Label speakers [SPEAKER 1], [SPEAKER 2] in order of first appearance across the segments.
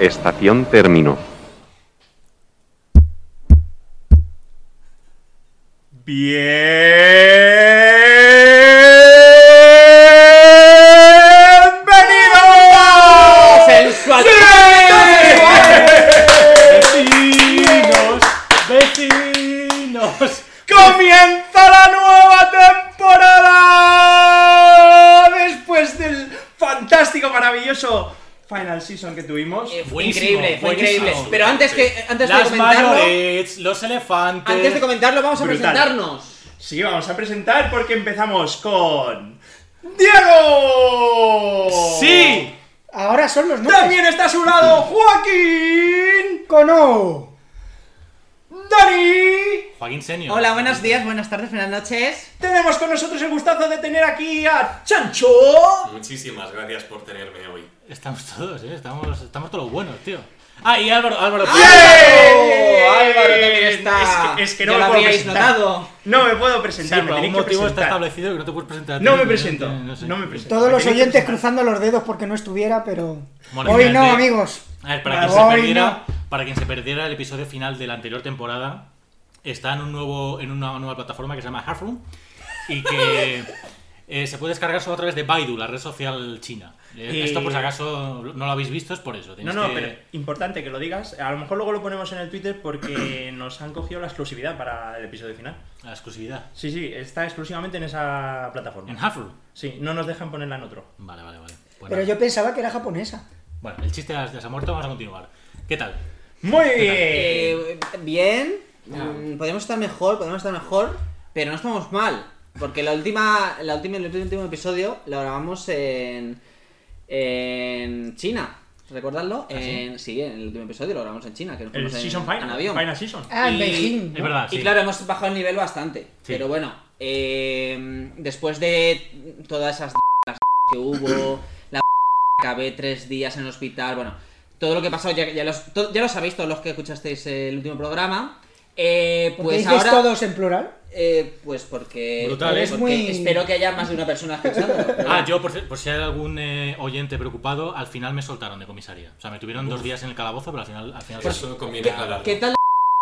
[SPEAKER 1] Estación término.
[SPEAKER 2] ¡Bienvenidos!
[SPEAKER 3] ¡Sensual!
[SPEAKER 2] ¡Vecinos!
[SPEAKER 3] ¡Vecinos!
[SPEAKER 2] ¡Comienza la nueva temporada! Después del fantástico, maravilloso final season que tuvimos.
[SPEAKER 4] Eh, fue
[SPEAKER 3] Buenísimo,
[SPEAKER 4] increíble, fue
[SPEAKER 3] buenísimo.
[SPEAKER 4] increíble. Pero antes que antes de
[SPEAKER 3] Las eh,
[SPEAKER 4] comentarlo,
[SPEAKER 3] mayores, los elefantes.
[SPEAKER 4] antes de comentarlo vamos a
[SPEAKER 2] Brutal.
[SPEAKER 4] presentarnos.
[SPEAKER 2] Sí, vamos a presentar porque empezamos con. ¡Diego!
[SPEAKER 3] Oh, ¡Sí!
[SPEAKER 5] Ahora son los nuevos.
[SPEAKER 2] También está a su lado Joaquín
[SPEAKER 5] Cono.
[SPEAKER 2] Dani.
[SPEAKER 3] Joaquín Senior.
[SPEAKER 4] Hola, buenos días, buenas tardes, buenas noches.
[SPEAKER 2] Tenemos con nosotros el gustazo de tener aquí a Chancho.
[SPEAKER 6] Muchísimas gracias por tenerme hoy.
[SPEAKER 3] Estamos todos, eh. Estamos, estamos todos los buenos, tío. Ah, y Álvaro, Álvaro.
[SPEAKER 2] ¡Bien!
[SPEAKER 4] Oh, Álvaro también está.
[SPEAKER 2] Es que, es que no
[SPEAKER 4] ya
[SPEAKER 2] me
[SPEAKER 4] lo
[SPEAKER 2] puedo
[SPEAKER 4] habíais
[SPEAKER 2] presentar.
[SPEAKER 4] notado.
[SPEAKER 2] No me puedo
[SPEAKER 3] Sí,
[SPEAKER 2] presentar,
[SPEAKER 3] por
[SPEAKER 2] me
[SPEAKER 3] algún
[SPEAKER 2] tenéis que
[SPEAKER 3] motivo está
[SPEAKER 2] presentar.
[SPEAKER 3] establecido que no te puedes presentar.
[SPEAKER 2] No me
[SPEAKER 3] tío,
[SPEAKER 2] presento,
[SPEAKER 3] eh, no, sé.
[SPEAKER 2] no me presento.
[SPEAKER 5] Todos los
[SPEAKER 2] Tenéis que
[SPEAKER 5] oyentes
[SPEAKER 2] presentar.
[SPEAKER 5] cruzando los dedos porque no estuviera, pero.
[SPEAKER 3] Bueno,
[SPEAKER 5] hoy no,
[SPEAKER 3] imagínate.
[SPEAKER 5] amigos.
[SPEAKER 3] A ver, para
[SPEAKER 5] Ah,
[SPEAKER 3] quien, se
[SPEAKER 5] hoy
[SPEAKER 3] perdiera, para quien se perdiera el episodio final de la anterior temporada, está en, un nuevo, en una nueva plataforma que se llama Halfroom y que eh, se puede descargar solo a través de Baidu, la red social china. Eh,
[SPEAKER 2] Eh,
[SPEAKER 3] Esto, por si acaso no lo habéis visto, es por eso.
[SPEAKER 2] No,
[SPEAKER 3] tenéis
[SPEAKER 2] no,
[SPEAKER 3] que-
[SPEAKER 2] pero importante que lo digas. A lo mejor luego lo ponemos en el Twitter porque nos han cogido la exclusividad para el episodio final.
[SPEAKER 3] La exclusividad.
[SPEAKER 2] Sí, sí, está exclusivamente en esa plataforma.
[SPEAKER 3] En Halfroom.
[SPEAKER 2] Sí, no nos dejan ponerla en otro.
[SPEAKER 3] Vale, vale, vale. Pues
[SPEAKER 5] Pero
[SPEAKER 3] nada.
[SPEAKER 5] yo pensaba que era japonesa.
[SPEAKER 3] Bueno, el chiste ya se ha muerto, vamos a continuar. ¿Qué tal?
[SPEAKER 2] Muy bien.
[SPEAKER 4] Eh, bien, mm, podemos estar mejor, podemos estar mejor, pero no estamos mal. Porque la última, la última, el último episodio lo grabamos en, en China. ¿Recordadlo? En- Ah, sí? en el último episodio lo grabamos en China, que nos
[SPEAKER 2] el
[SPEAKER 4] fuimos en,
[SPEAKER 2] season
[SPEAKER 4] en
[SPEAKER 2] final.
[SPEAKER 4] avión.
[SPEAKER 2] Final season.
[SPEAKER 5] Ah, en
[SPEAKER 4] Y-
[SPEAKER 5] Beijing.
[SPEAKER 3] Es
[SPEAKER 5] ¿no?
[SPEAKER 3] verdad, sí.
[SPEAKER 4] Y claro, hemos bajado el nivel bastante. Pero bueno, eh, después de todas esas que hubo, la acabé tres días en el hospital, bueno, todo lo que pasó, ya, ya, los- to- ya lo sabéis todos los que escuchasteis el último programa. Eh,
[SPEAKER 5] ¿Por qué
[SPEAKER 4] pues
[SPEAKER 5] dices
[SPEAKER 4] ahora.
[SPEAKER 5] todos en plural?
[SPEAKER 4] eh, pues porque.
[SPEAKER 3] Brutal,
[SPEAKER 4] porque
[SPEAKER 3] ¿eh?
[SPEAKER 5] Es muy-
[SPEAKER 4] Espero que haya más de una persona escuchándolo. pero
[SPEAKER 3] Ah,
[SPEAKER 4] bueno.
[SPEAKER 3] yo, por, si- por si hay algún eh, oyente preocupado, al final me soltaron de comisaría. O sea, me tuvieron dos días en el calabozo, pero al final... Al final
[SPEAKER 6] Eso conviene
[SPEAKER 4] ¿Qué,
[SPEAKER 6] hablarlo.
[SPEAKER 4] qué tal?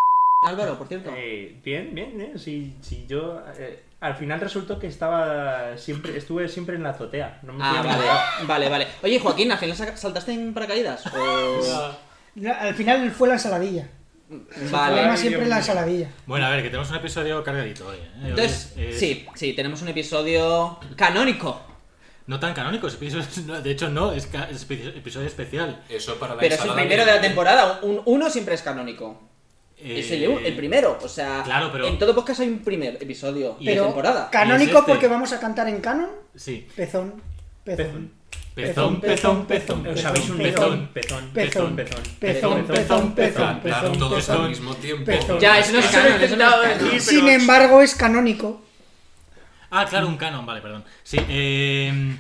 [SPEAKER 4] Álvaro, por cierto.
[SPEAKER 2] Eh, bien, bien, bien. Si, si yo. eh, al final resultó que estaba siempre, estuve siempre en la azotea. No me fui
[SPEAKER 4] Ah,
[SPEAKER 2] a ningún lado.
[SPEAKER 4] vale, vale, vale. Oye, Joaquín, ¿al final sa- saltaste en paracaídas? O-
[SPEAKER 5] No, Al final fue la ensaladilla. El
[SPEAKER 4] Vale.
[SPEAKER 5] problema siempre es la ensaladilla.
[SPEAKER 3] Bueno, a ver, que tenemos un episodio cargadito hoy. ¿eh? Hoy
[SPEAKER 4] Entonces,
[SPEAKER 3] es- es
[SPEAKER 4] sí, sí, tenemos un episodio canónico.
[SPEAKER 3] No tan canónico, es episodio- no, de hecho no, es, ca- es epi- episodio especial.
[SPEAKER 6] Eso para la
[SPEAKER 4] Pero es el
[SPEAKER 6] ensalada
[SPEAKER 4] primero de la temporada. Un uno siempre es canónico.
[SPEAKER 3] Eh,
[SPEAKER 4] Es el, el primero. O sea,
[SPEAKER 3] claro, pero-
[SPEAKER 4] en todo podcast hay un primer episodio
[SPEAKER 3] Y
[SPEAKER 4] de
[SPEAKER 5] Pero
[SPEAKER 4] temporada.
[SPEAKER 5] canónico
[SPEAKER 3] Y es este.
[SPEAKER 5] porque vamos a cantar en canon.
[SPEAKER 3] Sí.
[SPEAKER 5] Pezón, pezón.
[SPEAKER 3] Pezón, pezón,
[SPEAKER 5] Pezón,
[SPEAKER 3] pezón.
[SPEAKER 2] Os habéis
[SPEAKER 3] pezón,
[SPEAKER 2] hundido.
[SPEAKER 3] pezón.
[SPEAKER 2] Pezón,
[SPEAKER 5] Pezón,
[SPEAKER 2] pezón,
[SPEAKER 5] pezón,
[SPEAKER 2] pezón,
[SPEAKER 5] pezón, pezón,
[SPEAKER 6] Cantar
[SPEAKER 5] pezón,
[SPEAKER 6] todos al
[SPEAKER 5] pezón.
[SPEAKER 6] mismo tiempo.
[SPEAKER 5] pezón.
[SPEAKER 4] Ya, eso no es
[SPEAKER 2] Eso lo he
[SPEAKER 4] canon. Eso no es
[SPEAKER 2] intentado
[SPEAKER 4] canon.
[SPEAKER 2] decir.
[SPEAKER 5] Sin
[SPEAKER 2] pero-
[SPEAKER 5] embargo, es canónico.
[SPEAKER 3] Ah, claro, un canon, vale, perdón. Sí, eh,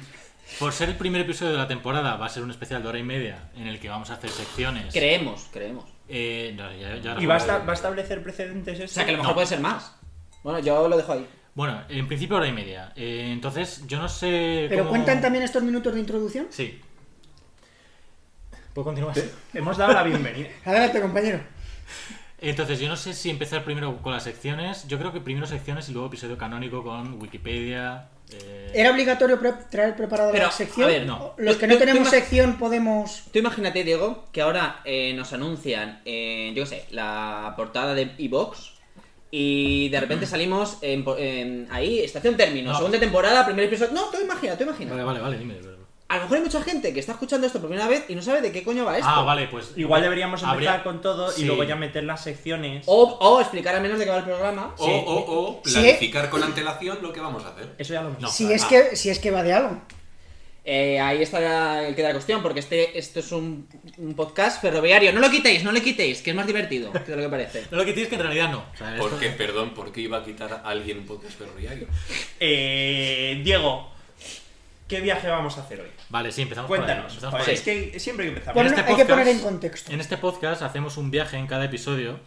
[SPEAKER 3] por ser el primer episodio de la temporada, va a ser un especial de hora y media en el que vamos a hacer secciones.
[SPEAKER 4] Creemos, creemos. O
[SPEAKER 3] Eh, no, ya- ya
[SPEAKER 2] Y
[SPEAKER 3] ahora-
[SPEAKER 2] va a, esta- va a establecer precedentes eso.
[SPEAKER 4] sea, que a lo mejor puede ser más. Bueno, yo lo dejo ahí.
[SPEAKER 3] Bueno, en principio hora y media. Eh, entonces, yo no sé.
[SPEAKER 5] Pero
[SPEAKER 3] cómo-
[SPEAKER 5] cuentan también estos minutos de introducción.
[SPEAKER 3] Sí. ¿Puedo continuar?
[SPEAKER 2] Hemos dado la bienvenida.
[SPEAKER 5] Adelante, compañero.
[SPEAKER 3] Entonces, yo no sé si empezar primero con las secciones. Yo creo que primero secciones y luego episodio canónico con Wikipedia. eh,
[SPEAKER 5] ¿Era obligatorio pre- traer preparada
[SPEAKER 4] Pero,
[SPEAKER 5] la sección?
[SPEAKER 4] a ver, no.
[SPEAKER 5] Los que
[SPEAKER 4] Tú- tú-
[SPEAKER 5] no
[SPEAKER 4] tú
[SPEAKER 5] tenemos
[SPEAKER 4] ima-
[SPEAKER 5] sección podemos.
[SPEAKER 4] Tú imagínate, Diego, que ahora eh, nos anuncian, eh, yo qué sé, la portada de Evox y de repente salimos en po- en- ahí, estación término,
[SPEAKER 3] No.
[SPEAKER 4] segunda temporada, primer episodio. No, tú imagina, tú
[SPEAKER 2] Eh,
[SPEAKER 4] imagina.
[SPEAKER 3] Vale, vale, vale, dime. pero-
[SPEAKER 4] A lo mejor hay mucha gente que está escuchando esto por primera vez y no sabe de qué coño va esto.
[SPEAKER 3] Ah, vale, pues.
[SPEAKER 2] Igual deberíamos empezar
[SPEAKER 3] habría-
[SPEAKER 2] con todo
[SPEAKER 3] Sí.
[SPEAKER 2] y luego ya meter las secciones.
[SPEAKER 4] O, o explicar al menos de qué va el programa.
[SPEAKER 6] O, o, o
[SPEAKER 5] Sí.
[SPEAKER 6] planificar con antelación lo que vamos a hacer.
[SPEAKER 2] Eso ya lo hemos
[SPEAKER 3] No.
[SPEAKER 5] si,
[SPEAKER 3] claro.
[SPEAKER 5] es que, si es que va de algo.
[SPEAKER 4] Eh, ahí está el que da cuestión, porque este, esto es un, un podcast ferroviario. No lo quitéis, no le quitéis, que es más divertido que lo que parece.
[SPEAKER 3] No lo que tienes que en realidad no. O sea, esto-
[SPEAKER 6] Porque, perdón, ¿por qué iba a quitar a alguien un podcast ferroviario?
[SPEAKER 2] Eh, Diego, ¿qué viaje vamos a hacer hoy?
[SPEAKER 3] Vale, sí, empezamos
[SPEAKER 2] Cuéntanos.
[SPEAKER 3] por ahí. empezamos por
[SPEAKER 2] joder,
[SPEAKER 3] ahí.
[SPEAKER 2] es que siempre que empezamos.
[SPEAKER 5] Pon-
[SPEAKER 3] este
[SPEAKER 5] hay que
[SPEAKER 3] podcast-
[SPEAKER 5] poner en contexto.
[SPEAKER 3] En este podcast hacemos un viaje en cada episodio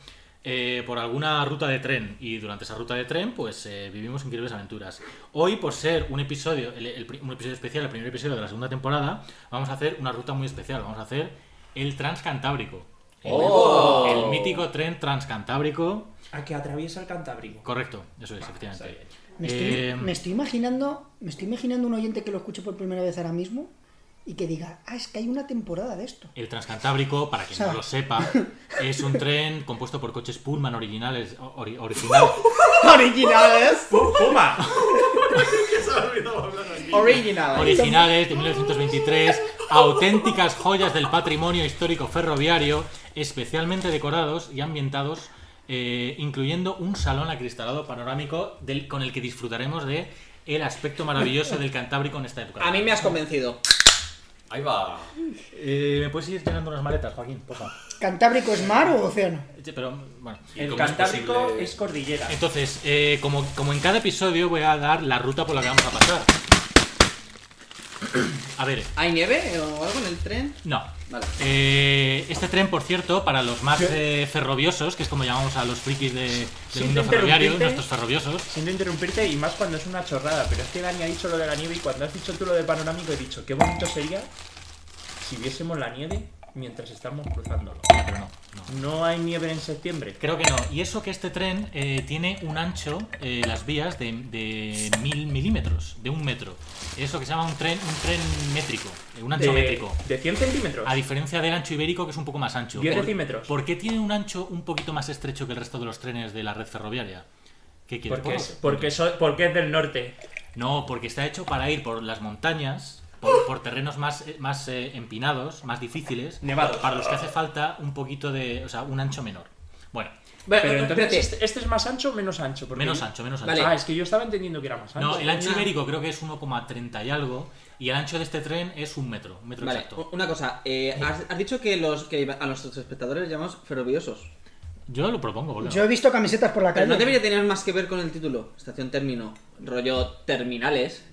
[SPEAKER 3] eh, por alguna ruta de tren y durante esa ruta de tren pues eh, vivimos increíbles aventuras. Hoy por ser un episodio, el- el pri- un episodio especial, el primer episodio de la segunda temporada, vamos a hacer una ruta muy especial. Vamos a hacer el Transcantábrico. El,
[SPEAKER 4] ¡Oh!
[SPEAKER 3] el mítico tren transcantábrico.
[SPEAKER 1] A que atraviesa el Cantábrico.
[SPEAKER 3] Correcto, eso es,
[SPEAKER 1] Vale,
[SPEAKER 3] efectivamente.
[SPEAKER 1] está bien.
[SPEAKER 5] Me estoy,
[SPEAKER 3] Eh,
[SPEAKER 5] me estoy imaginando, me estoy imaginando un oyente que lo escuche por primera vez ahora mismo y que diga, ah, es que hay una temporada de esto.
[SPEAKER 3] El Transcantábrico, para quien
[SPEAKER 5] O sea-
[SPEAKER 3] no lo sepa, es un tren compuesto por coches Pullman originales, ori- original-
[SPEAKER 4] Originales.
[SPEAKER 1] ¡Fu- ¡Fuma!
[SPEAKER 6] Que se me ha olvidado hablar aquí.
[SPEAKER 4] Originales.
[SPEAKER 3] originales de 1923, auténticas joyas del patrimonio histórico ferroviario, especialmente decorados y ambientados, eh, incluyendo un salón acristalado panorámico del- con el que disfrutaremos de el aspecto maravilloso del Cantábrico en esta época.
[SPEAKER 4] A mí me has convencido.
[SPEAKER 6] Ahí va.
[SPEAKER 3] Eh, ¿Me puedes ir llenando unas maletas, Joaquín? Por favor.
[SPEAKER 5] ¿Cantábrico es mar o océano?
[SPEAKER 3] Sí, Pero, bueno.
[SPEAKER 6] ¿Y
[SPEAKER 1] El
[SPEAKER 6] cómo es
[SPEAKER 1] Cantábrico
[SPEAKER 6] posible-
[SPEAKER 1] es cordillera.
[SPEAKER 3] Entonces, eh, como, como en cada episodio, voy a dar la ruta por la que vamos a pasar. A ver,
[SPEAKER 4] ¿Hay nieve o algo en el tren?
[SPEAKER 3] no.
[SPEAKER 4] Vale.
[SPEAKER 3] Eh, este tren, por cierto, para los más eh, ferroviosos, que es como llamamos a los frikis de- del
[SPEAKER 2] Sin
[SPEAKER 3] mundo ferroviario,
[SPEAKER 2] interrumpirte.
[SPEAKER 3] nuestros ferroviosos,
[SPEAKER 2] Siento interrumpirte y más cuando es una chorrada, pero es que Dani ha dicho lo de la nieve y cuando has dicho tú lo de panorámico he dicho, qué bonito sería si viésemos la nieve mientras estamos cruzándolo.
[SPEAKER 3] pero no, no.
[SPEAKER 2] No hay nieve en septiembre.
[SPEAKER 3] Creo que no. Y eso que este tren eh, tiene un ancho, eh, las vías, de, de mil milímetros, de un metro. Eso que se llama un tren, un tren métrico, eh, un ancho
[SPEAKER 2] De,
[SPEAKER 3] métrico.
[SPEAKER 2] de 100 centímetros.
[SPEAKER 3] A diferencia del ancho ibérico, que es un poco más ancho.
[SPEAKER 2] 10
[SPEAKER 3] ¿Por-
[SPEAKER 2] centímetros.
[SPEAKER 3] ¿Por qué tiene un ancho un poquito más estrecho que el resto de los trenes de la red ferroviaria? ¿Qué quieres?
[SPEAKER 2] Porque, es,
[SPEAKER 3] ¿Por-
[SPEAKER 2] porque, so- porque es del norte.
[SPEAKER 3] No, porque está hecho para ir por las montañas, por, por terrenos más, eh, más eh, empinados, más difíciles.
[SPEAKER 2] Nevados.
[SPEAKER 3] Para los que hace falta un poquito de. O sea, un ancho menor. Bueno,
[SPEAKER 2] Pero entonces,
[SPEAKER 4] espérate.
[SPEAKER 2] este, este es más ancho o menos ancho? Porque
[SPEAKER 3] menos
[SPEAKER 2] yo-
[SPEAKER 3] ancho, menos ancho.
[SPEAKER 4] Vale.
[SPEAKER 2] Ah, es que yo estaba entendiendo que era más ancho.
[SPEAKER 3] No, el ancho
[SPEAKER 4] No.
[SPEAKER 3] ibérico creo que es 1,30 y algo. Y el ancho de este tren es un metro, un metro
[SPEAKER 4] Vale,
[SPEAKER 3] exacto.
[SPEAKER 4] una cosa, eh, has, has dicho que, los, que a nuestros espectadores les llamamos ferroviosos.
[SPEAKER 3] Ah, Yo lo propongo, boludo.
[SPEAKER 5] Yo he visto camisetas por la
[SPEAKER 4] Pero
[SPEAKER 5] calle.
[SPEAKER 4] no debería tener más que ver con el título, estación término, rollo terminales.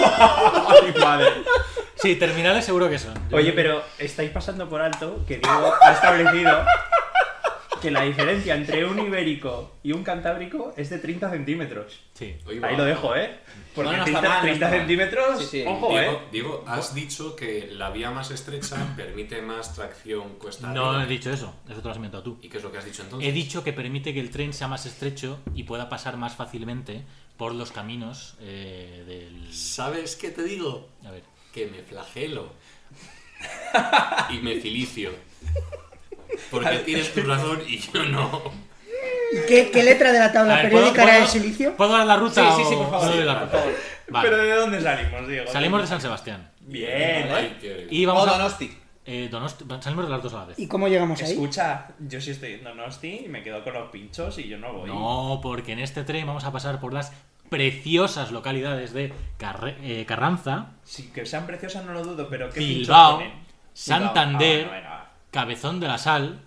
[SPEAKER 2] Ay, madre.
[SPEAKER 3] Sí, terminales seguro que son. Yo-
[SPEAKER 2] Oye, pero estáis pasando por alto que Diego ha establecido que la diferencia entre un ibérico y un cantábrico es de 30 centímetros.
[SPEAKER 3] Sí.
[SPEAKER 6] Ahí va.
[SPEAKER 2] Ahí lo dejo, ¿eh? Porque
[SPEAKER 4] Bueno, no está
[SPEAKER 2] 30,
[SPEAKER 4] mal, no
[SPEAKER 2] 30
[SPEAKER 4] está mal.
[SPEAKER 2] centímetros,
[SPEAKER 4] Sí, sí.
[SPEAKER 2] ojo,
[SPEAKER 6] Diego,
[SPEAKER 2] ¿eh?
[SPEAKER 6] Diego, has dicho que la vía más estrecha permite más tracción cuesta
[SPEAKER 3] No he
[SPEAKER 6] arriba.
[SPEAKER 3] dicho eso, eso te lo has inventado tú.
[SPEAKER 6] ¿Y qué es lo que has dicho entonces?
[SPEAKER 3] He dicho que permite que el tren sea más estrecho y pueda pasar más fácilmente por los caminos eh, del...
[SPEAKER 6] ¿Sabes qué te digo?
[SPEAKER 3] A ver.
[SPEAKER 6] Que me flagelo. y me filicio. Porque tienes tu razón y yo no.
[SPEAKER 5] ¿Qué, qué letra de la
[SPEAKER 3] A
[SPEAKER 5] tabla
[SPEAKER 3] ver, ¿puedo-
[SPEAKER 5] periódica era
[SPEAKER 3] puedo-
[SPEAKER 5] el silicio?
[SPEAKER 3] ¿Puedo dar la ruta?
[SPEAKER 1] Sí, sí, sí, por
[SPEAKER 3] o
[SPEAKER 1] favor. eh,
[SPEAKER 3] no doy la
[SPEAKER 6] Sí, por
[SPEAKER 3] ruta? Vale.
[SPEAKER 2] ¿Pero de dónde salimos, Diego?
[SPEAKER 3] Salimos de San Sebastián.
[SPEAKER 2] Bien.
[SPEAKER 6] Ay, qué-
[SPEAKER 3] Y vamos
[SPEAKER 4] o
[SPEAKER 3] a...
[SPEAKER 4] Donosti.
[SPEAKER 3] eh, Donosti- Salimos de las dos a la vez.
[SPEAKER 5] ¿Y cómo llegamos ahí?
[SPEAKER 2] Escucha, yo sí estoy en Donosti y me quedo con los pinchos y yo no voy.
[SPEAKER 3] No, porque en este tren vamos a pasar por las preciosas localidades de Carre- eh, Carranza,
[SPEAKER 2] Sí, que sean preciosas no lo dudo, pero ¿qué
[SPEAKER 3] Bilbao,
[SPEAKER 2] pinchos ponen?
[SPEAKER 3] Santander,
[SPEAKER 2] Ah, bueno, venga,
[SPEAKER 3] Cabezón de la Sal,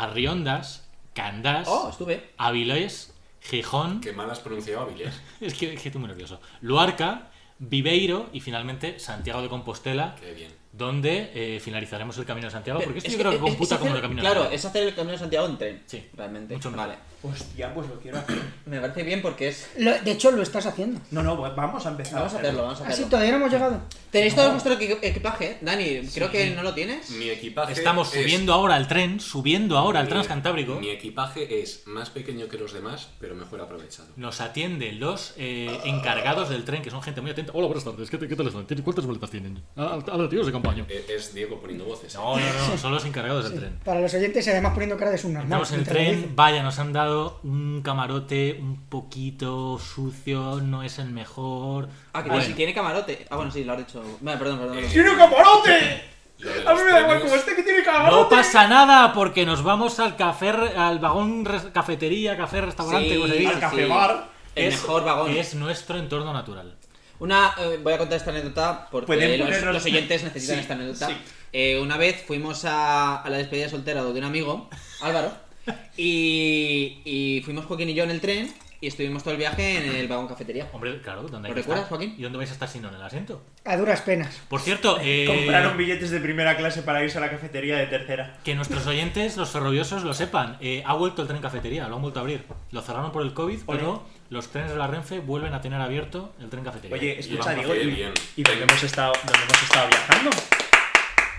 [SPEAKER 3] Arriondas, Candás,
[SPEAKER 4] Oh, estuve.
[SPEAKER 3] Avilés, Gijón...
[SPEAKER 6] Qué mal has pronunciado, Avilés.
[SPEAKER 3] Es que, es que estoy muy nervioso. Luarca, Viveiro y finalmente Santiago de Compostela,
[SPEAKER 6] Qué bien.
[SPEAKER 3] donde eh, finalizaremos el Camino de Santiago, porque esto
[SPEAKER 4] Es
[SPEAKER 3] yo
[SPEAKER 4] que-
[SPEAKER 3] creo que
[SPEAKER 4] es-
[SPEAKER 3] computa
[SPEAKER 4] es
[SPEAKER 3] como
[SPEAKER 4] hacer-
[SPEAKER 3] el Camino de
[SPEAKER 4] Claro,
[SPEAKER 3] Santiago.
[SPEAKER 4] es hacer el camino de Santiago en tren.
[SPEAKER 3] Sí.
[SPEAKER 4] realmente.
[SPEAKER 3] Mucho mejor.
[SPEAKER 4] Vale,
[SPEAKER 2] va. Hostia, pues lo quiero hacer.
[SPEAKER 4] me parece bien porque es.
[SPEAKER 5] Lo- de hecho, lo estás haciendo.
[SPEAKER 2] No, no, pues vamos a empezar.
[SPEAKER 4] Vamos a hacerlo, vamos a
[SPEAKER 5] Así
[SPEAKER 4] hacerlo.
[SPEAKER 5] todavía no hemos llegado.
[SPEAKER 4] ¿Tenéis todo vuestro equi- equipaje? Dani, creo que no lo tienes.
[SPEAKER 6] Mi equipaje.
[SPEAKER 3] Estamos
[SPEAKER 6] es-
[SPEAKER 3] subiendo ahora al tren, subiendo ahora al
[SPEAKER 6] mi-
[SPEAKER 3] Transcantábrico.
[SPEAKER 6] Mi equipaje es más pequeño que los demás, pero mejor aprovechado.
[SPEAKER 3] Nos atienden los eh, encargados del tren, que son gente muy atenta. Hola, buenas tardes. ¿Qué, te- qué tal están? ¿Tienen- ¿Cuántas boletas tienen? Ah, ah, los tíos de campaña.
[SPEAKER 4] Eh,
[SPEAKER 6] E- Es Diego poniendo voces. ¿eh?
[SPEAKER 3] No, no, no, son los encargados del tren.
[SPEAKER 5] Para los oyentes, y además poniendo cara de subnormal.
[SPEAKER 3] Estamos en el
[SPEAKER 5] mientras lo
[SPEAKER 3] tren,
[SPEAKER 5] dice.
[SPEAKER 3] vaya, nos han dado un camarote un poquito sucio, no es el mejor.
[SPEAKER 4] Ah, que
[SPEAKER 3] Bueno.
[SPEAKER 4] si tiene camarote. Ah, bueno, sí, lo has dicho. Vale, perdón, perdón. perdón.
[SPEAKER 2] ¡Tiene un camarote!
[SPEAKER 6] Eh, Lo
[SPEAKER 4] ¿eh?
[SPEAKER 6] de
[SPEAKER 2] A mí me da
[SPEAKER 6] los
[SPEAKER 2] igual
[SPEAKER 6] trenes-
[SPEAKER 2] como este que tiene
[SPEAKER 3] No
[SPEAKER 2] camarote.
[SPEAKER 3] pasa nada porque nos vamos al café, re- al vagón res- cafetería, café, restaurante,
[SPEAKER 4] Sí,
[SPEAKER 3] como se dice.
[SPEAKER 2] Al café bar.
[SPEAKER 4] El
[SPEAKER 3] Es-
[SPEAKER 4] mejor vagón.
[SPEAKER 3] Es nuestro entorno natural.
[SPEAKER 4] Una, eh, voy a contar esta anécdota porque
[SPEAKER 2] Pueden
[SPEAKER 4] los,
[SPEAKER 2] ponernos-
[SPEAKER 4] los oyentes necesitan
[SPEAKER 2] Sí,
[SPEAKER 4] esta anécdota.
[SPEAKER 2] sí.
[SPEAKER 4] Eh, una vez fuimos a, a la despedida de soltera de un amigo, Álvaro, y, y fuimos Joaquín y yo en el tren y estuvimos todo el viaje en el vagón cafetería.
[SPEAKER 3] Hombre, claro, ¿dónde hay
[SPEAKER 4] ¿Lo
[SPEAKER 3] que
[SPEAKER 4] recuerdas,
[SPEAKER 3] estar?
[SPEAKER 4] Joaquín?
[SPEAKER 3] ¿Y dónde vais a estar si no en el asiento?
[SPEAKER 5] A duras penas.
[SPEAKER 3] Por cierto, eh,
[SPEAKER 2] Compraron billetes de primera clase para irse a la cafetería de tercera.
[SPEAKER 3] que nuestros oyentes, los ferroviosos, lo sepan. eh, ha vuelto el tren cafetería, lo han vuelto a abrir. Lo cerraron por el COVID,
[SPEAKER 2] Ole.
[SPEAKER 3] pero los trenes de la Renfe vuelven a tener abierto el tren cafetería.
[SPEAKER 2] Oye, escucha,
[SPEAKER 6] vamos,
[SPEAKER 2] Diego,
[SPEAKER 6] qué
[SPEAKER 2] ¿y,
[SPEAKER 6] bien.
[SPEAKER 2] y dónde hemos estado, dónde hemos estado viajando?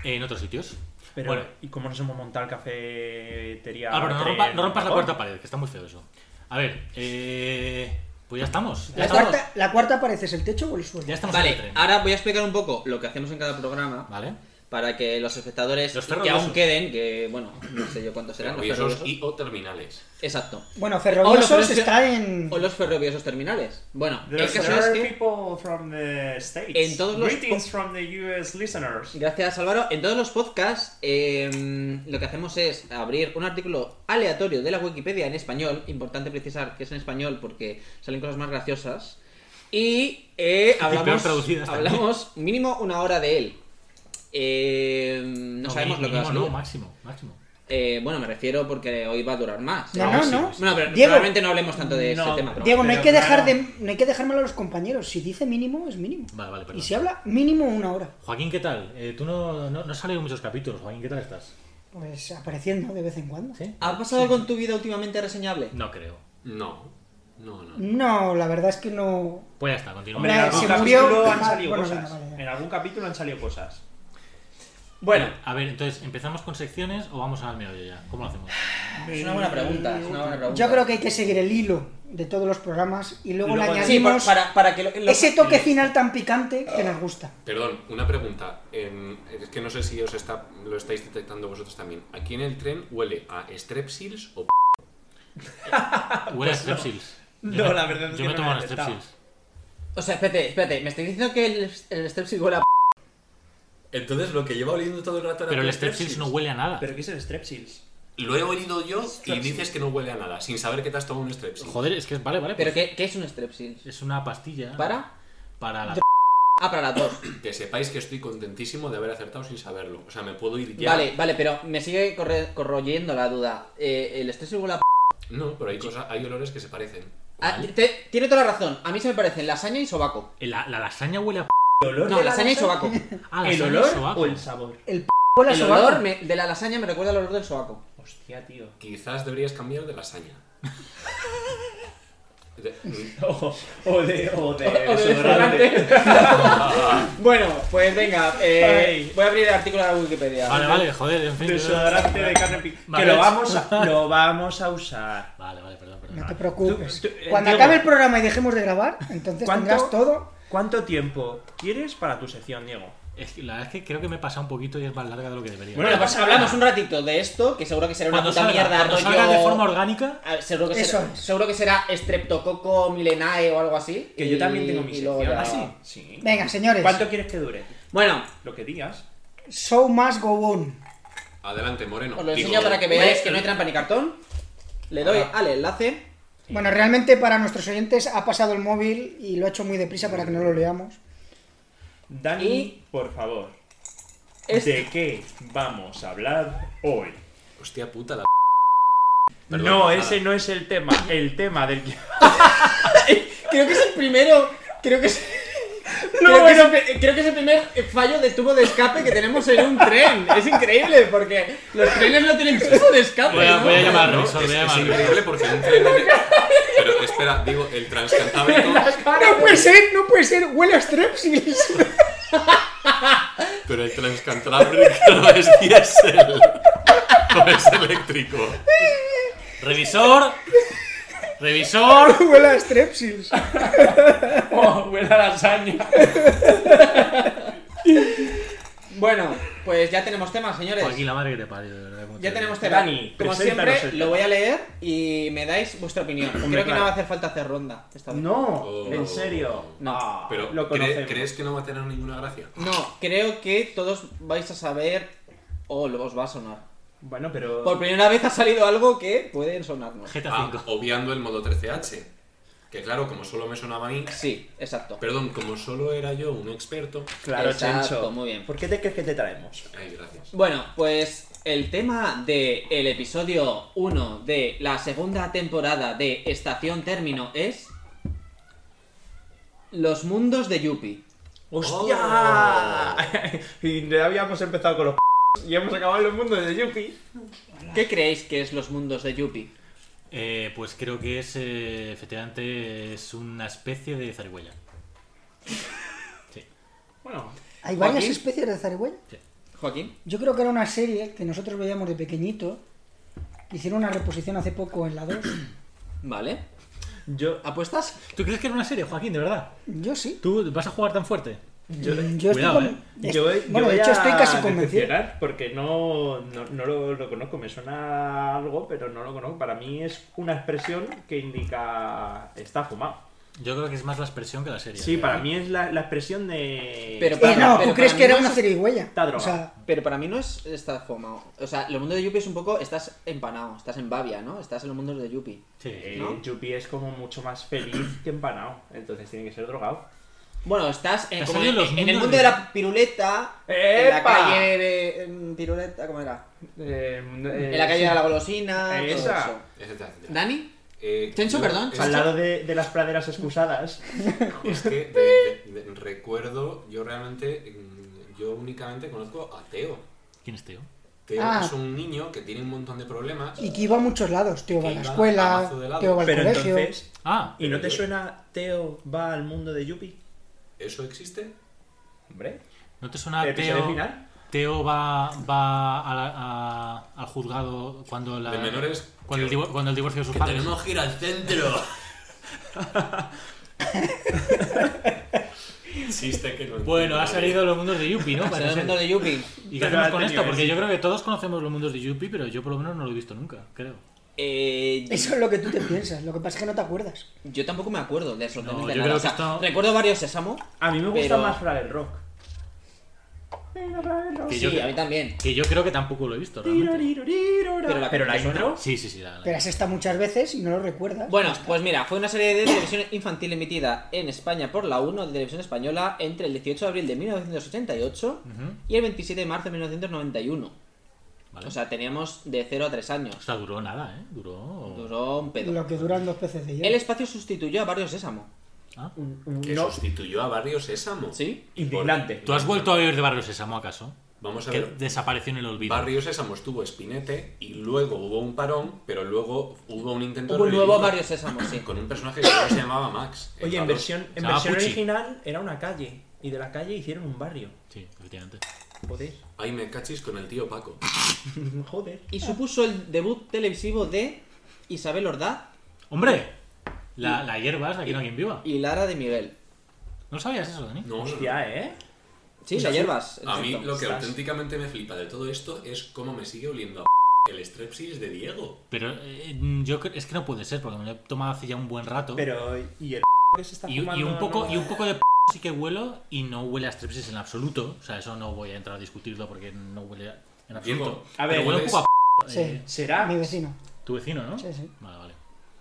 [SPEAKER 3] En otros sitios.
[SPEAKER 2] Pero,
[SPEAKER 3] Bueno.
[SPEAKER 2] ¿y cómo nos hemos montado el cafetería?
[SPEAKER 3] Ah, pero no,
[SPEAKER 2] tren?
[SPEAKER 3] rompa- no rompas la
[SPEAKER 2] Oh,
[SPEAKER 3] cuarta pared, que está muy feo eso. A ver, eh, pues ya estamos. Ya
[SPEAKER 5] La
[SPEAKER 3] estamos,
[SPEAKER 5] cuarta, la cuarta parece es el techo o el
[SPEAKER 3] ya
[SPEAKER 5] suelo.
[SPEAKER 3] estamos en el
[SPEAKER 4] Vale,
[SPEAKER 3] tren.
[SPEAKER 4] ahora voy a explicar un poco lo que hacemos en cada programa
[SPEAKER 3] Vale.
[SPEAKER 4] para que los espectadores
[SPEAKER 3] Los
[SPEAKER 4] que
[SPEAKER 3] ferroviasos.
[SPEAKER 4] aún queden, que bueno, no sé yo cuántos serán, los
[SPEAKER 6] Nerviosos
[SPEAKER 4] ferroviosos.
[SPEAKER 6] y o terminales.
[SPEAKER 4] Exacto.
[SPEAKER 5] Bueno,
[SPEAKER 4] O los
[SPEAKER 5] Ferroviosos
[SPEAKER 4] ferrovio-
[SPEAKER 5] está en.
[SPEAKER 4] O los ferroviosos terminales. Bueno,
[SPEAKER 7] There
[SPEAKER 4] el caso es
[SPEAKER 7] are
[SPEAKER 4] que,
[SPEAKER 7] people from the States.
[SPEAKER 4] En todos los
[SPEAKER 7] Greetings from the US listeners.
[SPEAKER 4] gracias Álvaro, en todos los podcasts eh, lo que hacemos es abrir un artículo aleatorio de la Wikipedia en español, importante precisar que es en español porque salen cosas más graciosas, y eh,
[SPEAKER 3] peor
[SPEAKER 4] hablamos,
[SPEAKER 3] traducidas también.
[SPEAKER 4] hablamos mínimo una hora de él. Eh, no, sabemos lo que va a
[SPEAKER 3] mínimo, No,
[SPEAKER 4] subir.
[SPEAKER 3] máximo, máximo.
[SPEAKER 4] Eh, bueno, me refiero porque hoy va a durar más.
[SPEAKER 5] No,
[SPEAKER 3] Ah,
[SPEAKER 4] Vamos,
[SPEAKER 5] no, no.
[SPEAKER 4] Bueno, pero
[SPEAKER 5] Diego.
[SPEAKER 4] probablemente no hablemos tanto de este
[SPEAKER 7] No,
[SPEAKER 4] tema. pero-
[SPEAKER 5] Diego, no hay,
[SPEAKER 7] Pero
[SPEAKER 5] que dejar
[SPEAKER 7] claro.
[SPEAKER 5] de, no hay que dejar mal a los compañeros. Si dice mínimo, es mínimo.
[SPEAKER 3] Vale, vale, perdón.
[SPEAKER 5] Y si habla mínimo una hora.
[SPEAKER 3] Joaquín, ¿qué tal? Eh, tú no, no, no has salido en muchos capítulos, Joaquín, ¿qué tal estás?
[SPEAKER 5] Pues apareciendo de vez en cuando.
[SPEAKER 3] ¿Sí?
[SPEAKER 4] ¿Ha pasado algo en tu vida últimamente reseñable?
[SPEAKER 3] No creo.
[SPEAKER 6] No, no, no.
[SPEAKER 5] No, la verdad es que no.
[SPEAKER 3] Pues ya está, continuamos.
[SPEAKER 5] Hombre,
[SPEAKER 7] en algún
[SPEAKER 5] se
[SPEAKER 7] capítulo
[SPEAKER 5] murió.
[SPEAKER 7] han salido
[SPEAKER 5] Bueno,
[SPEAKER 7] cosas.
[SPEAKER 5] venga, vale, ya.
[SPEAKER 7] En algún capítulo han salido cosas.
[SPEAKER 4] Bueno,
[SPEAKER 3] A ver, entonces, ¿empezamos con secciones o vamos al meollo ya? ¿Cómo lo hacemos?
[SPEAKER 4] es una buena pregunta. Es una buena pregunta.
[SPEAKER 5] Yo creo que hay que seguir el hilo de todos los programas y luego,
[SPEAKER 7] Luego-
[SPEAKER 5] le
[SPEAKER 4] Sí,
[SPEAKER 5] añadimos
[SPEAKER 4] por- para, para que lo- lo-
[SPEAKER 5] ese toque final tan picante que nos gusta.
[SPEAKER 6] Perdón, una pregunta. em, es que no sé si os está, lo estáis detectando vosotros también. Aquí en el tren huele a strepsils o p
[SPEAKER 3] Huele a Strepsils.
[SPEAKER 7] Ah, pues no.
[SPEAKER 3] Yo
[SPEAKER 7] No,
[SPEAKER 3] me-
[SPEAKER 7] la verdad es que
[SPEAKER 3] Yo me
[SPEAKER 7] no
[SPEAKER 3] tomo
[SPEAKER 7] lo he
[SPEAKER 3] un
[SPEAKER 7] detectado.
[SPEAKER 3] Strepsils.
[SPEAKER 4] O sea, espérate, espérate. Me estoy diciendo que el, el Strepsils huele a p-
[SPEAKER 6] Entonces lo que lleva oliendo todo el rato era
[SPEAKER 3] Pero el
[SPEAKER 6] tu
[SPEAKER 3] Strepsils no huele a nada.
[SPEAKER 7] ¿Pero qué es el Strepsils?
[SPEAKER 6] Lo he olido yo y dices que no huele a nada, sin saber que te has tomado un strepsils.
[SPEAKER 3] Joder, es que es... Vale, vale.
[SPEAKER 4] ¿Pero
[SPEAKER 3] pues
[SPEAKER 4] qué, qué es un Strepsils?
[SPEAKER 3] Es una pastilla.
[SPEAKER 4] ¿Para?
[SPEAKER 3] Para la...
[SPEAKER 4] Ah, para las dos.
[SPEAKER 6] Que sepáis que estoy contentísimo de haber acertado sin saberlo. O sea, me puedo ir ya.
[SPEAKER 4] Vale, vale, pero me sigue corre- corroyendo la duda. Eh, el Strepsils huele a p-
[SPEAKER 6] No, pero hay cosas, hay olores que se parecen.
[SPEAKER 4] Ah, te- Tiene toda la razón. A mí se me parecen lasaña y sobaco.
[SPEAKER 3] La, la lasaña huele a... p-
[SPEAKER 7] ¿El olor,
[SPEAKER 4] No,
[SPEAKER 7] de la
[SPEAKER 4] lasaña y
[SPEAKER 7] lasaña?
[SPEAKER 4] sobaco.
[SPEAKER 3] Ah,
[SPEAKER 7] ¿El
[SPEAKER 3] lasaña y
[SPEAKER 7] olor
[SPEAKER 3] sobaco.
[SPEAKER 7] o el sabor?
[SPEAKER 5] Hola,
[SPEAKER 4] El
[SPEAKER 5] sobaco.
[SPEAKER 4] olor me- de la lasaña me recuerda al olor del sobaco.
[SPEAKER 7] Hostia, tío.
[SPEAKER 6] Quizás deberías cambiar de lasaña. De- mm,
[SPEAKER 7] O, o de, o de
[SPEAKER 4] O de
[SPEAKER 7] desodorante.
[SPEAKER 4] desodorante. bueno, pues venga, eh,
[SPEAKER 7] Ay.
[SPEAKER 4] voy a abrir el artículo de la Wikipedia.
[SPEAKER 3] Vale, vale, joder, en fin.
[SPEAKER 7] Desodorante de carne picada.
[SPEAKER 3] Vale.
[SPEAKER 7] Que lo vamos, a, lo vamos a usar.
[SPEAKER 3] Vale, vale, perdón, perdón.
[SPEAKER 5] No te preocupes.
[SPEAKER 7] Tú- tú- eh,
[SPEAKER 5] Cuando
[SPEAKER 7] Diego.
[SPEAKER 5] acabe el programa y dejemos de grabar, entonces
[SPEAKER 7] ¿Cuánto?
[SPEAKER 5] tendrás todo.
[SPEAKER 7] ¿Cuánto tiempo quieres para tu sección, Diego?
[SPEAKER 3] Es que la verdad es que creo que me he pasado un poquito y es más larga de lo que debería.
[SPEAKER 7] Bueno,
[SPEAKER 4] Bueno,
[SPEAKER 7] la
[SPEAKER 4] pues hablamos un ratito de esto, que seguro que será una
[SPEAKER 3] cuando
[SPEAKER 4] puta
[SPEAKER 3] salga,
[SPEAKER 4] mierda.
[SPEAKER 3] cuando
[SPEAKER 4] rollo-
[SPEAKER 3] salga de forma orgánica,
[SPEAKER 4] A ver, seguro, que
[SPEAKER 5] Eso
[SPEAKER 4] será,
[SPEAKER 5] es.
[SPEAKER 4] seguro que será Streptococo milenae o algo así.
[SPEAKER 7] Que
[SPEAKER 4] y-
[SPEAKER 7] yo también tengo mi
[SPEAKER 4] y luego
[SPEAKER 7] sección.
[SPEAKER 4] ya-
[SPEAKER 7] ¿Ah, sí? Sí.
[SPEAKER 5] Venga,
[SPEAKER 4] pues.
[SPEAKER 5] señores.
[SPEAKER 7] ¿Cuánto quieres que dure?
[SPEAKER 4] Bueno,
[SPEAKER 7] Lo que digas.
[SPEAKER 5] Show must go on.
[SPEAKER 6] Adelante, Moreno.
[SPEAKER 4] os lo
[SPEAKER 6] Digo,
[SPEAKER 4] enseño para que veáis que no hay trampa ni cartón. Le doy al enlace.
[SPEAKER 5] Bueno, realmente para nuestros oyentes ha pasado el móvil y lo ha hecho muy deprisa para que no lo leamos.
[SPEAKER 7] Dani,
[SPEAKER 4] Y-
[SPEAKER 7] por favor,
[SPEAKER 4] Este-
[SPEAKER 7] ¿de qué vamos a hablar hoy?
[SPEAKER 6] Hostia puta la.
[SPEAKER 7] no,
[SPEAKER 6] nada.
[SPEAKER 7] ese no es el tema. El tema del que.
[SPEAKER 4] Creo que es el primero. Creo que es.
[SPEAKER 7] No,
[SPEAKER 4] creo, que es el, pe- creo que es el primer fallo de tubo de escape que tenemos en un tren. Es increíble porque los trenes no tienen tubo de escape.
[SPEAKER 3] Voy a-
[SPEAKER 4] ¿no?
[SPEAKER 3] voy a llamar.
[SPEAKER 6] No,
[SPEAKER 3] Al
[SPEAKER 6] es,
[SPEAKER 3] revisor, voy a
[SPEAKER 6] es
[SPEAKER 3] llamar.
[SPEAKER 6] increíble porque un tren no tiene- Pero espera, digo, el transcantábrico.
[SPEAKER 5] No puede ser, no puede ser. Huele a strepsils.
[SPEAKER 6] Pero el transcantábrico no es diésel. No es eléctrico.
[SPEAKER 3] revisor. Revisor.
[SPEAKER 5] Huele a strepsils.
[SPEAKER 7] huele a lasaña.
[SPEAKER 4] Bueno, pues ya tenemos temas, señores.
[SPEAKER 3] Joaquín, la madre que te parió, de verdad. cómo
[SPEAKER 4] Ya
[SPEAKER 3] te-
[SPEAKER 4] tenemos tema.
[SPEAKER 7] Dani,
[SPEAKER 4] Como
[SPEAKER 7] preséntanos
[SPEAKER 4] siempre,
[SPEAKER 7] el
[SPEAKER 4] lo
[SPEAKER 7] tema.
[SPEAKER 4] voy a leer y me dais vuestra opinión. Creo que
[SPEAKER 7] claro.
[SPEAKER 4] no va a hacer falta hacer ronda. esta vez.
[SPEAKER 7] No,
[SPEAKER 6] Oh.
[SPEAKER 7] en serio.
[SPEAKER 4] No.
[SPEAKER 6] Pero,
[SPEAKER 7] lo
[SPEAKER 6] ¿cre-
[SPEAKER 7] conocemos.
[SPEAKER 6] ¿crees que no va a tener ninguna gracia?
[SPEAKER 4] No, creo que todos vais a saber o lo- os va a sonar.
[SPEAKER 7] Bueno, pero.
[SPEAKER 4] Por primera vez ha salido algo que pueden sonarnos.
[SPEAKER 3] GTA
[SPEAKER 6] Ah,
[SPEAKER 3] 5.
[SPEAKER 6] obviando el modo 13H. Que claro, como solo me sonaba a mí.
[SPEAKER 4] Sí, exacto.
[SPEAKER 6] Perdón, como solo era yo un experto.
[SPEAKER 7] Claro,
[SPEAKER 4] Exacto,
[SPEAKER 7] Chencho.
[SPEAKER 4] muy bien.
[SPEAKER 7] ¿Por qué te crees que te traemos?
[SPEAKER 6] Ay, gracias.
[SPEAKER 4] Bueno, pues el tema del el episodio 1 de la segunda temporada de Estación Término es. Los mundos de Yuppie. Oh.
[SPEAKER 7] ¡Hostia! y ya habíamos empezado con los p y hemos acabado en los mundos de Yuppie.
[SPEAKER 4] ¿Qué creéis que es los mundos de Yuppie?
[SPEAKER 3] Eh, pues creo que es, eh, efectivamente, es una especie de zarigüeya.
[SPEAKER 7] Bueno,
[SPEAKER 5] Hay varias
[SPEAKER 4] Joaquín.
[SPEAKER 5] especies de zarigüeya.
[SPEAKER 4] Joaquín.
[SPEAKER 5] Yo creo que era una serie que nosotros veíamos de pequeñito. que Hicieron una reposición hace poco en la 2.
[SPEAKER 4] Vale.
[SPEAKER 2] Yo,
[SPEAKER 4] ¿Apuestas?
[SPEAKER 3] ¿Tú crees que era una serie, Joaquín, de verdad?
[SPEAKER 5] Yo sí.
[SPEAKER 3] ¿Tú vas a jugar tan fuerte?
[SPEAKER 2] yo,
[SPEAKER 5] Yo
[SPEAKER 3] Cuidado,
[SPEAKER 5] estoy
[SPEAKER 3] eh.
[SPEAKER 5] con-
[SPEAKER 2] yo- yo
[SPEAKER 5] bueno, de
[SPEAKER 2] voy
[SPEAKER 5] hecho
[SPEAKER 2] a
[SPEAKER 5] estoy casi convencido.
[SPEAKER 2] decepcionar Porque no, no, no lo, lo conozco, me suena algo, pero no lo conozco. Para mí es una expresión que indica está fumado.
[SPEAKER 3] Yo creo que es más la expresión que la serie.
[SPEAKER 2] Sí, para mí es la, la expresión de...
[SPEAKER 4] Pero-
[SPEAKER 5] Eh, no,
[SPEAKER 4] Pero
[SPEAKER 5] tú crees
[SPEAKER 4] para
[SPEAKER 5] que
[SPEAKER 4] mí
[SPEAKER 5] era
[SPEAKER 4] no
[SPEAKER 5] una
[SPEAKER 4] es-
[SPEAKER 5] serie huella.
[SPEAKER 2] Está
[SPEAKER 5] O sea,
[SPEAKER 4] Pero para mí no es esta foma. O sea, lo mundo de Yuppie es un poco. Estás empanado, estás en Babia, ¿no? Estás en los mundos de Yuppie.
[SPEAKER 3] Sí.
[SPEAKER 2] Eh,
[SPEAKER 4] ¿no?
[SPEAKER 2] Yupi es como mucho más feliz que empanado, entonces tiene que ser drogado.
[SPEAKER 4] Bueno, estás en,
[SPEAKER 3] Has
[SPEAKER 4] como en,
[SPEAKER 3] salido de los
[SPEAKER 4] en el
[SPEAKER 3] mundos
[SPEAKER 4] mundo
[SPEAKER 3] de-
[SPEAKER 4] de la piruleta. En la
[SPEAKER 2] ¡Epa!
[SPEAKER 4] calle de. en piruleta, ¿cómo era?
[SPEAKER 2] Eh, eh,
[SPEAKER 4] En la calle
[SPEAKER 2] sí.
[SPEAKER 4] de la golosina.
[SPEAKER 2] Esa.
[SPEAKER 4] todo eso.
[SPEAKER 6] Etcétera, etcétera.
[SPEAKER 4] ¿Dani?
[SPEAKER 6] Eh,
[SPEAKER 4] Chencho,
[SPEAKER 6] yo-
[SPEAKER 4] perdón,
[SPEAKER 6] es-
[SPEAKER 2] Al lado de, de las praderas excusadas.
[SPEAKER 6] Es que de- de- de- recuerdo, yo realmente, mm, yo únicamente conozco a Teo.
[SPEAKER 3] ¿Quién es Teo?
[SPEAKER 6] Teo
[SPEAKER 5] Ah.
[SPEAKER 6] es un niño que tiene un montón de problemas.
[SPEAKER 5] y que iba a muchos lados. Teo va a
[SPEAKER 6] Que
[SPEAKER 5] la
[SPEAKER 6] iba a
[SPEAKER 5] escuela,
[SPEAKER 6] mazo de lado.
[SPEAKER 5] Teo va al
[SPEAKER 2] Pero
[SPEAKER 5] colegio.
[SPEAKER 2] entonces,
[SPEAKER 3] Ah,
[SPEAKER 2] ¿y no te suena Teo va al mundo de Yupi?
[SPEAKER 6] ¿Eso existe?
[SPEAKER 2] Hombre,
[SPEAKER 3] ¿no te suena
[SPEAKER 2] ¿El episodio
[SPEAKER 3] Teo?
[SPEAKER 2] final?
[SPEAKER 3] Teo va, va a la- a- al juzgado cuando la.
[SPEAKER 6] De menores
[SPEAKER 3] Cuando el,
[SPEAKER 6] que-
[SPEAKER 3] divor- cuando el divorcio de sus
[SPEAKER 6] ¡Que
[SPEAKER 3] padres.
[SPEAKER 6] Ah. tenemos que ir al centro! Chiste que no
[SPEAKER 3] Bueno, ha
[SPEAKER 6] entiendo.
[SPEAKER 3] salido los mundos de Yuppie, ¿no?
[SPEAKER 4] Para
[SPEAKER 3] Parece
[SPEAKER 4] el
[SPEAKER 3] ser.
[SPEAKER 4] mundo de Yuppie.
[SPEAKER 3] ¿Y qué
[SPEAKER 2] Pero
[SPEAKER 3] hacemos
[SPEAKER 2] ha
[SPEAKER 3] con
[SPEAKER 2] tenido
[SPEAKER 3] esto? Porque yo
[SPEAKER 2] éxito.
[SPEAKER 3] creo que todos conocemos los mundos de Yuppie, pero yo por lo menos no lo he visto nunca, creo.
[SPEAKER 4] Eh,
[SPEAKER 5] Eso es lo que tú te piensas. Lo que pasa es que no te acuerdas.
[SPEAKER 4] Yo tampoco me acuerdo de eso.
[SPEAKER 3] No, yo creo que esto-
[SPEAKER 4] Recuerdo varios Sésamo.
[SPEAKER 2] A mí me gusta
[SPEAKER 4] Pero-
[SPEAKER 2] más Fraggle Rock.
[SPEAKER 3] Que
[SPEAKER 4] Sí,
[SPEAKER 3] yo,
[SPEAKER 4] a mí también.
[SPEAKER 3] que yo creo que tampoco lo he visto, realmente.
[SPEAKER 2] Pero la, pero la intro.
[SPEAKER 3] Sí, sí, sí. la- la-
[SPEAKER 5] Pero has estado muchas veces y no lo recuerdas.
[SPEAKER 4] Bueno, pues mira, fue una serie de televisión infantil emitida en España por la 1 de televisión española entre el 18 de abril de 1988
[SPEAKER 3] Ujú,
[SPEAKER 4] y el 27 de marzo de 1991.
[SPEAKER 3] vale.
[SPEAKER 4] O sea, teníamos de 0 a 3 años.
[SPEAKER 3] O sea, duró nada, ¿eh? Duró.
[SPEAKER 4] Duró un pedo.
[SPEAKER 5] lo que duran dos peces de
[SPEAKER 4] El
[SPEAKER 5] hielo.
[SPEAKER 4] espacio sustituyó a varios Sésamo.
[SPEAKER 3] Ah.
[SPEAKER 6] Que
[SPEAKER 2] No,
[SPEAKER 6] sustituyó a Barrio Sésamo.
[SPEAKER 4] ¿Sí?
[SPEAKER 2] indignante.
[SPEAKER 3] ¿Tú has vuelto a oír de Barrio Sésamo, acaso?
[SPEAKER 6] Vamos a
[SPEAKER 3] Que
[SPEAKER 6] ver.
[SPEAKER 3] desapareció en el olvido.
[SPEAKER 6] Barrio Sésamo estuvo Espinete y luego hubo un parón, pero luego hubo un intento
[SPEAKER 4] Hubo un
[SPEAKER 6] de
[SPEAKER 4] nuevo
[SPEAKER 6] revivirlo
[SPEAKER 4] Barrio Sésamo, sí.
[SPEAKER 6] con un personaje que creo que se llamaba Max. el
[SPEAKER 2] Oye, en
[SPEAKER 6] varón.
[SPEAKER 2] versión, en
[SPEAKER 3] llama
[SPEAKER 2] versión
[SPEAKER 3] Pucci.
[SPEAKER 2] original era una calle. Y de la calle hicieron un barrio.
[SPEAKER 3] Sí, efectivamente.
[SPEAKER 2] Joder.
[SPEAKER 6] Ay, me cachis con el tío Paco.
[SPEAKER 2] Joder.
[SPEAKER 4] Y supuso el debut televisivo de Isabel Ordaz
[SPEAKER 3] ¡Hombre! La, la hierba es la que no hay quien viva.
[SPEAKER 4] y Lara de Miguel.
[SPEAKER 3] ¿No sabías eso, Dani?
[SPEAKER 6] No,
[SPEAKER 2] Hostia, ¿eh?
[SPEAKER 4] Sí, la hierbas.
[SPEAKER 6] A mí
[SPEAKER 4] exacto.
[SPEAKER 6] lo que
[SPEAKER 2] Ostras.
[SPEAKER 6] auténticamente me flipa de todo esto es cómo me sigue oliendo a el strepsis de Diego.
[SPEAKER 3] Pero eh, yo cre- es que no puede ser, porque me lo he tomado hace ya un buen rato.
[SPEAKER 2] Pero, ¿y el que se está
[SPEAKER 3] y, y
[SPEAKER 2] fumando?
[SPEAKER 3] un poco,
[SPEAKER 2] no?
[SPEAKER 3] y un poco de p sí que huelo y no huele a strepsis en absoluto. O sea, eso no voy a entrar a discutirlo porque no huele a- en absoluto.
[SPEAKER 6] Diego,
[SPEAKER 2] a ver,
[SPEAKER 3] Pero huele un
[SPEAKER 6] hueles-
[SPEAKER 3] poco a p
[SPEAKER 5] Sí,
[SPEAKER 3] eh,
[SPEAKER 2] ¿Será?
[SPEAKER 5] mi vecino.
[SPEAKER 3] tu vecino, ¿no?
[SPEAKER 5] Sí, sí.
[SPEAKER 3] Vale, vale.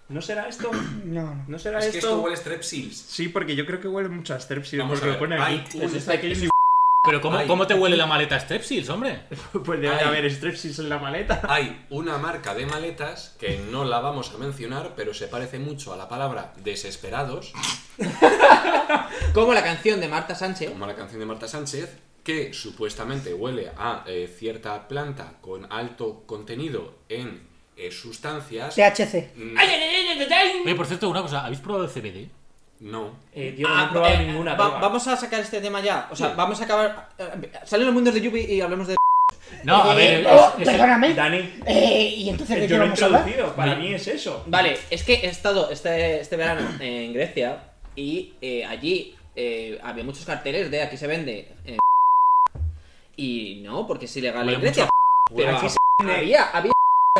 [SPEAKER 2] ¿No será esto?
[SPEAKER 5] No, no.
[SPEAKER 2] ¿No será
[SPEAKER 6] Es que
[SPEAKER 2] esto?
[SPEAKER 6] esto huele a strepsils.
[SPEAKER 2] Sí, porque yo creo que huele mucho a Strepsil.
[SPEAKER 6] Vamos
[SPEAKER 2] Porque
[SPEAKER 6] a
[SPEAKER 2] lo
[SPEAKER 6] ver,
[SPEAKER 2] pone
[SPEAKER 6] hay
[SPEAKER 2] aquí.
[SPEAKER 6] un-
[SPEAKER 2] Es esta que-
[SPEAKER 3] Pero ¿cómo,
[SPEAKER 6] Ay.
[SPEAKER 3] ¿cómo te huele la maleta strepsils, hombre?
[SPEAKER 2] Pues debe de
[SPEAKER 6] Ay.
[SPEAKER 2] haber Strepsils en la maleta.
[SPEAKER 6] Hay una marca de maletas que no la vamos a mencionar, pero se parece mucho a la palabra desesperados,
[SPEAKER 4] Como la canción de Marta Sánchez.
[SPEAKER 6] como la canción de Marta Sánchez, que supuestamente huele a eh, cierta planta con alto contenido en eh, sustancias.
[SPEAKER 5] THC.
[SPEAKER 6] Mm,
[SPEAKER 3] Oye, por cierto, una cosa, ¿habéis probado el CBD?
[SPEAKER 6] No.
[SPEAKER 2] Eh, tío, no
[SPEAKER 4] Ah,
[SPEAKER 2] he probado
[SPEAKER 4] eh,
[SPEAKER 2] ninguna.
[SPEAKER 4] va-
[SPEAKER 2] droga.
[SPEAKER 4] vamos a sacar este tema ya. O sea, vamos a acabar. eh, Salen los mundos de Yuppie y hablemos de.
[SPEAKER 3] No, a
[SPEAKER 5] Eh,
[SPEAKER 3] ver,
[SPEAKER 5] oh,
[SPEAKER 3] es- es-
[SPEAKER 5] perdóname.
[SPEAKER 2] Dani,
[SPEAKER 5] Eh, y entonces, ¿de qué
[SPEAKER 2] yo lo he
[SPEAKER 5] vamos a hablar?
[SPEAKER 2] introducido. Para mí es eso.
[SPEAKER 4] Vale, es que he estado este, este verano en Grecia y eh, allí eh, había muchos carteles de aquí se vende. eh, y no, porque es ilegal
[SPEAKER 3] Huele
[SPEAKER 4] en Grecia.
[SPEAKER 3] huele
[SPEAKER 4] Pero
[SPEAKER 3] a-
[SPEAKER 4] aquí se había, había,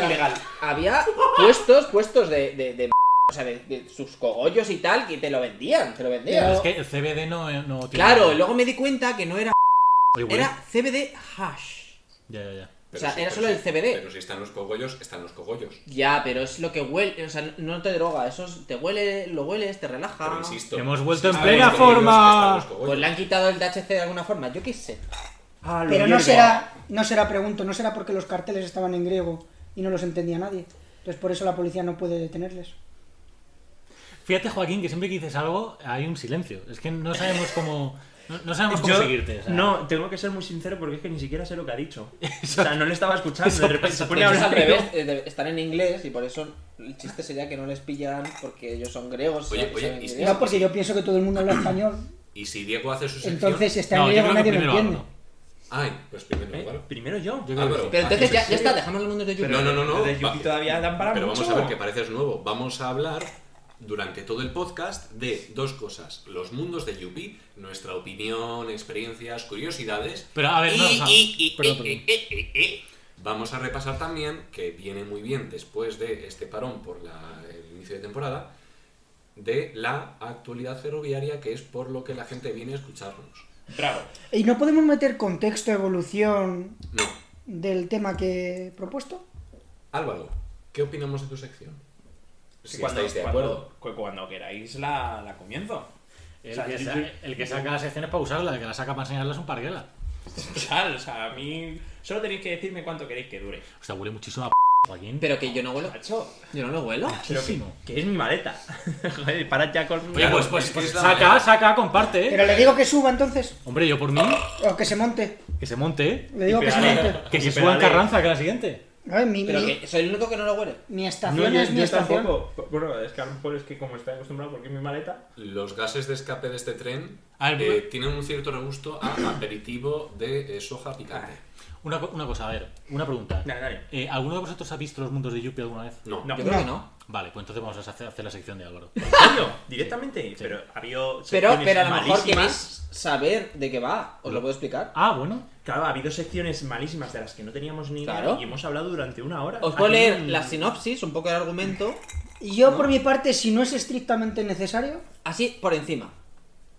[SPEAKER 2] Ilegal.
[SPEAKER 4] había puestos, puestos de. de- de o sea, de, de sus cogollos y tal, que te lo vendían, te lo vendían.
[SPEAKER 3] Pero es que el CBD no, eh, no tiene...
[SPEAKER 4] Claro, luego me di cuenta que no era.
[SPEAKER 3] Oye, huele-
[SPEAKER 4] Era CBD hash.
[SPEAKER 3] Ya, ya, ya.
[SPEAKER 6] Pero
[SPEAKER 4] sea,
[SPEAKER 6] sí,
[SPEAKER 4] era
[SPEAKER 6] pero
[SPEAKER 4] solo
[SPEAKER 6] sí,
[SPEAKER 4] el CBD.
[SPEAKER 6] Pero si están los cogollos, están los cogollos.
[SPEAKER 4] Ya, pero es lo que huele, o sea, no te droga, eso es- te huele, lo hueles, te relaja.
[SPEAKER 6] Pero insisto.
[SPEAKER 3] Hemos vuelto en
[SPEAKER 6] insisto
[SPEAKER 3] plena
[SPEAKER 6] los cogollos,
[SPEAKER 3] forma.
[SPEAKER 6] están los cogollos.
[SPEAKER 4] Ah. Pues le han quitado el THC de alguna forma, yo qué sé.
[SPEAKER 2] Ah, lo
[SPEAKER 5] Pero no
[SPEAKER 2] hiervo.
[SPEAKER 5] será, no será, pregunto, no será porque los carteles estaban en griego y no los entendía nadie. Entonces, por eso la policía no puede detenerles.
[SPEAKER 3] Fíjate, Joaquín, que siempre que dices algo hay un silencio. Es que no sabemos cómo. No, no sabemos cómo
[SPEAKER 2] Yo-
[SPEAKER 3] seguirte. o sea.
[SPEAKER 2] No, tengo que ser muy sincero porque es que ni siquiera sé lo que ha dicho. O sea, no le estaba escuchando.
[SPEAKER 3] eso
[SPEAKER 2] De repente se
[SPEAKER 3] pasa
[SPEAKER 2] pone a
[SPEAKER 4] Pues es al
[SPEAKER 2] hablar.
[SPEAKER 4] revés, eh, de- están en inglés y por eso el chiste sería que no les pillan porque ellos son griegos.
[SPEAKER 6] Oye,
[SPEAKER 4] saben-
[SPEAKER 6] oye,
[SPEAKER 4] saben
[SPEAKER 6] y-
[SPEAKER 4] griego.
[SPEAKER 5] No, porque yo pienso que todo el mundo habla español.
[SPEAKER 6] Y si Diego hace su sección.
[SPEAKER 5] Entonces, si está en
[SPEAKER 3] No, yo
[SPEAKER 5] griego
[SPEAKER 3] creo que
[SPEAKER 5] nadie lo
[SPEAKER 3] primero
[SPEAKER 5] entiende.
[SPEAKER 3] hablo.
[SPEAKER 6] Ay, pues primero,
[SPEAKER 2] ¿Eh?
[SPEAKER 6] Álvaro.
[SPEAKER 2] Primero yo.
[SPEAKER 3] Yo creo que
[SPEAKER 6] Álvaro.
[SPEAKER 3] sí.
[SPEAKER 4] Pero
[SPEAKER 6] ah,
[SPEAKER 4] entonces
[SPEAKER 6] ¿es
[SPEAKER 4] ya,
[SPEAKER 6] en
[SPEAKER 4] ya está,
[SPEAKER 6] serio?
[SPEAKER 4] dejamos los mundos de Yupi.
[SPEAKER 6] No, no, no, no.
[SPEAKER 2] Los de Yupi
[SPEAKER 6] Va-
[SPEAKER 2] todavía dan para
[SPEAKER 6] Pero
[SPEAKER 2] mucho.
[SPEAKER 6] vamos a ver que pareces nuevo. Vamos a hablar durante todo el podcast de dos cosas: los mundos de Yupi, nuestra opinión, experiencias, curiosidades.
[SPEAKER 3] Pero a ver,
[SPEAKER 6] y,
[SPEAKER 3] no, o sea,
[SPEAKER 6] y- y-
[SPEAKER 3] perdón,
[SPEAKER 6] y-
[SPEAKER 3] perdón.
[SPEAKER 6] y- y- y- y- Vamos a repasar también, que viene muy bien después de este parón por la- el inicio de temporada, de la actualidad ferroviaria, que es por lo que la gente viene a escucharnos.
[SPEAKER 2] Bravo.
[SPEAKER 5] ¿Y no podemos meter contexto, evolución
[SPEAKER 6] No.
[SPEAKER 5] del tema que he propuesto?
[SPEAKER 6] Álvaro, ¿qué opinamos de tu sección? Si
[SPEAKER 2] cuando,
[SPEAKER 6] estáis de
[SPEAKER 2] cuando-
[SPEAKER 6] acuerdo.
[SPEAKER 2] cu- cuando queráis la, la comienzo.
[SPEAKER 3] El,
[SPEAKER 2] O sea,
[SPEAKER 3] que
[SPEAKER 2] yo-
[SPEAKER 3] sa-
[SPEAKER 2] yo-
[SPEAKER 3] el que saca las secciones para usarla, el que la saca para enseñarla es un parguela.
[SPEAKER 2] Total, o sea, a mí solo tenéis que decirme cuánto queréis que dure.
[SPEAKER 3] O sea, huele muchísimo a p, Joaquín.
[SPEAKER 4] Pero que yo no huelo.
[SPEAKER 2] Macho,
[SPEAKER 4] Yo no lo huelo.
[SPEAKER 6] Ah,
[SPEAKER 2] pero que, que es mi maleta. Joder, parad ya con...
[SPEAKER 3] Oye,
[SPEAKER 6] Claro,
[SPEAKER 3] pues, pues,
[SPEAKER 6] es que
[SPEAKER 3] pues
[SPEAKER 6] es la
[SPEAKER 3] saca,
[SPEAKER 6] manera.
[SPEAKER 3] saca, comparte. ¿eh?
[SPEAKER 5] Pero le digo que suba entonces,
[SPEAKER 3] Hombre, yo por mí,
[SPEAKER 5] o que se monte.
[SPEAKER 3] que se monte, ¿eh?
[SPEAKER 5] Le digo que se
[SPEAKER 2] Dale.
[SPEAKER 5] monte.
[SPEAKER 3] Que
[SPEAKER 2] Y
[SPEAKER 3] se suba en
[SPEAKER 2] pedale.
[SPEAKER 3] Carranza, que la siguiente.
[SPEAKER 5] A ver, mi,
[SPEAKER 4] Pero
[SPEAKER 5] mi-
[SPEAKER 4] que soy el único que no lo huele.
[SPEAKER 5] mi
[SPEAKER 2] No,
[SPEAKER 5] estación
[SPEAKER 2] yo,
[SPEAKER 5] es mi
[SPEAKER 2] yo
[SPEAKER 5] estación.
[SPEAKER 2] tampoco. Bueno, es que a lo mejor es que como estoy acostumbrado porque es mi maleta...
[SPEAKER 6] Los gases de escape de este tren
[SPEAKER 3] Ah, el-
[SPEAKER 6] eh, tienen un cierto regusto a aperitivo de eh, soja picante.
[SPEAKER 3] Una, co- una cosa, a ver, una pregunta.
[SPEAKER 2] Dale, dale.
[SPEAKER 3] Eh, ¿Alguno de vosotros ha visto los mundos de Yuppie alguna vez?
[SPEAKER 6] No.
[SPEAKER 2] No.
[SPEAKER 4] Yo creo que no.
[SPEAKER 3] Vale, pues entonces vamos a hacer, hacer la sección de Álvaro.
[SPEAKER 2] ¿En serio? ¿Directamente? Pero ha habido
[SPEAKER 4] Pero,
[SPEAKER 2] secciones
[SPEAKER 4] pero a lo mejor
[SPEAKER 2] malísimas.
[SPEAKER 4] queréis saber de qué va. Os lo puedo explicar.
[SPEAKER 3] Ah, bueno.
[SPEAKER 2] Claro, ha habido secciones malísimas de las que no teníamos ni idea
[SPEAKER 4] Claro.
[SPEAKER 2] y hemos hablado durante una hora.
[SPEAKER 4] Os puedo
[SPEAKER 2] Aquí
[SPEAKER 4] leer
[SPEAKER 2] no-
[SPEAKER 4] la sinopsis, un poco el argumento,
[SPEAKER 5] Y yo, por mi parte, si no es estrictamente necesario,
[SPEAKER 4] así por encima.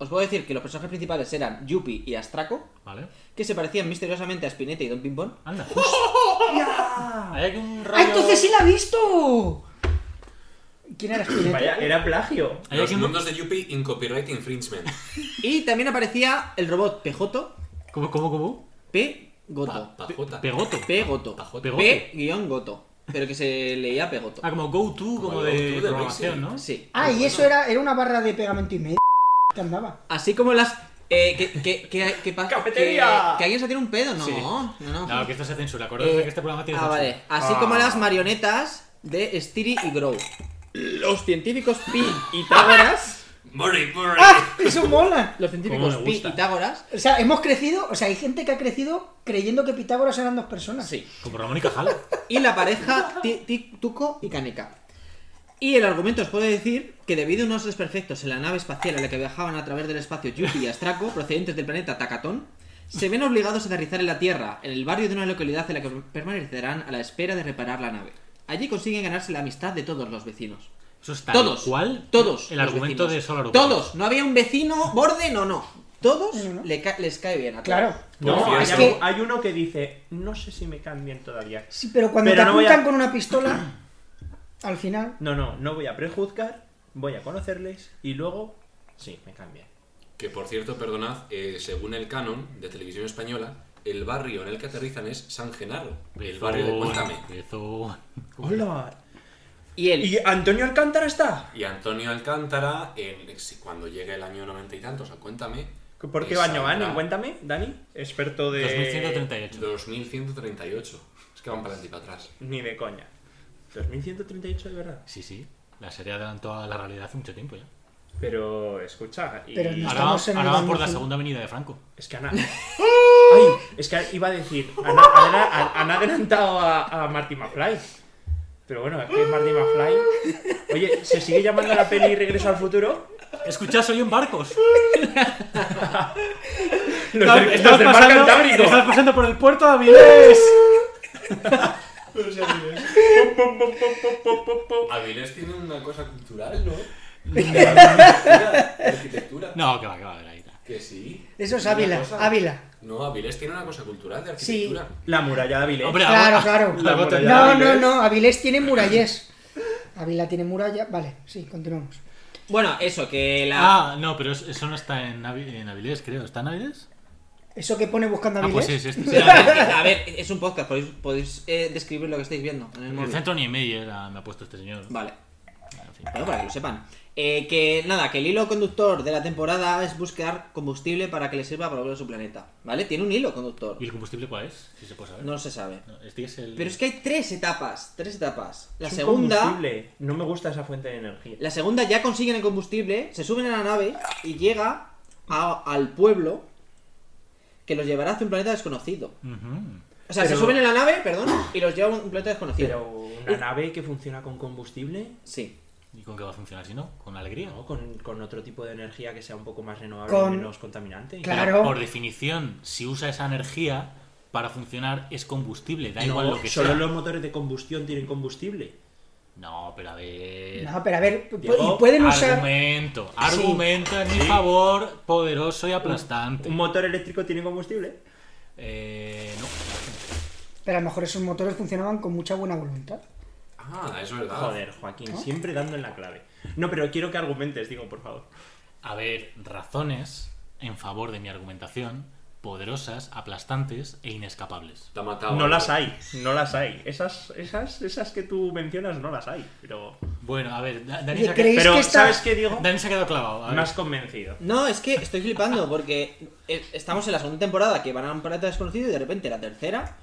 [SPEAKER 4] Os puedo decir que los personajes principales eran Yuppie y Astraco,
[SPEAKER 3] Vale.
[SPEAKER 4] que se parecían misteriosamente a Spinetta y Don Pimpón.
[SPEAKER 3] Anda. Hay aquí un rollo...
[SPEAKER 5] ¡Ah, entonces sí la ha visto! ¿Quién era Spinetta?
[SPEAKER 2] Vaya, era plagio.
[SPEAKER 3] Hay
[SPEAKER 6] Los
[SPEAKER 3] aquí un-
[SPEAKER 6] mundos de Yuppie in copyright infringement.
[SPEAKER 4] Y también aparecía el robot Pejoto,
[SPEAKER 3] ¿Cómo, cómo, cómo?
[SPEAKER 4] P. Goto.
[SPEAKER 6] Pajota.
[SPEAKER 3] Pegoto.
[SPEAKER 4] P. Goto.
[SPEAKER 6] Pajote.
[SPEAKER 4] P. guión Goto. Pero que se leía Pejoto.
[SPEAKER 3] Ah, como go to, como,
[SPEAKER 6] Como
[SPEAKER 3] de
[SPEAKER 6] el go to de
[SPEAKER 3] programación,
[SPEAKER 6] Brexit.
[SPEAKER 3] ¿no?
[SPEAKER 4] Sí.
[SPEAKER 5] Ah, y eso era, era una barra de pegamento y medio que andaba.
[SPEAKER 4] Así como las. Eh, que, que, que, que, pa-
[SPEAKER 2] ¡Cafetería!
[SPEAKER 4] Que, que alguien se tiene un pedo, no.
[SPEAKER 3] Sí.
[SPEAKER 4] No, no.
[SPEAKER 3] No, que esto se censura. Acordaos
[SPEAKER 4] Eh,
[SPEAKER 3] que este programa tiene
[SPEAKER 4] Ah,
[SPEAKER 3] censura.
[SPEAKER 4] vale. Así como las marionetas de Stiri y Grow. Los científicos Pi y Tágoras.
[SPEAKER 6] Murray, Murray.
[SPEAKER 5] ¡Ah! ¡Eso mola!
[SPEAKER 4] los científicos
[SPEAKER 2] me
[SPEAKER 4] Pi y
[SPEAKER 2] gusta.
[SPEAKER 4] Tágoras.
[SPEAKER 5] O sea, hemos crecido, o sea, hay gente que ha crecido creyendo que Pitágoras eran dos personas.
[SPEAKER 4] Sí.
[SPEAKER 3] Como Ramón y Cajal.
[SPEAKER 4] Y la pareja Ti- Ti- Tuco y Caneca. Y el argumento os puede decir que debido a unos desperfectos en la nave espacial en la que viajaban a través del espacio Yupi y Astraco, procedentes del planeta Tacatón, se ven obligados a aterrizar en la Tierra, en el barrio de una localidad en la que permanecerán a la espera de reparar la nave. Allí consiguen ganarse la amistad de todos los vecinos.
[SPEAKER 3] Eso está
[SPEAKER 4] todos.
[SPEAKER 3] igual.
[SPEAKER 4] Todos.
[SPEAKER 3] El
[SPEAKER 4] los
[SPEAKER 3] argumento
[SPEAKER 4] vecinos.
[SPEAKER 3] de Solar Opposite.
[SPEAKER 4] Todos. No había un vecino borde, no, no. Todos
[SPEAKER 5] No, no.
[SPEAKER 4] le ca- les cae bien. a todos.
[SPEAKER 5] Claro.
[SPEAKER 6] Por
[SPEAKER 2] No,
[SPEAKER 6] cierto.
[SPEAKER 2] hay,
[SPEAKER 5] Es que-
[SPEAKER 2] algo- hay uno que dice, no sé si me caen bien todavía.
[SPEAKER 5] Sí, pero cuando
[SPEAKER 2] Pero
[SPEAKER 5] te
[SPEAKER 2] no voy a-
[SPEAKER 5] apuntan con una pistola, al final.
[SPEAKER 2] No, no, no voy a prejuzgar, voy a conocerles y luego, sí, me caen bien.
[SPEAKER 6] Que por cierto, perdonad, eh, según el canon de televisión española, el barrio en el que aterrizan es San Genaro. El barrio
[SPEAKER 3] Oh.
[SPEAKER 6] de Cuéntame.
[SPEAKER 3] Bezón.
[SPEAKER 2] Hola.
[SPEAKER 4] Y él.
[SPEAKER 2] ¿Y Antonio Alcántara está?
[SPEAKER 6] Y Antonio Alcántara, en- si- cuando llegue el año noventa y tantos, a Cuéntame.
[SPEAKER 2] ¿Por qué
[SPEAKER 6] eh,
[SPEAKER 2] baño van?
[SPEAKER 6] saldrá
[SPEAKER 2] Cuéntame, Dani, experto de...
[SPEAKER 3] 2138.
[SPEAKER 6] 2138. Es que van para adelante y para atrás.
[SPEAKER 2] Ni de coña. 2138 de verdad.
[SPEAKER 3] Sí, sí. La serie adelantó a la realidad hace mucho tiempo ya.
[SPEAKER 2] Pero escucha, y-
[SPEAKER 5] Pero no.
[SPEAKER 3] Ahora, vamos-
[SPEAKER 5] Estamos en
[SPEAKER 3] ahora
[SPEAKER 5] el
[SPEAKER 3] vamos por la
[SPEAKER 5] 2000.
[SPEAKER 3] segunda avenida de Franco.
[SPEAKER 2] es que Ana... ¡Ay! Es que iba a decir, han, han- han- han adelantado a, a Marty McFly. Pero bueno, es que es Marty McFly... Oye, ¿se sigue llamando la peli Regreso al Futuro?
[SPEAKER 3] Escuchad, soy un barcos.
[SPEAKER 2] Los
[SPEAKER 3] Estabas
[SPEAKER 2] del-
[SPEAKER 3] estabas
[SPEAKER 2] los del mar
[SPEAKER 3] pasando,
[SPEAKER 2] Cantábrico.
[SPEAKER 3] estabas pasando por el puerto de Avilés.
[SPEAKER 6] Avilés tiene una cosa cultural, ¿no? Arquitectura, arquitectura.
[SPEAKER 3] No, que va, que va, a ver ahí. está.
[SPEAKER 6] Que sí.
[SPEAKER 5] Eso es
[SPEAKER 6] Una
[SPEAKER 5] Ávila,
[SPEAKER 6] cosa-
[SPEAKER 5] Ávila.
[SPEAKER 6] No, Avilés tiene una cosa cultural de arquitectura.
[SPEAKER 2] La muralla de Avilés.
[SPEAKER 3] Hombre,
[SPEAKER 5] Claro,
[SPEAKER 3] ahora-
[SPEAKER 5] claro.
[SPEAKER 3] la gota-
[SPEAKER 2] muralla.
[SPEAKER 5] No, no,
[SPEAKER 2] Avilés.
[SPEAKER 5] no, Avilés tiene muralles. Ávila tiene muralla. Vale, sí, continuamos.
[SPEAKER 4] Bueno, eso, que la.
[SPEAKER 3] Ah, no, pero es- eso no está en, Avi- en Avilés, creo. ¿Está en Avilés?
[SPEAKER 5] ¿Eso que pone buscando
[SPEAKER 3] Ah,
[SPEAKER 5] Avilés?
[SPEAKER 3] pues sí, sí, este- sí.
[SPEAKER 4] Sí, a ver, a ver, es un podcast, podéis, podéis, eh, describir lo que estáis viendo en el
[SPEAKER 3] El
[SPEAKER 4] móvil.
[SPEAKER 3] centro ni medio me ha puesto este señor.
[SPEAKER 4] Vale,
[SPEAKER 3] En fin.
[SPEAKER 4] bueno, para que lo sepan. Eh, que nada, que el hilo conductor de la temporada es buscar combustible para que le sirva para volver a su planeta. ¿Vale? Tiene un hilo conductor.
[SPEAKER 3] ¿Y el combustible cuál es? Si se puede saber.
[SPEAKER 4] No se sabe.
[SPEAKER 3] No, este es el...
[SPEAKER 4] Pero es que hay tres etapas. Tres etapas. La
[SPEAKER 2] Es un
[SPEAKER 4] segunda.
[SPEAKER 2] combustible. No me gusta esa fuente de energía.
[SPEAKER 4] La segunda ya consiguen el combustible, se suben a la nave y llega a- al pueblo que los llevará hacia un planeta desconocido.
[SPEAKER 3] Ujú.
[SPEAKER 4] O sea,
[SPEAKER 2] Pero-
[SPEAKER 4] se suben en la nave, perdón, y los lleva a un planeta desconocido.
[SPEAKER 2] Pero una nave que funciona con combustible,
[SPEAKER 4] Sí.
[SPEAKER 3] ¿Y con qué va a funcionar si no? Con alegría.
[SPEAKER 2] ¿no? Con, con otro tipo de energía que sea un poco más renovable
[SPEAKER 5] Con-
[SPEAKER 2] y menos contaminante.
[SPEAKER 5] Claro.
[SPEAKER 3] Pero, por definición, si usa esa energía para funcionar es combustible, da
[SPEAKER 2] No,
[SPEAKER 3] igual lo que
[SPEAKER 2] solo
[SPEAKER 3] sea.
[SPEAKER 2] los motores de combustión tienen combustible.
[SPEAKER 3] No, pero a ver.
[SPEAKER 5] No, pero a ver, pu-
[SPEAKER 2] Diego,
[SPEAKER 5] y pueden usar.
[SPEAKER 3] Argumento, argumento en mi favor, poderoso y aplastante.
[SPEAKER 2] ¿Un motor eléctrico tiene combustible?
[SPEAKER 3] Eh, no.
[SPEAKER 5] Pero a lo mejor esos motores funcionaban con mucha buena voluntad.
[SPEAKER 6] Ah, es verdad.
[SPEAKER 2] Joder,
[SPEAKER 5] ¿Ah?
[SPEAKER 2] Joaquín, siempre dando en la clave. No, pero quiero que argumentes, digo, por favor.
[SPEAKER 3] A ver, razones en favor de mi argumentación, poderosas, aplastantes e inescapables.
[SPEAKER 6] Te ha matado. ¿eh?
[SPEAKER 2] no las hay, no las hay. Esas, esas, esas que tú mencionas no las hay, pero...
[SPEAKER 3] Bueno, a ver, Da- Dani
[SPEAKER 5] Oye,
[SPEAKER 3] se ha
[SPEAKER 5] ¿creéis
[SPEAKER 3] quedado-
[SPEAKER 2] Pero,
[SPEAKER 5] que está-
[SPEAKER 2] ¿sabes qué, Diego?
[SPEAKER 3] Dani se ha quedado clavado. a ver.
[SPEAKER 2] Me has convencido.
[SPEAKER 4] No, es que estoy flipando porque eh, estamos en la segunda temporada que van a un planeta desconocido y de repente la tercera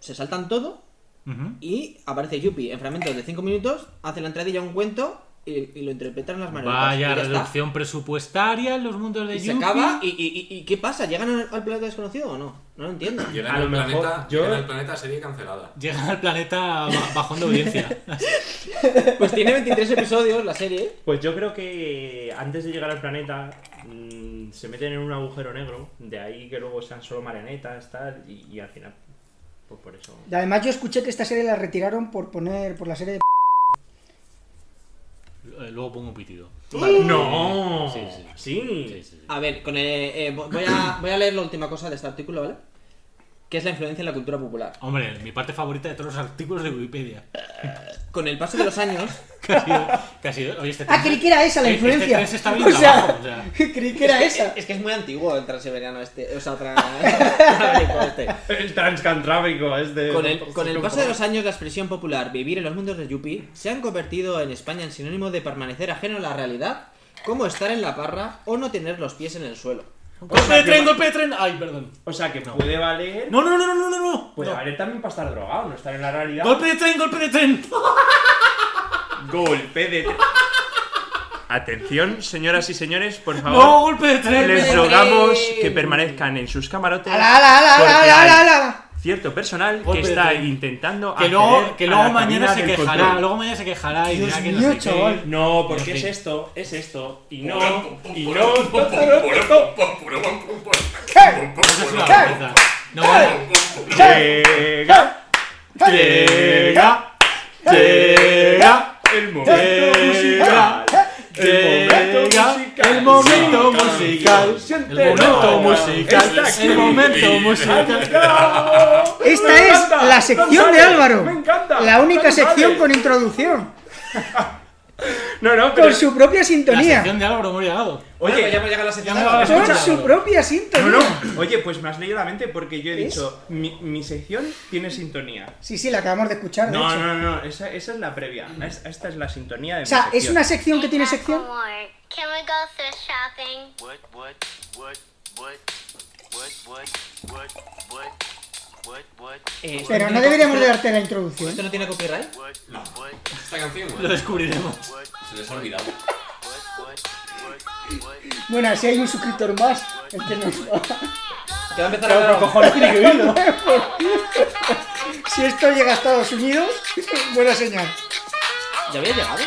[SPEAKER 4] se saltan todo
[SPEAKER 3] Ujú.
[SPEAKER 4] y aparece Yuppie en fragmentos de 5 minutos, hace la entradilla a un cuento y, y lo interpretan las maneras.
[SPEAKER 3] Vaya reducción presupuestaria en los mundos de
[SPEAKER 4] Y se
[SPEAKER 3] Yuppie.
[SPEAKER 4] acaba y, y- y- y ¿qué pasa? ¿Llegan al, al planeta desconocido o no? No lo entiendo.
[SPEAKER 6] Llegan
[SPEAKER 2] A
[SPEAKER 6] al
[SPEAKER 2] lo mejor
[SPEAKER 6] planeta,
[SPEAKER 2] yo-
[SPEAKER 6] llegan al planeta serie cancelada.
[SPEAKER 3] Llegan al planeta ba- bajón de audiencia.
[SPEAKER 4] Pues tiene 23 episodios la serie.
[SPEAKER 2] Pues yo creo que antes de llegar al planeta mm, se meten en un agujero negro, de ahí que luego sean solo marionetas, tal, y, y al final, pues por eso...
[SPEAKER 5] Y Además, yo escuché que esta serie la retiraron por poner por la serie de.
[SPEAKER 3] Eh, Luego pongo un pitido.
[SPEAKER 4] ¡Uh!
[SPEAKER 2] ¡No!
[SPEAKER 3] Ah, Sí,
[SPEAKER 2] Sí,
[SPEAKER 3] sí. Sí, sí, sí.
[SPEAKER 4] A ver, con eh, eh, voy, a, voy a leer la última cosa de este artículo, ¿vale? Que es la influencia en la cultura popular.
[SPEAKER 3] Hombre, mi parte favorita de todos los artículos de Wikipedia.
[SPEAKER 4] Con el paso de los años,
[SPEAKER 3] Que ha sido- que ha sido- oye, este
[SPEAKER 5] Ah,
[SPEAKER 3] tren-
[SPEAKER 5] creí que era esa la
[SPEAKER 3] eh, este
[SPEAKER 5] influencia.
[SPEAKER 3] tren se está
[SPEAKER 5] o,
[SPEAKER 3] viniendo abajo,
[SPEAKER 5] sea,
[SPEAKER 3] o sea.
[SPEAKER 5] creí que era esa.
[SPEAKER 4] Es que es muy antiguo el transiberiano este, o sea, tra- transiberiano este.
[SPEAKER 2] El este. transcantrábico es
[SPEAKER 5] Eh,
[SPEAKER 2] de...
[SPEAKER 4] Con
[SPEAKER 5] pues,
[SPEAKER 4] el, con el paso de los años, la expresión popular vivir en los mundos de Yuppie se han convertido en España en sinónimo de permanecer ajeno a la realidad, como estar en la parra o no tener los pies en el suelo.
[SPEAKER 3] ¡Golpe de tren, golpe de tren! ¡Ay, perdón!
[SPEAKER 2] O sea que puede valer...
[SPEAKER 3] No, no, no, no, no, no, no.
[SPEAKER 2] Puede
[SPEAKER 3] No.
[SPEAKER 2] valer también para estar drogado, no estar en la realidad.
[SPEAKER 3] ¡Golpe de tren, golpe de tren!
[SPEAKER 2] Golpe de... tre- Atención, señoras y señores, por favor.
[SPEAKER 3] ¡No, golpe de tren!
[SPEAKER 2] Les
[SPEAKER 4] Golpe de
[SPEAKER 2] rogamos
[SPEAKER 4] tren.
[SPEAKER 2] que permanezcan en sus camarotes.
[SPEAKER 5] ¡Ala, ala, ala, ala,
[SPEAKER 2] porque
[SPEAKER 5] ala, ala,
[SPEAKER 2] hay
[SPEAKER 5] ala!
[SPEAKER 2] Cierto personal
[SPEAKER 3] Golpe
[SPEAKER 2] que
[SPEAKER 3] de
[SPEAKER 2] está
[SPEAKER 3] tren.
[SPEAKER 2] intentando
[SPEAKER 3] Que
[SPEAKER 2] acceder
[SPEAKER 3] luego, que
[SPEAKER 2] a
[SPEAKER 3] luego
[SPEAKER 2] la
[SPEAKER 3] mañana
[SPEAKER 2] cabina
[SPEAKER 3] se
[SPEAKER 2] del
[SPEAKER 3] quejará,
[SPEAKER 2] control.
[SPEAKER 3] luego mañana se quejará y
[SPEAKER 5] Dios
[SPEAKER 3] dirá que no
[SPEAKER 5] mío,
[SPEAKER 3] sé qué.
[SPEAKER 5] chaval.
[SPEAKER 2] No, porque
[SPEAKER 3] En
[SPEAKER 2] es
[SPEAKER 3] fin.
[SPEAKER 2] esto, es esto y no y no.
[SPEAKER 3] Eso es una vergüenza. No, vale.
[SPEAKER 2] Llega, llega, llega el momento musical.
[SPEAKER 3] Llega el momento musical. El momento musical. El momento musical.
[SPEAKER 5] Esta es la sección de Álvaro.
[SPEAKER 2] Me encanta.
[SPEAKER 5] La única
[SPEAKER 2] González.
[SPEAKER 5] sección con introducción.
[SPEAKER 2] No, no, pero
[SPEAKER 5] Con su propia
[SPEAKER 3] La
[SPEAKER 5] sintonía.
[SPEAKER 3] sección de Álvaro Moria Gado.
[SPEAKER 4] Bueno,
[SPEAKER 2] Oye,
[SPEAKER 4] pues ya hemos llegado a la sección.
[SPEAKER 3] ya me va a
[SPEAKER 4] de-
[SPEAKER 3] escuchar.
[SPEAKER 5] Con
[SPEAKER 3] escuchado.
[SPEAKER 5] su propia
[SPEAKER 2] no, no.
[SPEAKER 5] sintonía.
[SPEAKER 2] Oye, pues me has leído la mente porque yo he
[SPEAKER 5] ¿Es?
[SPEAKER 2] dicho mi, mi sección tiene sintonía.
[SPEAKER 5] Sí, sí, la acabamos de escuchar. De
[SPEAKER 2] No,
[SPEAKER 5] hecho.
[SPEAKER 2] no, no, esa, esa es la previa. Es- Esta es la sintonía de
[SPEAKER 5] O sea,
[SPEAKER 2] mi
[SPEAKER 5] es
[SPEAKER 2] sección.
[SPEAKER 5] una sección que tiene
[SPEAKER 8] Back
[SPEAKER 5] sección.
[SPEAKER 8] more. Can we go thrift shopping?
[SPEAKER 9] What, what, what, what, what, what, what, what, what, what,
[SPEAKER 4] Eh, esto
[SPEAKER 5] Pero
[SPEAKER 4] tiene
[SPEAKER 5] no
[SPEAKER 4] co-
[SPEAKER 5] deberíamos de
[SPEAKER 4] esto-
[SPEAKER 5] darte la introducción.
[SPEAKER 4] ¿Esto no tiene copyright?
[SPEAKER 9] what, what,
[SPEAKER 6] Esta canción,
[SPEAKER 3] Lo descubriremos.
[SPEAKER 6] se les ha olvidado.
[SPEAKER 9] what, what, what, what.
[SPEAKER 5] Bueno, así hay un suscriptor más. El que nos
[SPEAKER 4] Que va a empezar a hablar.
[SPEAKER 5] Si esto llega a Estados Unidos, buena señal.
[SPEAKER 4] ¿Ya había llegado?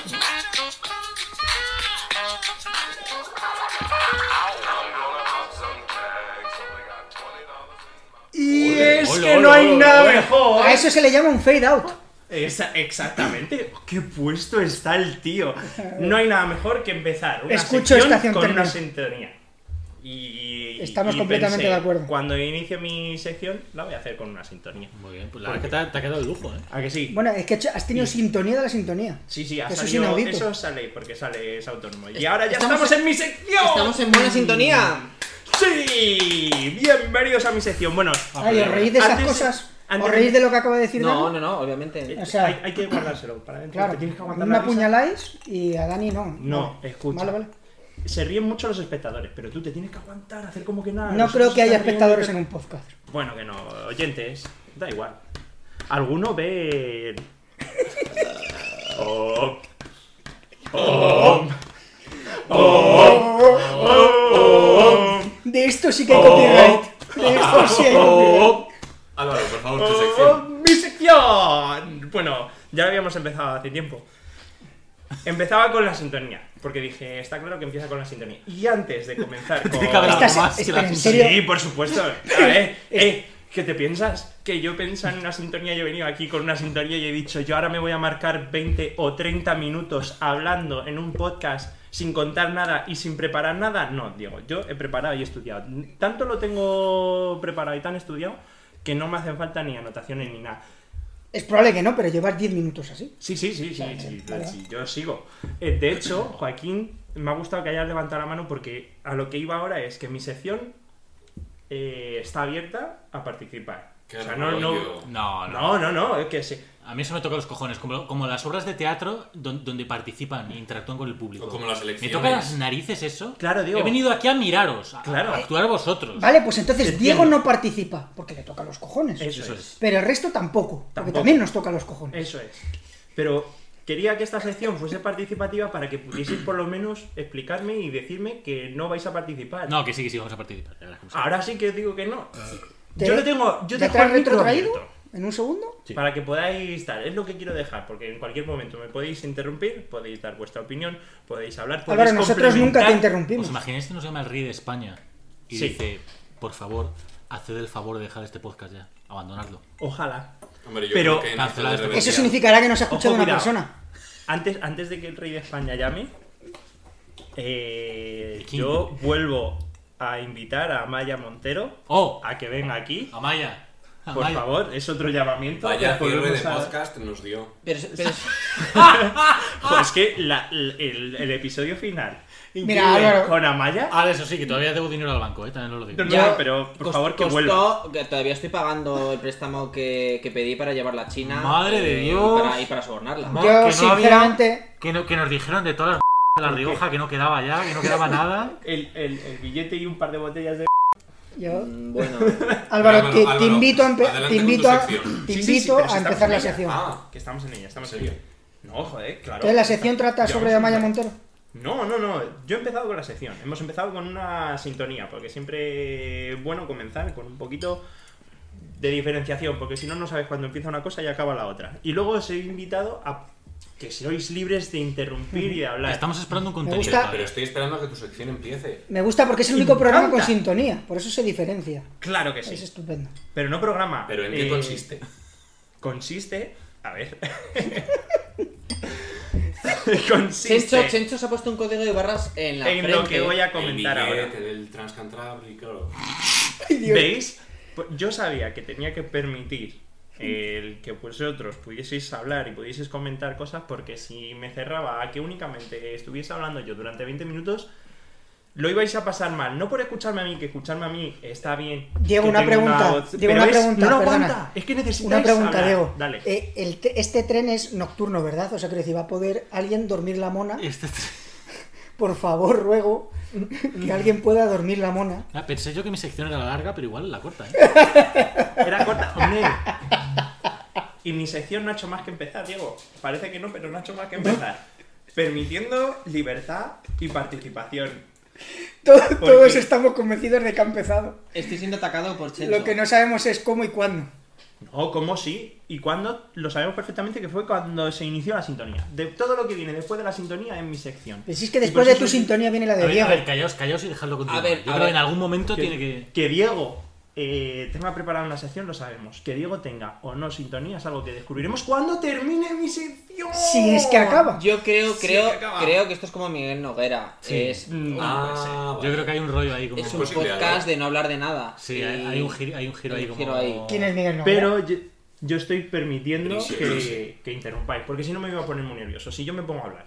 [SPEAKER 5] Y
[SPEAKER 2] Es
[SPEAKER 5] es...
[SPEAKER 3] Ole,
[SPEAKER 2] que
[SPEAKER 3] ole,
[SPEAKER 2] no hay
[SPEAKER 3] ole,
[SPEAKER 2] nada
[SPEAKER 3] ole.
[SPEAKER 2] mejor.
[SPEAKER 5] A eso se le llama un fade out.
[SPEAKER 2] Esa- exactamente. Qué puesto está el tío. No hay nada mejor que empezar una
[SPEAKER 5] Escucho
[SPEAKER 2] sección
[SPEAKER 5] Estación
[SPEAKER 2] con una
[SPEAKER 5] Terminal.
[SPEAKER 2] sintonía. Y, y-
[SPEAKER 5] Estamos
[SPEAKER 2] y
[SPEAKER 5] completamente
[SPEAKER 2] pensé,
[SPEAKER 5] de acuerdo.
[SPEAKER 2] Cuando inicio mi sección, la voy a hacer con una sintonía.
[SPEAKER 3] Muy bien, pues la verdad que te ha- te ha quedado de lujo, ¿eh?
[SPEAKER 2] ¿A que sí?
[SPEAKER 5] Bueno, es que has tenido sintonía de la sintonía.
[SPEAKER 2] sí, sí, ha
[SPEAKER 5] eso es
[SPEAKER 2] salido-
[SPEAKER 5] inaudito.
[SPEAKER 2] eso sale porque sale, es autónomo. Y ahora ya
[SPEAKER 4] estamos
[SPEAKER 2] estamos,
[SPEAKER 4] en-
[SPEAKER 2] en mi sección.
[SPEAKER 4] Estamos en buena sintonía.
[SPEAKER 2] Sí, bienvenidos a mi sección. Bueno,
[SPEAKER 5] Ay, Ah, os reís de esas
[SPEAKER 2] antes-
[SPEAKER 5] cosas.
[SPEAKER 2] antes- Eh,
[SPEAKER 5] ¿Os reís de lo que acaba de decir
[SPEAKER 4] No, no,
[SPEAKER 5] Dani?
[SPEAKER 4] no, obviamente.
[SPEAKER 5] O sea-
[SPEAKER 2] hay, hay que guardárselo para dentro.
[SPEAKER 5] Claro,
[SPEAKER 2] te tienes que
[SPEAKER 5] a mí
[SPEAKER 2] aguantar
[SPEAKER 5] me
[SPEAKER 2] la risa.
[SPEAKER 5] apuñaláis y a Dani no.
[SPEAKER 2] No,
[SPEAKER 5] Vale.
[SPEAKER 2] escucha.
[SPEAKER 5] Vale, vale.
[SPEAKER 2] Se ríen mucho los espectadores, pero tú te tienes que aguantar, hacer como que nada.
[SPEAKER 5] No
[SPEAKER 2] los
[SPEAKER 5] creo
[SPEAKER 2] otros
[SPEAKER 5] que haya
[SPEAKER 2] están riendo,
[SPEAKER 5] espectadores en
[SPEAKER 2] pero-
[SPEAKER 5] un podcast.
[SPEAKER 2] Bueno, que no, oyentes, da igual. Alguno ve. Oh. Oh. Oh. Oh. Oh.
[SPEAKER 5] De esto sí que hay copyright. De esto sí hay copyright.
[SPEAKER 6] Álvaro, por favor, tu
[SPEAKER 2] ¡Oh,
[SPEAKER 6] sección.
[SPEAKER 2] ¡Mi sección! Bueno, ya lo habíamos empezado hace tiempo. Empezaba con la sintonía, porque dije, está claro que empieza con la sintonía. Y antes de comenzar con...
[SPEAKER 3] Tiene que haber algo
[SPEAKER 5] Estás-
[SPEAKER 3] más que
[SPEAKER 5] espera,
[SPEAKER 3] la
[SPEAKER 5] ¿en serio?
[SPEAKER 2] Sí, por supuesto. A ver, eh, ¿qué te piensas? Que yo pensaba en una sintonía, yo he venido aquí con una sintonía y he dicho, yo ahora me voy a marcar 20 o 30 minutos hablando en un podcast sin contar nada y sin preparar nada. No, Diego, yo he preparado y he estudiado. Tanto lo tengo preparado y tan estudiado que no me hacen falta ni anotaciones ni nada.
[SPEAKER 5] Es probable que no, pero llevas 10 minutos así.
[SPEAKER 2] Sí, sí, sí, sí,
[SPEAKER 5] Vale,
[SPEAKER 2] sí,
[SPEAKER 5] vale.
[SPEAKER 2] sí, yo sigo. Eh, de hecho, Joaquín, me ha gustado que hayas levantado la mano porque a lo que iba ahora es que mi sección eh, está abierta a participar.
[SPEAKER 6] Qué
[SPEAKER 2] o sea, no,
[SPEAKER 6] rollo.
[SPEAKER 2] no,
[SPEAKER 3] No, no.
[SPEAKER 2] no, no, no, es que sí.
[SPEAKER 3] A mí eso me toca los cojones, como, como las obras de teatro don- donde participan e interactúan con el público.
[SPEAKER 6] O como las
[SPEAKER 3] me
[SPEAKER 6] elecciones.
[SPEAKER 3] toca las narices eso.
[SPEAKER 2] Claro, digo.
[SPEAKER 3] He venido aquí a miraros, a,
[SPEAKER 2] Claro.
[SPEAKER 3] a actuar vosotros.
[SPEAKER 5] Vale, pues entonces Diego
[SPEAKER 2] Entiendo.
[SPEAKER 5] no participa, porque le toca los cojones.
[SPEAKER 2] Eso,
[SPEAKER 3] Eso
[SPEAKER 2] es.
[SPEAKER 3] es.
[SPEAKER 5] Pero el resto tampoco, porque
[SPEAKER 2] Tampoco.
[SPEAKER 5] también nos toca los cojones.
[SPEAKER 2] Eso es. Pero quería que esta sección fuese participativa para que pudieseis por lo menos explicarme y decirme que no vais a participar.
[SPEAKER 3] No, que sí, que sí, vamos a participar. ya verás cómo sí.
[SPEAKER 2] Ahora sí que os digo que no.
[SPEAKER 5] ¿Te-
[SPEAKER 2] Yo lo tengo, yo
[SPEAKER 5] ¿Te
[SPEAKER 2] dejo el
[SPEAKER 5] traes
[SPEAKER 2] micro
[SPEAKER 5] retrotraído
[SPEAKER 2] abierto.
[SPEAKER 5] en un segundo?
[SPEAKER 3] Sí.
[SPEAKER 2] Para que podáis dar, es lo que quiero dejar, porque en cualquier momento me podéis interrumpir, podéis dar vuestra opinión, podéis hablar, podéis
[SPEAKER 5] Álvaro, nosotros nunca te
[SPEAKER 2] complementar.
[SPEAKER 5] interrumpimos.
[SPEAKER 3] ¿Os imagináis que nos llama el rey de España y
[SPEAKER 2] Sí.
[SPEAKER 3] dice, por favor, haced el favor de dejar este podcast ya, abandonarlo?
[SPEAKER 2] Ojalá.
[SPEAKER 6] Hombre, yo
[SPEAKER 2] Pero-
[SPEAKER 6] creo que nace la
[SPEAKER 3] Eso
[SPEAKER 5] Eso
[SPEAKER 6] rebeldía.
[SPEAKER 5] significará que no se ha escuchado
[SPEAKER 2] Ojo,
[SPEAKER 5] una
[SPEAKER 2] cuidado.
[SPEAKER 5] persona.
[SPEAKER 2] Antes, antes de que el rey de España llame, eh,
[SPEAKER 3] ¿Quién?
[SPEAKER 2] yo vuelvo a invitar a Maya Montero
[SPEAKER 3] ¡Oh!
[SPEAKER 2] a que venga aquí.
[SPEAKER 3] ¡Amaya!
[SPEAKER 2] Por
[SPEAKER 3] Amaya.
[SPEAKER 2] favor, es otro llamamiento.
[SPEAKER 6] Ah, Vaya
[SPEAKER 2] que
[SPEAKER 6] cierre de
[SPEAKER 2] volvemos a-
[SPEAKER 6] podcast nos dio.
[SPEAKER 4] Pero, pero-
[SPEAKER 2] Jo, es que la- el, el episodio final
[SPEAKER 5] Mira, Álvaro,
[SPEAKER 2] con Amaya.
[SPEAKER 3] Ahora, eso sí, que todavía debo dinero al banco, ¿eh? También os lo digo.
[SPEAKER 2] No,
[SPEAKER 4] ya
[SPEAKER 2] pero, por
[SPEAKER 4] cost-
[SPEAKER 2] favor, que
[SPEAKER 4] costó-
[SPEAKER 2] vuelva.
[SPEAKER 4] que todavía estoy pagando el préstamo que, que pedí para llevarla a China. eh,
[SPEAKER 3] Madre de
[SPEAKER 4] y-
[SPEAKER 3] Dios.
[SPEAKER 4] Y para, y para sobornarla.
[SPEAKER 3] Ma-
[SPEAKER 5] yo
[SPEAKER 3] que no
[SPEAKER 5] sinceramente...
[SPEAKER 3] Que, no- que nos dijeron de todas las de la Rioja que no quedaba ya, que no quedaba nada.
[SPEAKER 2] El, el- el billete y un par de botellas de.
[SPEAKER 5] Yo,
[SPEAKER 4] Mm, Bueno,
[SPEAKER 5] Álvaro,
[SPEAKER 6] Álvaro,
[SPEAKER 5] te, te
[SPEAKER 6] Álvaro,
[SPEAKER 5] invito a, empe-
[SPEAKER 6] adelante
[SPEAKER 5] te
[SPEAKER 6] con tu
[SPEAKER 5] invito a,
[SPEAKER 6] sección.
[SPEAKER 5] te
[SPEAKER 2] Sí, sí, sí,
[SPEAKER 5] invito
[SPEAKER 2] pero si estamos
[SPEAKER 5] a empezar
[SPEAKER 2] en
[SPEAKER 5] la
[SPEAKER 2] ella.
[SPEAKER 5] sección.
[SPEAKER 6] Ah,
[SPEAKER 2] Que estamos en ella, estamos en
[SPEAKER 6] serio.
[SPEAKER 2] ella. No, joder, claro.
[SPEAKER 5] Entonces la sección trata
[SPEAKER 2] Ya
[SPEAKER 5] sobre
[SPEAKER 2] vamos a
[SPEAKER 5] Amaya
[SPEAKER 2] empezar.
[SPEAKER 5] Montero.
[SPEAKER 2] No, no, no. Yo he empezado con la sección. Hemos empezado con una sintonía, porque siempre es bueno comenzar con un poquito de diferenciación, porque si no, no sabes cuándo empieza una cosa y acaba la otra. Y luego os he invitado a que sois libres de interrumpir y de hablar.
[SPEAKER 3] Estamos esperando un contenido.
[SPEAKER 5] gusta-
[SPEAKER 3] padre.
[SPEAKER 6] Pero estoy esperando a que tu sección empiece.
[SPEAKER 5] Me gusta porque es el único programa con sintonía, por eso se diferencia.
[SPEAKER 2] Claro que
[SPEAKER 5] Es
[SPEAKER 2] sí.
[SPEAKER 5] estupendo.
[SPEAKER 2] Pero no programa.
[SPEAKER 6] Pero ¿en qué
[SPEAKER 2] Eh,
[SPEAKER 6] consiste?
[SPEAKER 2] Consiste. A ver.
[SPEAKER 4] Chencho,
[SPEAKER 2] consiste
[SPEAKER 4] Chencho se ha puesto un código de barras en la
[SPEAKER 2] en
[SPEAKER 4] frente.
[SPEAKER 2] lo que voy a
[SPEAKER 6] El
[SPEAKER 2] comentar ahora.
[SPEAKER 6] billete del transcantábrico.
[SPEAKER 2] ¿Veis? Pues Yo sabía que tenía que permitir el que vosotros pudieseis hablar y pudieseis comentar cosas porque si me cerraba a que únicamente estuviese hablando yo durante 20 minutos, lo ibais a pasar mal. No por escucharme a mí, que escucharme a mí está bien.
[SPEAKER 5] Diego,
[SPEAKER 2] que
[SPEAKER 5] una
[SPEAKER 2] tengo
[SPEAKER 5] pregunta,
[SPEAKER 2] voz,
[SPEAKER 5] Diego,
[SPEAKER 2] pero
[SPEAKER 5] una
[SPEAKER 2] es-
[SPEAKER 5] pregunta,
[SPEAKER 2] No lo
[SPEAKER 5] perdona.
[SPEAKER 2] aguanta. Es que necesitáis
[SPEAKER 5] Una pregunta,
[SPEAKER 2] hablar.
[SPEAKER 5] Diego.
[SPEAKER 2] Dale.
[SPEAKER 5] Eh, el te- este tren es nocturno, ¿verdad? O sea, quiero decir, ¿va a poder alguien dormir la mona?
[SPEAKER 2] Eh.
[SPEAKER 3] Este-
[SPEAKER 5] Por favor, ruego que alguien pueda dormir la mona.
[SPEAKER 3] Ah, Pensé yo que mi sección era la larga, pero igual la corta, ¿eh?
[SPEAKER 2] Era corta. Hombre. Y mi sección no ha hecho más que empezar, Diego. Parece que no, pero no ha hecho más que empezar. Permitiendo libertad y participación.
[SPEAKER 5] Todo-
[SPEAKER 2] ¿Por
[SPEAKER 5] todos
[SPEAKER 2] qué?
[SPEAKER 5] estamos convencidos de que ha empezado.
[SPEAKER 4] Estoy siendo atacado por Chencho.
[SPEAKER 5] Lo que no sabemos es cómo y cuándo.
[SPEAKER 2] No, ¿cómo sí? Y cuando lo sabemos perfectamente que fue cuando se inició la sintonía. De todo lo que viene después de la sintonía en mi sección.
[SPEAKER 5] Pero si Pues es que
[SPEAKER 2] Y por
[SPEAKER 5] después de
[SPEAKER 2] eso
[SPEAKER 5] tu
[SPEAKER 2] soy-
[SPEAKER 5] sintonía viene la
[SPEAKER 3] A
[SPEAKER 5] de
[SPEAKER 3] ver, a
[SPEAKER 5] Diego.
[SPEAKER 3] ver, callaos, callaos y dejadlo continuar.
[SPEAKER 4] A ver,
[SPEAKER 3] Yo
[SPEAKER 4] a
[SPEAKER 3] creo
[SPEAKER 4] ver.
[SPEAKER 3] que en algún momento
[SPEAKER 2] que,
[SPEAKER 3] tiene que...
[SPEAKER 2] que Diego eh, tenga preparada una sección, lo sabemos. Que Diego tenga o no sintonía es algo que descubriremos cuando termine mi sección.
[SPEAKER 5] Si es que acaba.
[SPEAKER 4] Yo creo,
[SPEAKER 2] Sí,
[SPEAKER 4] creo,
[SPEAKER 2] que acaba.
[SPEAKER 4] creo que esto es como Miguel Noguera. Es,
[SPEAKER 2] Mm,
[SPEAKER 6] Ah,
[SPEAKER 3] Yo creo que hay un rollo ahí como...
[SPEAKER 4] es un
[SPEAKER 6] posible,
[SPEAKER 4] podcast
[SPEAKER 2] ¿eh?
[SPEAKER 6] algo.
[SPEAKER 4] de no hablar de nada.
[SPEAKER 3] Sí,
[SPEAKER 4] Y-
[SPEAKER 3] hay hay un giro, hay un giro
[SPEAKER 4] hay
[SPEAKER 3] ahí
[SPEAKER 4] un
[SPEAKER 3] como...
[SPEAKER 4] giro ahí.
[SPEAKER 5] ¿Quién es Miguel Noguera?
[SPEAKER 2] Pero yo, yo estoy permitiendo
[SPEAKER 6] Sí, sí,
[SPEAKER 2] que,
[SPEAKER 6] sí.
[SPEAKER 2] que interrumpáis, porque si no me iba a poner muy nervioso. Si yo me pongo a hablar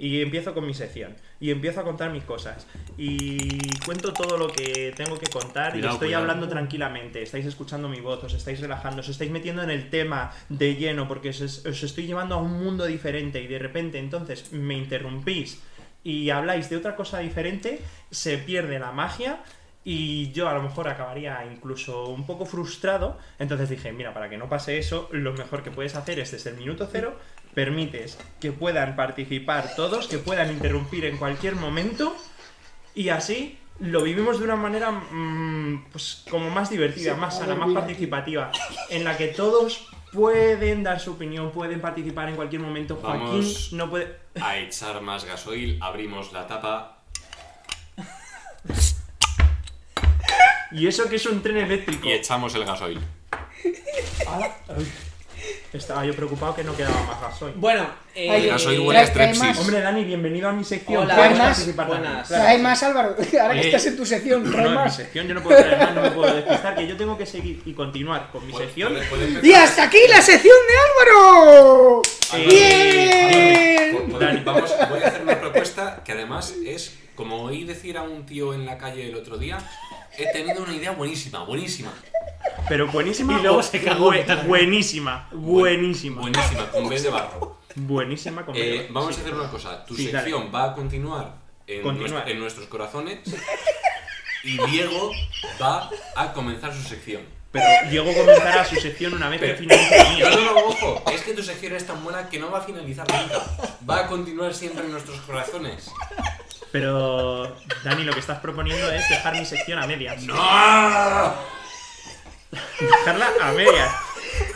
[SPEAKER 2] y empiezo con mi sección y empiezo a contar mis cosas y cuento todo lo que tengo que contar y
[SPEAKER 3] Cuidado,
[SPEAKER 2] estoy
[SPEAKER 3] cuidado.
[SPEAKER 2] hablando tranquilamente, estáis escuchando mi voz, os estáis relajando, os estáis metiendo en el tema de lleno porque os, os estoy llevando a un mundo diferente y de repente entonces me interrumpís y habláis de otra cosa diferente, se pierde la magia y yo a lo mejor acabaría incluso un poco frustrado. Entonces dije, mira, para que no pase eso, lo mejor que puedes hacer es desde el minuto cero, permites que puedan participar todos, que puedan interrumpir en cualquier momento y así lo vivimos de una manera mm, pues como más divertida, más sana, más participativa, en la que todos pueden dar su opinión, pueden participar en cualquier momento. Joaquín
[SPEAKER 6] Vamos.
[SPEAKER 2] no puede.
[SPEAKER 6] A echar más gasoil, abrimos la tapa
[SPEAKER 2] Y eso que es un tren eléctrico. Ah,
[SPEAKER 6] y echamos el gasoil.
[SPEAKER 2] Estaba yo preocupado que no quedaba más gasoil.
[SPEAKER 4] Bueno, eh,
[SPEAKER 5] Ay,
[SPEAKER 6] El gasoil huele a strepsis.
[SPEAKER 2] Hombre, Dani, bienvenido a mi sección.
[SPEAKER 4] Hola,
[SPEAKER 2] Puedes
[SPEAKER 5] buenas,
[SPEAKER 2] participar también,
[SPEAKER 4] buenas.
[SPEAKER 2] claro.
[SPEAKER 5] Trae más, Álvaro. Ahora que
[SPEAKER 2] Oye,
[SPEAKER 5] estás en tu sección,
[SPEAKER 2] No,
[SPEAKER 5] trae
[SPEAKER 2] en mi
[SPEAKER 5] más.
[SPEAKER 2] sección yo no puedo traer más, no me puedo despistar, que yo tengo que seguir y continuar con
[SPEAKER 6] Pues,
[SPEAKER 2] mi sección.
[SPEAKER 6] ¿Puedes- puedes empezar?
[SPEAKER 5] Y hasta aquí la sección de Álvaro.
[SPEAKER 6] Álvaro,
[SPEAKER 5] Bien.
[SPEAKER 6] Álvaro, po- po- Vamos, voy a hacer una propuesta que además es, como oí decir a un tío en la calle el otro día, he tenido una idea buenísima, buenísima.
[SPEAKER 2] Pero buenísima.
[SPEAKER 3] Y luego
[SPEAKER 2] bu-
[SPEAKER 3] se cagó en
[SPEAKER 2] bu-
[SPEAKER 3] Dani.
[SPEAKER 2] buenísima. Buenísima.
[SPEAKER 6] Buenísima, con B de barro.
[SPEAKER 2] Buenísima con
[SPEAKER 6] Eh,
[SPEAKER 2] B.
[SPEAKER 6] vamos a hacer una cosa. Tu
[SPEAKER 2] Sí, dale.
[SPEAKER 6] sección va a continuar en,
[SPEAKER 2] Continuar.
[SPEAKER 6] nuestro- en nuestros corazones y Diego va a comenzar su sección.
[SPEAKER 2] Pero Diego comenzará su sección una vez que
[SPEAKER 6] Pero-
[SPEAKER 2] finalice la mía.
[SPEAKER 6] No, no, no, ojo, es que tu sección es tan buena que no va a finalizar nunca. Va a continuar siempre en nuestros corazones.
[SPEAKER 2] Pero, Dani, lo que estás proponiendo es dejar mi sección a medias.
[SPEAKER 6] ¡No!
[SPEAKER 2] Dejarla a medias.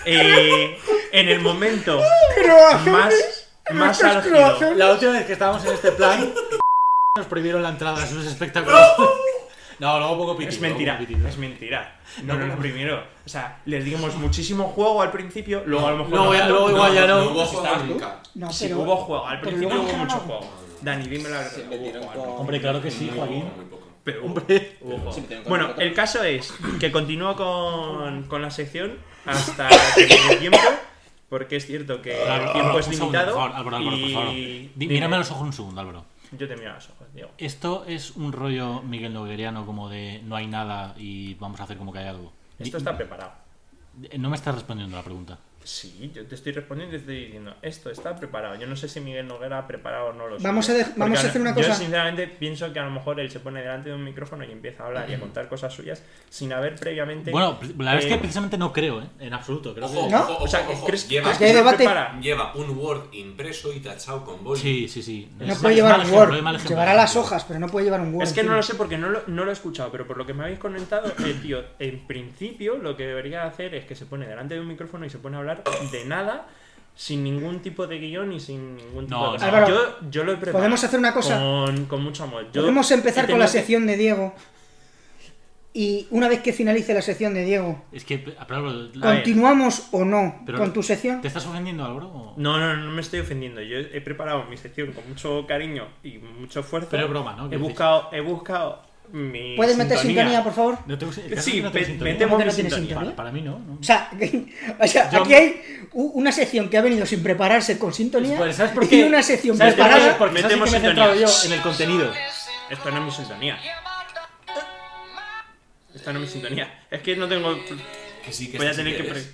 [SPEAKER 2] Eh, en el momento más, más
[SPEAKER 5] Nuestros
[SPEAKER 2] álgido.
[SPEAKER 5] croazones.
[SPEAKER 3] La última vez que estábamos en este plan, nos prohibieron la entrada a sus espectáculos. No, luego poco pitido.
[SPEAKER 2] Es mentira,
[SPEAKER 3] luego poco
[SPEAKER 2] es
[SPEAKER 3] pitido.
[SPEAKER 2] mentira. No, no, no, primero. O sea, les dimos muchísimo juego al principio, luego a lo mejor.
[SPEAKER 3] Luego ya-
[SPEAKER 2] tanto.
[SPEAKER 3] luego igual ya no.
[SPEAKER 6] No hubo juego nunca.
[SPEAKER 5] No,
[SPEAKER 2] Sí,
[SPEAKER 5] pero
[SPEAKER 2] hubo juego. Al
[SPEAKER 5] pero
[SPEAKER 2] principio
[SPEAKER 5] luego
[SPEAKER 2] hubo mucho
[SPEAKER 5] ganaron.
[SPEAKER 2] juego. Dani, dime la verdad. hubo juego al principio.
[SPEAKER 3] Hombre, claro que sí,
[SPEAKER 6] Muy
[SPEAKER 3] Joaquín.
[SPEAKER 6] poco, muy poco.
[SPEAKER 2] Pero hubo-
[SPEAKER 3] Hombre.
[SPEAKER 2] hubo juego.
[SPEAKER 4] Sí, me tengo que
[SPEAKER 2] Bueno,
[SPEAKER 4] acordar.
[SPEAKER 2] el caso es que continúo con, con la sección hasta que me dé tiempo. Porque es cierto que el tiempo es
[SPEAKER 3] un segundo, por
[SPEAKER 2] limitado.
[SPEAKER 3] favor, Álvaro, Álvaro, por favor.
[SPEAKER 2] y...
[SPEAKER 3] Di- Mírame a los ojos un segundo, Álvaro.
[SPEAKER 2] Yo te miro a los ojos, Diego.
[SPEAKER 3] Esto es un rollo Miguel Nogueriano como de no hay nada y vamos a hacer como que hay algo. eh,
[SPEAKER 2] Esto está preparado.
[SPEAKER 3] No me estás respondiendo la pregunta.
[SPEAKER 2] Sí, yo te estoy respondiendo y te estoy diciendo, esto está preparado. Yo no sé si Miguel Noguera ha preparado o no lo sé.
[SPEAKER 5] Vamos a dej-
[SPEAKER 2] Porque
[SPEAKER 5] vamos a
[SPEAKER 2] lo-
[SPEAKER 5] hacer una
[SPEAKER 2] Yo
[SPEAKER 5] cosa.
[SPEAKER 2] sinceramente pienso que a lo mejor él se pone delante de un micrófono y empieza a hablar y a contar cosas suyas sin haber previamente...
[SPEAKER 3] Mm. Bueno, la verdad es
[SPEAKER 2] eh,
[SPEAKER 3] que precisamente no creo, ¿eh? En absoluto. Creo
[SPEAKER 6] Ojo,
[SPEAKER 3] que...
[SPEAKER 5] ¿No?
[SPEAKER 6] ojo, ojo,
[SPEAKER 2] O sea,
[SPEAKER 6] ojo.
[SPEAKER 2] ¿crees,
[SPEAKER 6] Lleva-
[SPEAKER 2] crees
[SPEAKER 5] Ya hay
[SPEAKER 2] se
[SPEAKER 5] debate.
[SPEAKER 2] prepara?
[SPEAKER 6] Lleva un Word impreso y tachado con boli.
[SPEAKER 3] Sí, sí, sí.
[SPEAKER 5] No
[SPEAKER 3] Es-
[SPEAKER 5] puede
[SPEAKER 3] es
[SPEAKER 5] llevar
[SPEAKER 3] mal
[SPEAKER 5] un
[SPEAKER 3] ejemplo, es mal
[SPEAKER 5] Word.
[SPEAKER 3] ejemplo.
[SPEAKER 5] Llevará las hojas, pero no puede llevar un Word.
[SPEAKER 2] Es que no
[SPEAKER 5] encima.
[SPEAKER 2] lo sé porque no lo, no lo he escuchado, pero por lo que me habéis comentado, el tío, en principio lo que debería hacer es que se pone delante de un micrófono y se pone a hablar de nada, sin ningún tipo de guión y sin ningún tipo
[SPEAKER 3] No,
[SPEAKER 2] de...
[SPEAKER 3] no.
[SPEAKER 5] Álvaro,
[SPEAKER 2] yo, yo lo he preparado.
[SPEAKER 5] ¿podemos hacer una cosa?
[SPEAKER 2] Con, con mucho amor. Yo
[SPEAKER 5] Podemos
[SPEAKER 2] he
[SPEAKER 5] empezar con
[SPEAKER 2] tenido
[SPEAKER 5] la
[SPEAKER 2] que-
[SPEAKER 5] sección de Diego. Y una vez que finalice la sección de Diego,
[SPEAKER 3] Es que, Álvaro, la-
[SPEAKER 2] ver.
[SPEAKER 5] ¿continuamos o no
[SPEAKER 3] Pero-
[SPEAKER 5] con tu sección?
[SPEAKER 3] ¿te estás ofendiendo, Álvaro? o-
[SPEAKER 2] No, no, no me estoy ofendiendo. Yo he preparado mi sección con mucho cariño y mucho esfuerzo.
[SPEAKER 3] Pero es broma, ¿no?
[SPEAKER 2] He
[SPEAKER 3] ¿Qué
[SPEAKER 2] buscado, he buscado mi.
[SPEAKER 5] ¿Puedes meter sintonía, por favor?
[SPEAKER 3] No tengo- el caso
[SPEAKER 2] Sí,
[SPEAKER 3] es que no tengo
[SPEAKER 2] pe-
[SPEAKER 3] sintonía.
[SPEAKER 2] metemos
[SPEAKER 5] ¿No
[SPEAKER 2] mi
[SPEAKER 5] tienes
[SPEAKER 2] sintonía.
[SPEAKER 5] sintonía?
[SPEAKER 3] Para, para mí no. no.
[SPEAKER 5] O sea, o sea,
[SPEAKER 3] Yo-
[SPEAKER 5] aquí hay u- una sección que ha venido sin prepararse con sintonía
[SPEAKER 3] Pues, ¿Sabes por qué?
[SPEAKER 5] y una sección
[SPEAKER 3] ¿Sabes por qué?
[SPEAKER 5] preparada.
[SPEAKER 3] Porque sabes que
[SPEAKER 2] Metemos
[SPEAKER 3] me he centrado yo
[SPEAKER 2] sintonía.
[SPEAKER 3] en el contenido.
[SPEAKER 2] Esto no es mi sintonía. Esta no es mi sintonía. Es que no tengo.
[SPEAKER 6] Que sí, que
[SPEAKER 2] Voy a
[SPEAKER 6] esta sí
[SPEAKER 2] tener que.
[SPEAKER 6] eres.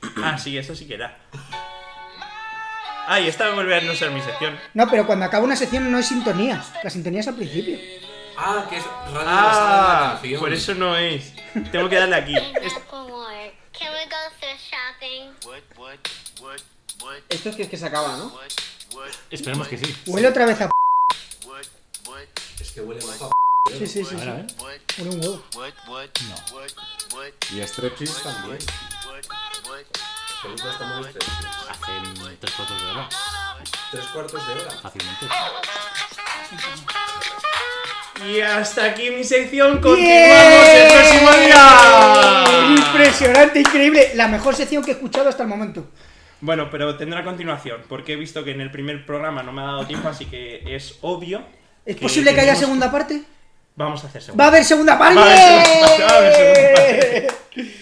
[SPEAKER 2] pre- Ah, sí, eso sí que da. Ay, esta vuelve a no ser mi sección.
[SPEAKER 5] No, pero cuando acaba una sección no hay sintonía. La sintonía es al principio.
[SPEAKER 6] Ah, que es radio basada en la
[SPEAKER 2] Ah,
[SPEAKER 6] canción.
[SPEAKER 2] por eso no es. Tengo que darle aquí.
[SPEAKER 8] Example war. Can we go through shopping?
[SPEAKER 9] What, what, what, what,
[SPEAKER 4] Esto es que es que se acaba, ¿no?
[SPEAKER 9] what, what,
[SPEAKER 3] Esperemos que sí.
[SPEAKER 5] Huele otra vez a p.
[SPEAKER 9] what, what,
[SPEAKER 6] Es que huele más a
[SPEAKER 5] Sí, sí, sí.
[SPEAKER 3] A ver,
[SPEAKER 5] sí.
[SPEAKER 3] a ver.
[SPEAKER 9] what,
[SPEAKER 5] Huele un huevo.
[SPEAKER 9] what, what,
[SPEAKER 3] No.
[SPEAKER 9] what, what,
[SPEAKER 6] Y a Strepsis también.
[SPEAKER 9] what, what,
[SPEAKER 6] Seguro estamos en Strepsis.
[SPEAKER 3] Hacen tres cuartos de hora.
[SPEAKER 6] Tres cuartos de hora.
[SPEAKER 3] Fácilmente.
[SPEAKER 2] Y hasta aquí mi sección. Continuamos el próximo día.
[SPEAKER 5] Impresionante, increíble. La mejor sección que he escuchado hasta el momento.
[SPEAKER 2] Bueno, pero tendrá continuación, porque he visto que en el primer programa no me ha dado tiempo, así que es obvio.
[SPEAKER 5] ¿Es posible que haya
[SPEAKER 2] tenemos-
[SPEAKER 5] segunda parte?
[SPEAKER 2] Vamos a hacer
[SPEAKER 5] ¡Va a
[SPEAKER 2] segunda.
[SPEAKER 5] haber segunda parte!
[SPEAKER 2] Va a haber segunda parte, va a haber segunda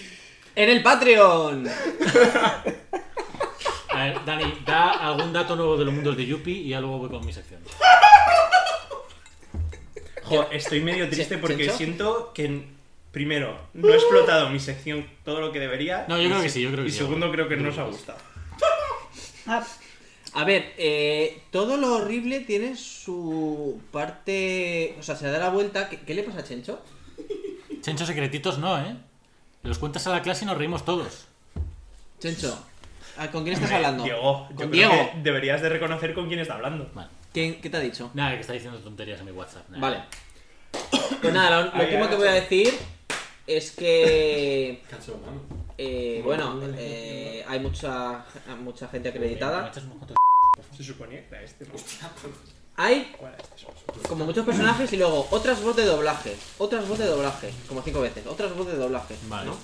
[SPEAKER 4] En el Patreon.
[SPEAKER 3] A ver, Dani, da algún dato nuevo de los mundos de Yuppie y ya luego voy con mi sección.
[SPEAKER 2] Jo, estoy medio triste
[SPEAKER 4] Chen-
[SPEAKER 2] porque
[SPEAKER 4] Chencho.
[SPEAKER 2] siento que, primero, no he explotado mi sección todo lo que debería.
[SPEAKER 3] No, yo
[SPEAKER 2] y
[SPEAKER 3] creo que
[SPEAKER 2] se-
[SPEAKER 3] sí, yo creo que
[SPEAKER 2] Y
[SPEAKER 3] sí.
[SPEAKER 2] segundo, creo que no os ha gustado.
[SPEAKER 5] Ah,
[SPEAKER 4] A ver, eh, todo lo horrible tiene su parte. O sea, se da la vuelta. ¿Qué, qué le pasa a Chencho?
[SPEAKER 3] Chencho secretitos no, ¿eh? Los cuentas a la clase y nos reímos todos.
[SPEAKER 4] Chencho, ¿a- ¿con quién estás hablando?
[SPEAKER 2] Eh, Diego, yo
[SPEAKER 4] ¿Con
[SPEAKER 2] creo
[SPEAKER 4] Diego?
[SPEAKER 2] que deberías de reconocer con quién está hablando.
[SPEAKER 3] Vale.
[SPEAKER 4] ¿Quién- ¿Qué te ha dicho?
[SPEAKER 3] Nada, que está diciendo tonterías en mi WhatsApp. nada.
[SPEAKER 4] Vale. Pues nada, lo, lo
[SPEAKER 2] Ahí,
[SPEAKER 4] último
[SPEAKER 2] ahí,
[SPEAKER 4] que voy a
[SPEAKER 2] ahí.
[SPEAKER 4] decir es que.
[SPEAKER 6] Cacho, mano.
[SPEAKER 4] eh, bueno, eh, hay mucha, mucha gente
[SPEAKER 3] Me
[SPEAKER 4] acreditada.
[SPEAKER 3] echas unos cuantos-
[SPEAKER 2] Se suponía que era este, ¿no?
[SPEAKER 4] Hay
[SPEAKER 2] ¿Cuál era este?
[SPEAKER 4] como muchos personajes y luego otras voz de doblaje. Otras voz de doblaje. Como cinco veces. Otras voz de doblaje.
[SPEAKER 3] Vale.
[SPEAKER 4] ¿no?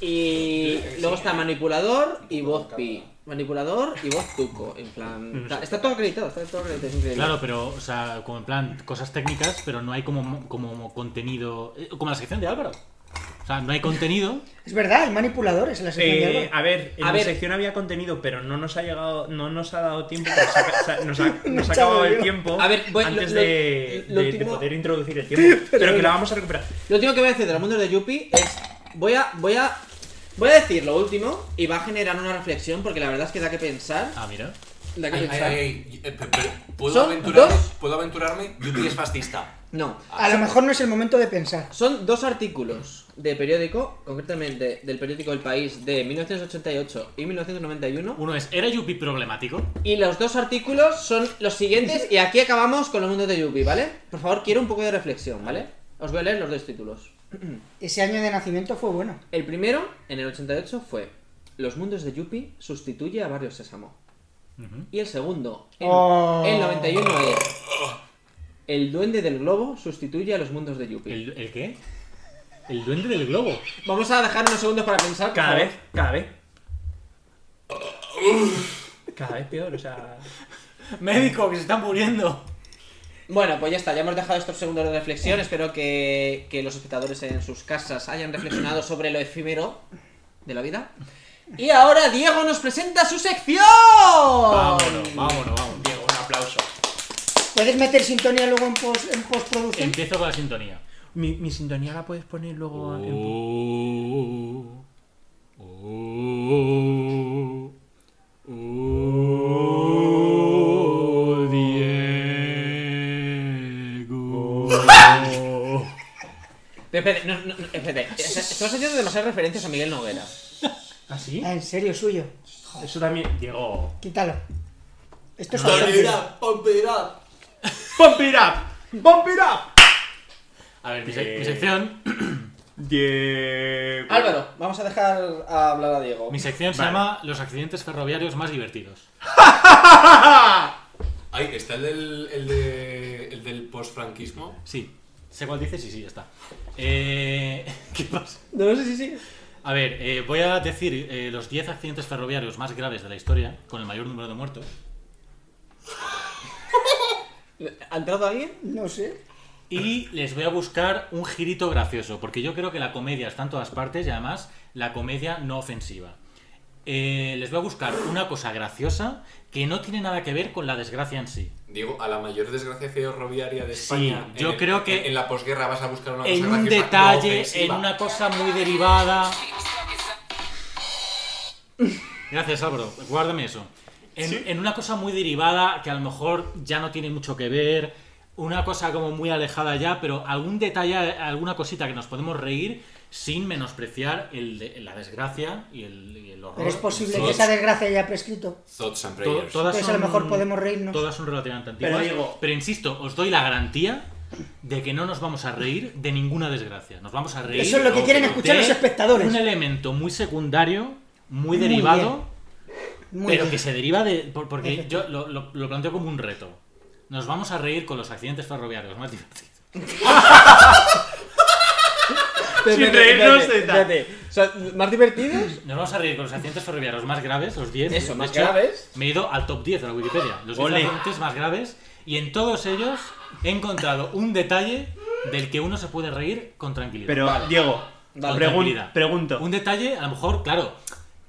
[SPEAKER 4] Y luego está manipulador y voz pi. Manipulador y voz tuco. En plan. Está, está todo acreditado, está todo acreditado. es increíble.
[SPEAKER 3] Claro, pero, o sea, como en plan, cosas técnicas, pero no hay como, como contenido. eh, Como la sección de Álvaro. O sea, no hay contenido.
[SPEAKER 5] Es verdad, hay manipuladores en la sección de
[SPEAKER 2] Eh,
[SPEAKER 5] Álvaro.
[SPEAKER 2] a ver, en
[SPEAKER 4] A
[SPEAKER 2] mi
[SPEAKER 4] ver.
[SPEAKER 2] sección había contenido, pero no nos ha llegado, no nos ha dado tiempo, porque se ha- se ha- nos ha, nos ha
[SPEAKER 5] Chao,
[SPEAKER 2] acabado el
[SPEAKER 5] yo.
[SPEAKER 2] tiempo
[SPEAKER 4] A ver, voy-
[SPEAKER 2] antes
[SPEAKER 4] lo- lo-
[SPEAKER 2] de,
[SPEAKER 4] lo
[SPEAKER 2] de- de
[SPEAKER 4] último-
[SPEAKER 2] poder introducir el tiempo, pero que la vamos a recuperar.
[SPEAKER 4] Lo último que voy a decir del mundo de Yuppie es. Voy a. Voy a. Voy a decir lo último y va a generar una reflexión porque la verdad es que da que pensar.
[SPEAKER 3] Ah, mira.
[SPEAKER 4] Da que
[SPEAKER 6] Ay, ay,
[SPEAKER 4] pensar.
[SPEAKER 6] ay, ay, eh, pe- pe- ¿Puedo
[SPEAKER 4] Son
[SPEAKER 6] aventurarme?
[SPEAKER 4] dos.
[SPEAKER 6] ¿Puedo aventurarme? Yupi es fascista.
[SPEAKER 4] No.
[SPEAKER 5] A lo mejor no es el momento de pensar.
[SPEAKER 4] Son dos artículos de periódico, concretamente del periódico El País de 1988 y 1991.
[SPEAKER 3] Uno es, ¿era Yupi problemático?
[SPEAKER 4] Y los dos artículos son los siguientes y aquí acabamos con los mundos de Yuppie, ¿vale? Por favor, quiero un poco de reflexión, ¿vale? Os voy a leer los dos títulos.
[SPEAKER 5] Ese año de nacimiento fue bueno.
[SPEAKER 4] El primero, en el 88, fue Los mundos de Yuppie sustituye a Barrio Sésamo.
[SPEAKER 3] Ujú.
[SPEAKER 4] Y el segundo, en
[SPEAKER 5] Oh.
[SPEAKER 4] el 91, es El duende del globo sustituye a los mundos de Yuppie.
[SPEAKER 3] ¿El, el qué? El duende del globo.
[SPEAKER 4] Vamos a dejar unos segundos para pensar. por
[SPEAKER 2] Cada
[SPEAKER 4] favor.
[SPEAKER 2] vez, cada vez. Cada vez peor, o sea.
[SPEAKER 3] ¡Médico, que se están muriendo!
[SPEAKER 4] Bueno, pues ya está, ya hemos dejado estos segundos de reflexión. Espero que, que los espectadores en sus casas hayan reflexionado sobre lo efímero de la vida. Y ahora Diego nos presenta su sección.
[SPEAKER 3] Vámonos, vámonos, vámonos.
[SPEAKER 2] Diego, un aplauso.
[SPEAKER 5] ¿Puedes meter sintonía luego en, pos- en postproducción?
[SPEAKER 3] Empiezo con la sintonía.
[SPEAKER 2] Mi, mi sintonía la puedes poner luego en.
[SPEAKER 3] Oh, oh, oh, Diego.
[SPEAKER 4] Pero espérate, no, no, no, espérate. Estamos haciendo demasiadas referencias a Miguel Noguera.
[SPEAKER 2] ¿Ah, sí?
[SPEAKER 5] Ah, en serio, suyo.
[SPEAKER 2] Eso también. Diego.
[SPEAKER 5] Quítalo. Esto es auténtico.
[SPEAKER 2] ¡Pump it up! ¡Pump it up!
[SPEAKER 3] A ver, mi, sec- mi sección,
[SPEAKER 2] Diego.
[SPEAKER 4] Álvaro, vamos a dejar a hablar a Diego.
[SPEAKER 3] mi sección se
[SPEAKER 2] Vale.
[SPEAKER 3] llama Los accidentes ferroviarios más divertidos.
[SPEAKER 6] Ay, está el del, el de- el del posfranquismo.
[SPEAKER 3] Sí, sé cuál dices y sí, ya está. Eh, ¿Qué pasa?
[SPEAKER 4] No sé si sí.
[SPEAKER 3] A ver, eh, voy a decir eh, los 10 accidentes ferroviarios más graves de la historia, con el mayor número de muertos.
[SPEAKER 4] ¿Ha entrado alguien?
[SPEAKER 5] No sé.
[SPEAKER 3] Y les voy a buscar un girito gracioso, porque yo creo que la comedia está en todas partes y además la comedia no ofensiva. Eh, les voy a buscar una cosa graciosa que no tiene nada que ver con la desgracia en sí.
[SPEAKER 6] Digo, a la mayor desgracia ferroviaria de
[SPEAKER 3] Sí,
[SPEAKER 6] España. en
[SPEAKER 3] yo
[SPEAKER 6] el-
[SPEAKER 3] creo que-
[SPEAKER 6] En, en la posguerra vas a buscar una
[SPEAKER 3] En
[SPEAKER 6] cosa
[SPEAKER 3] un
[SPEAKER 6] graciosa, no
[SPEAKER 3] detalle, en
[SPEAKER 6] ofensiva.
[SPEAKER 3] una cosa muy derivada. Gracias, Álvaro. Guárdame eso. En, en una cosa muy derivada que a lo mejor ya no tiene mucho que ver, una cosa como muy alejada ya, pero algún detalle, alguna cosita que nos podemos reír sin menospreciar el de- la desgracia y el, y el horror.
[SPEAKER 5] Pero es posible
[SPEAKER 6] Sí.
[SPEAKER 5] que esa desgracia haya prescrito.
[SPEAKER 6] Thoughts and
[SPEAKER 3] To-
[SPEAKER 6] prayers.
[SPEAKER 3] todas
[SPEAKER 5] Entonces Pues a lo mejor podemos reírnos.
[SPEAKER 3] Todas son relativamente antiguas. Pero,
[SPEAKER 2] digo-
[SPEAKER 3] insisto, os doy la garantía de que no nos vamos a reír de ninguna desgracia. Nos vamos a reír.
[SPEAKER 5] Eso es lo que quieren
[SPEAKER 3] de
[SPEAKER 5] escuchar los espectadores.
[SPEAKER 3] Un elemento muy secundario, muy
[SPEAKER 5] Muy
[SPEAKER 3] derivado,
[SPEAKER 5] Muy
[SPEAKER 3] pero
[SPEAKER 5] bien.
[SPEAKER 3] que se deriva de. por- Porque yo
[SPEAKER 5] Perfecto.
[SPEAKER 3] lo, lo- lo planteo como un reto. Nos vamos a reír con los accidentes ferroviarios más divertidos.
[SPEAKER 2] Sin
[SPEAKER 4] Espérate,
[SPEAKER 2] reírnos
[SPEAKER 4] espérate,
[SPEAKER 2] de tal.
[SPEAKER 4] espérate. O sea, ¿Más divertidos?
[SPEAKER 3] Nos vamos a reír con los accidentes ferroviarios más graves, los 10.
[SPEAKER 4] Eso,
[SPEAKER 3] De
[SPEAKER 4] más graves.
[SPEAKER 3] Me he ido al top 10 de la Wikipedia. Los 10
[SPEAKER 2] Ole.
[SPEAKER 3] accidentes más graves. Y en todos ellos he encontrado un detalle del que uno se puede reír con tranquilidad.
[SPEAKER 2] Pero, Diego,
[SPEAKER 3] Con
[SPEAKER 4] Vale.
[SPEAKER 2] pregun-
[SPEAKER 3] tranquilidad.
[SPEAKER 2] pregunto.
[SPEAKER 3] Un detalle, a lo mejor, claro,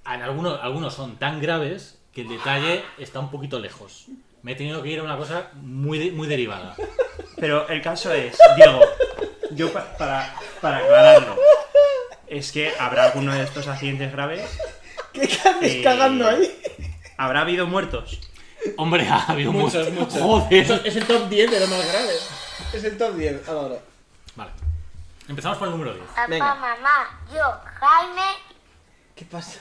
[SPEAKER 3] en algunos, algunos son tan graves que el detalle está un poquito lejos. Me he tenido que ir a una cosa muy, de- muy derivada.
[SPEAKER 2] Pero el caso es, Diego, yo pa- para, para aclararlo, es que habrá alguno de estos accidentes graves.
[SPEAKER 5] ¿Qué haces
[SPEAKER 2] eh,
[SPEAKER 5] cagando ahí?
[SPEAKER 2] Habrá habido muertos.
[SPEAKER 3] Hombre, ha habido
[SPEAKER 4] Muchos,
[SPEAKER 3] mucho-
[SPEAKER 4] muchos.
[SPEAKER 3] Joder.
[SPEAKER 4] Es el top 10 de los más graves. Es el top 10 ahora.
[SPEAKER 3] Vale. Empezamos por el número 10.
[SPEAKER 8] Papá,
[SPEAKER 4] Venga.
[SPEAKER 8] mamá, yo, Jaime
[SPEAKER 4] ¿Qué pasa?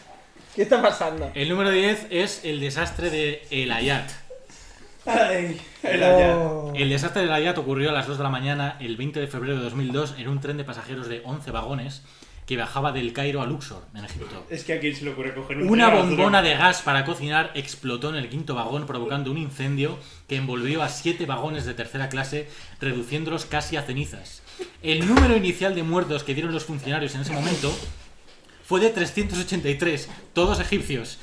[SPEAKER 4] ¿Qué está pasando?
[SPEAKER 3] El número 10 es el desastre de El Ayat.
[SPEAKER 7] Ay, el Aya.
[SPEAKER 5] Oh.
[SPEAKER 3] El desastre del Ayat ocurrió a las 2 de la mañana el 20 de febrero de 2002 en un tren de pasajeros de 11 vagones que viajaba del Cairo a Luxor, en Egipto.
[SPEAKER 7] Es que a quién se le ocurre coger un
[SPEAKER 3] Una
[SPEAKER 7] tren a las dos de la
[SPEAKER 3] bombona de gas para cocinar explotó en el quinto vagón provocando un incendio que envolvió a siete vagones de tercera clase, reduciéndolos casi a cenizas. El número inicial de muertos que dieron los funcionarios en ese momento fue de 383, todos egipcios.